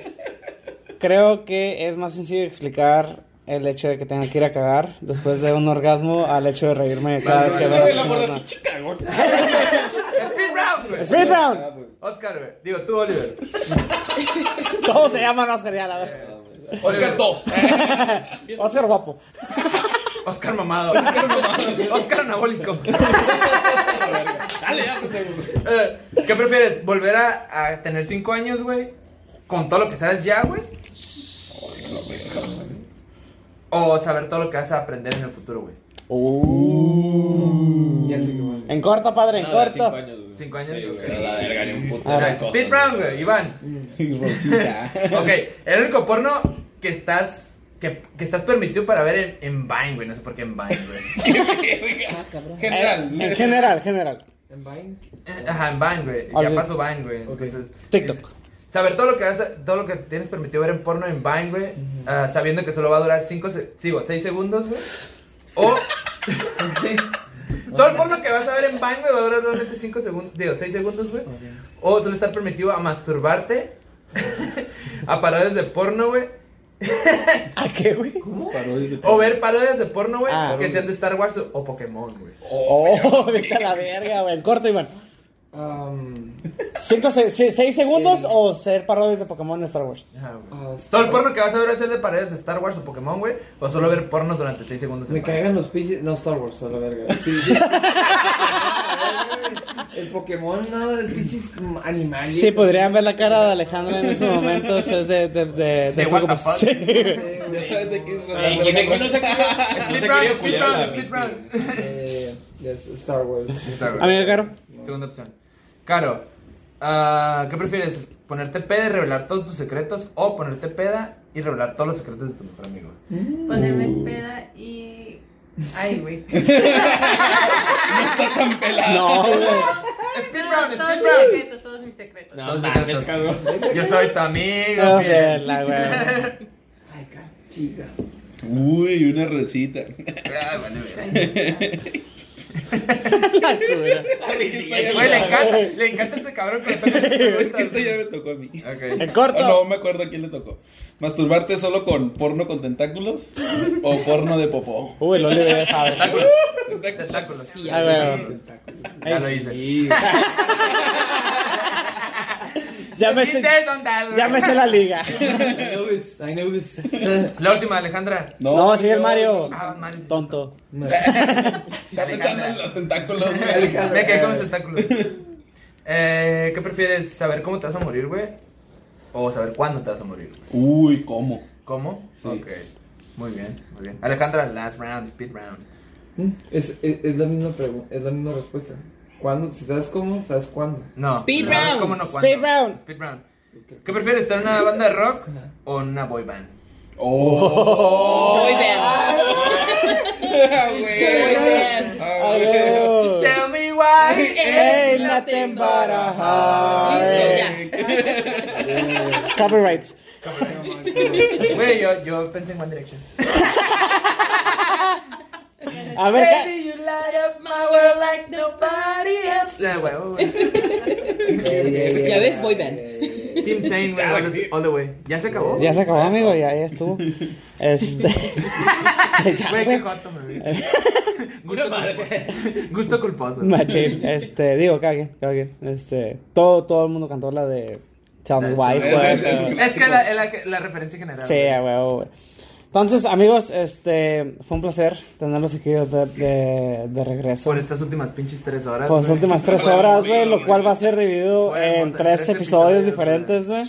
A: Creo que es más sencillo explicar el hecho de que tenga que ir a cagar después de un orgasmo al hecho de reírme cada vez que veo a
E: Güey,
A: una
E: la morra,
A: persona.
E: pinche cagón.
B: Speed round, güey.
A: ¡Speed round!
B: Oscar, güey. Digo, tú, Oliver.
A: Todos se llaman Oscar, ya la verga.
E: Ah,
J: Oscar 2.
A: Oscar guapo.
B: Oscar mamado. Oscar anabólico.
E: Dale, ya, pendejo.
B: Eh, ¿Qué prefieres? ¿Volver a, a tener 5 años, güey? Con todo lo que sabes ya, güey. O saber todo lo que vas a aprender en el futuro, güey.
C: Ya sé que voy
A: Uh. En corto, padre, en
E: No, de
A: corto.
E: cinco años, güey.
B: Cinco años.
E: Sí, güey,
B: Sí.
E: a la verga, ni un puto
B: Ah,
E: de cosas,
B: Speed round, güey, Iván.
J: Rosita.
B: Ok, el único porno que estás que, que estás permitido para ver en, en Vine, güey. No sé por qué en Vine, güey.
F: Ah, cabrón.
J: General.
A: Eh, En general, general.
C: ¿En Vine?
B: Ajá, en Vine, güey.
A: Ah, Ok.
B: Ya pasó Vine, güey. Entonces,
A: TikTok.
B: es- saber todo lo que vas a- todo lo que tienes permitido ver en porno en Vine, güey, ah, sabiendo que solo va a durar 5 sigo, 6 segundos, güey. O Todo el porno que vas a ver en Vine, güey, va a durar realmente 5 segundos, digo, 6 segundos, güey. O solo estar permitido a masturbarte a parodias de porno, güey.
A: ¿A qué, güey?
J: Parodias de-
B: O ver parodias de porno, güey,
A: Ah.
B: que sean de Star Wars o- o Pokémon, güey.
A: Oh, vete a la verga, güey. En corto, Iván.
C: Um,
A: Cinco, se- se- ¿Seis segundos o ser parodias de Pokémon en Star Wars?
B: Ajá, güey.
C: ah,
B: Todo el porno que vas a ver va a ser de parodias de Star Wars o Pokémon, güey. O solo ver porno durante 6 segundos. en
C: Me
B: Vine.
C: cagan los pinches. No, Star Wars, a la verga. Sí, sí. El Pokémon, no, los pinches animales.
A: Sí, podrían ver la cara de Alejandro en estos momentos. Es de. de. de.
B: De what the fuck.
A: Sí.
J: Ya sabes de qué es la-
E: Eh, ¿quién aquí no se quería- no se
B: Speed
E: quería
B: round,
E: culiar
B: speed
E: a
B: round,
E: la
B: speed
E: Misty,
B: round.
E: güey?
C: Eh, yes, Star Wars.
B: Star Wars.
A: Amigo Caro.
B: Segunda opción. Caro, ah, ¿qué prefieres? ¿Ponerte peda y revelar todos tus secretos? ¿O ponerte peda y revelar todos los secretos de tu mejor amigo?
K: Ponerme
F: Uh.
K: en peda y. Ay, güey.
A: No, güey.
B: Speed round,
K: todos
B: speed
K: mis
B: round.
K: secretos, todos mis secretos.
E: No,
B: Los
E: mames,
B: secretos.
E: cabrón.
B: Yo soy tu amigo.
A: No,
B: fiel.
A: güey, la güey.
C: Ay, cara, chica.
J: Uy, una recita.
A: La cura.
B: Güey, le encanta, le encanta este cabrón que le toca estas
J: Es que
B: preguntas.
J: esta ya me tocó a mí.
A: En
B: Ok.
J: Oh, no
A: corto.
J: me acuerdo a quién le tocó. ¿Masturbarte solo con porno con tentáculos o porno de popó?
A: Uy, el Oliver ya sabe.
B: Tentáculos. Tentáculos.
A: Ah, güey.
B: Ya lo hice.
A: Ya me sé, ya me sé la liga.
C: I know this, I know this.
B: La última, Alejandra.
A: No, sigue el Mario.
B: Ah, Mario.
A: Tonto.
J: Está pensando en los tentáculos.
B: Me quedé con los tentáculos. Eh, ¿Qué prefieres? ¿Saber cómo te vas a morir, güey? ¿O saber cuándo te vas a morir? güey?
J: Uy, ¿cómo?
B: ¿Cómo?
J: Sí.
B: Ok. Muy bien, muy bien. Alejandra, last round, speed round.
C: Es, es, es la misma pregunta, es la misma respuesta. ¿Cuándo? Si sabes cómo, sabes cuándo.
B: No.
F: Speed
B: ¿sabes
F: round,
B: ¿Cómo no cuándo?
A: speed round.
B: Speed round. ¿Qué prefieres? ¿Estar en una banda de rock o en una boy band?
J: Oh,
F: Muy bien.
J: Ah,
F: Muy bien.
A: A ver.
B: Tell me why.
A: Ey, nothing but a heart.
F: Listo,
A: Copyrights.
B: Güey, yo, yo pensé en One Direction.
A: A ver, ca-
B: Baby, you light up my world like nobody else. Ah, güey, güey, güey.
F: ya. Ya ves, boy band.
B: Team Sane, güey, all the- all the way. ¿Ya se acabó?
A: Ya se acabó, amigo, ya, ya estuvo. Este. ya,
B: Güey,
A: güey.
B: qué joto, me vi. Gusto culposo. Gusto culposo.
A: Machín. Este, digo, cada quien, cada quien. Este, todo, todo el mundo cantó la de Tell Me Why.
J: Es-
A: pues,
J: es- es-
A: eh,
B: Es que la, es la, que- la referencia general.
A: Sí, a huevo, güey. Entonces, amigos, este, fue un placer tenerlos aquí de, de, de regreso.
B: Por estas últimas pinches tres horas.
A: Por las
B: güey.
A: últimas tres horas, güey, lo cual va a ser dividido
B: Bueno,
A: en
B: vamos a-
A: tres
B: tres
A: episodios
B: episodios,
A: diferentes, güey.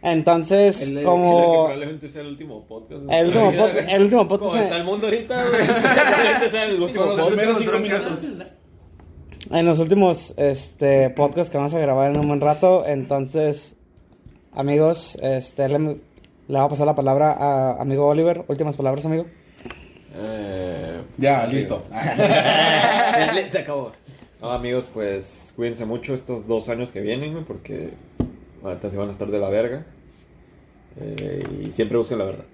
A: Entonces,
C: El- el-
A: como
E: Creo que probablemente sea el último podcast. de
A: el último,
E: nuestra
A: pod-
E: vida, güey.
A: el último
E: Como
A: podcast,
E: está el
A: en,
E: mundo ahorita, güey. Probablemente sea Este el último
B: Con los
E: podcast.
B: menos cinco
J: drogas.
B: minutos.
A: en los últimos este, podcasts que vamos a grabar en un buen rato, entonces, amigos, este, le, le voy a pasar la palabra a amigo Oliver. Últimas palabras, amigo.
E: Eh,
J: Ya, listo. Ah,
E: Se acabó. No, amigos, pues cuídense mucho estos dos años que vienen, güey, porque ahorita se van a estar de la verga. Eh, y siempre busquen la verdad.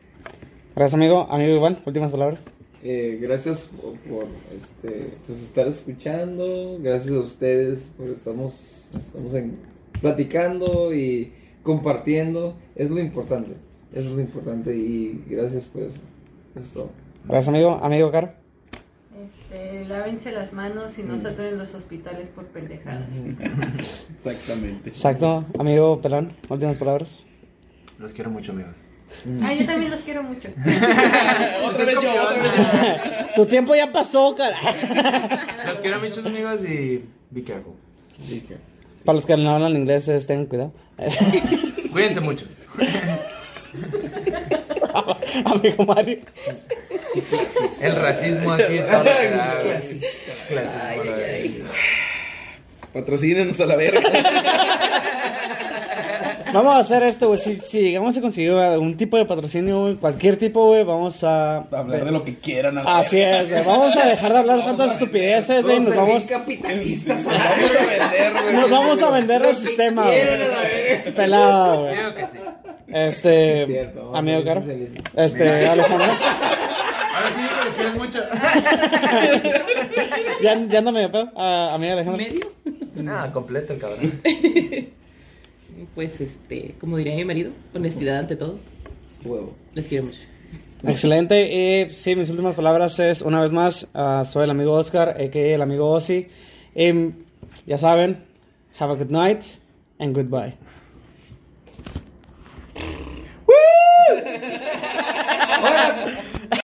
A: Gracias, amigo. Amigo Iván, últimas palabras.
C: Eh, gracias por, por, este, pues, estar escuchando, gracias a ustedes por estamos, estamos en- platicando y compartiendo, es lo importante, es lo importante y gracias por eso, eso es todo.
A: Gracias, amigo. Amigo Caro.
K: Este, lávense las manos y no saturen los hospitales por pendejadas.
J: Exactamente.
A: Exacto. Amigo Pelón, últimas palabras.
B: Los quiero mucho, amigos.
K: Ah, yo también los quiero mucho.
J: Otra vez yo, otra vez yo.
A: Tu tiempo ya pasó, cara.
B: Los quiero mucho, amigos, y be careful.
A: Para los que no hablan inglés, es, tengan cuidado.
B: Cuídense mucho.
A: Amigo Mario.
L: El racismo aquí. todo lo que da, güey. Clasismo, la verdad.
J: Patrocínenos a la verga.
A: Vamos a hacer esto, güey. Si, si llegamos a conseguir algún tipo de patrocinio, güey, cualquier tipo, güey, vamos a.
J: Hablar de lo que quieran. A la
A: Así es, güey. Vamos a dejar de hablar tantas estupideces, güey. y Nos vamos,
J: verga. Vamos a vender, güey.
A: nos vamos a vender el sistema, güey. Pelado, güey.
L: Creo que sí.
A: Este. amigo caro. Este, Alejandro.
L: Ahora sí, les quiero mucho.
A: Ya, ya anda medio pedo. A amigo Alejandro.
F: ¿Medio?
L: Ah, completo el cabrón.
F: Pues este, como diría mi marido, honestidad ante todo. Huevo. Les quiero mucho.
A: Excelente. Y sí, mis últimas palabras es, una vez más, ah, soy el amigo Oscar, a.k.a. el amigo Ozzy. Em, ya saben, have a good night and goodbye.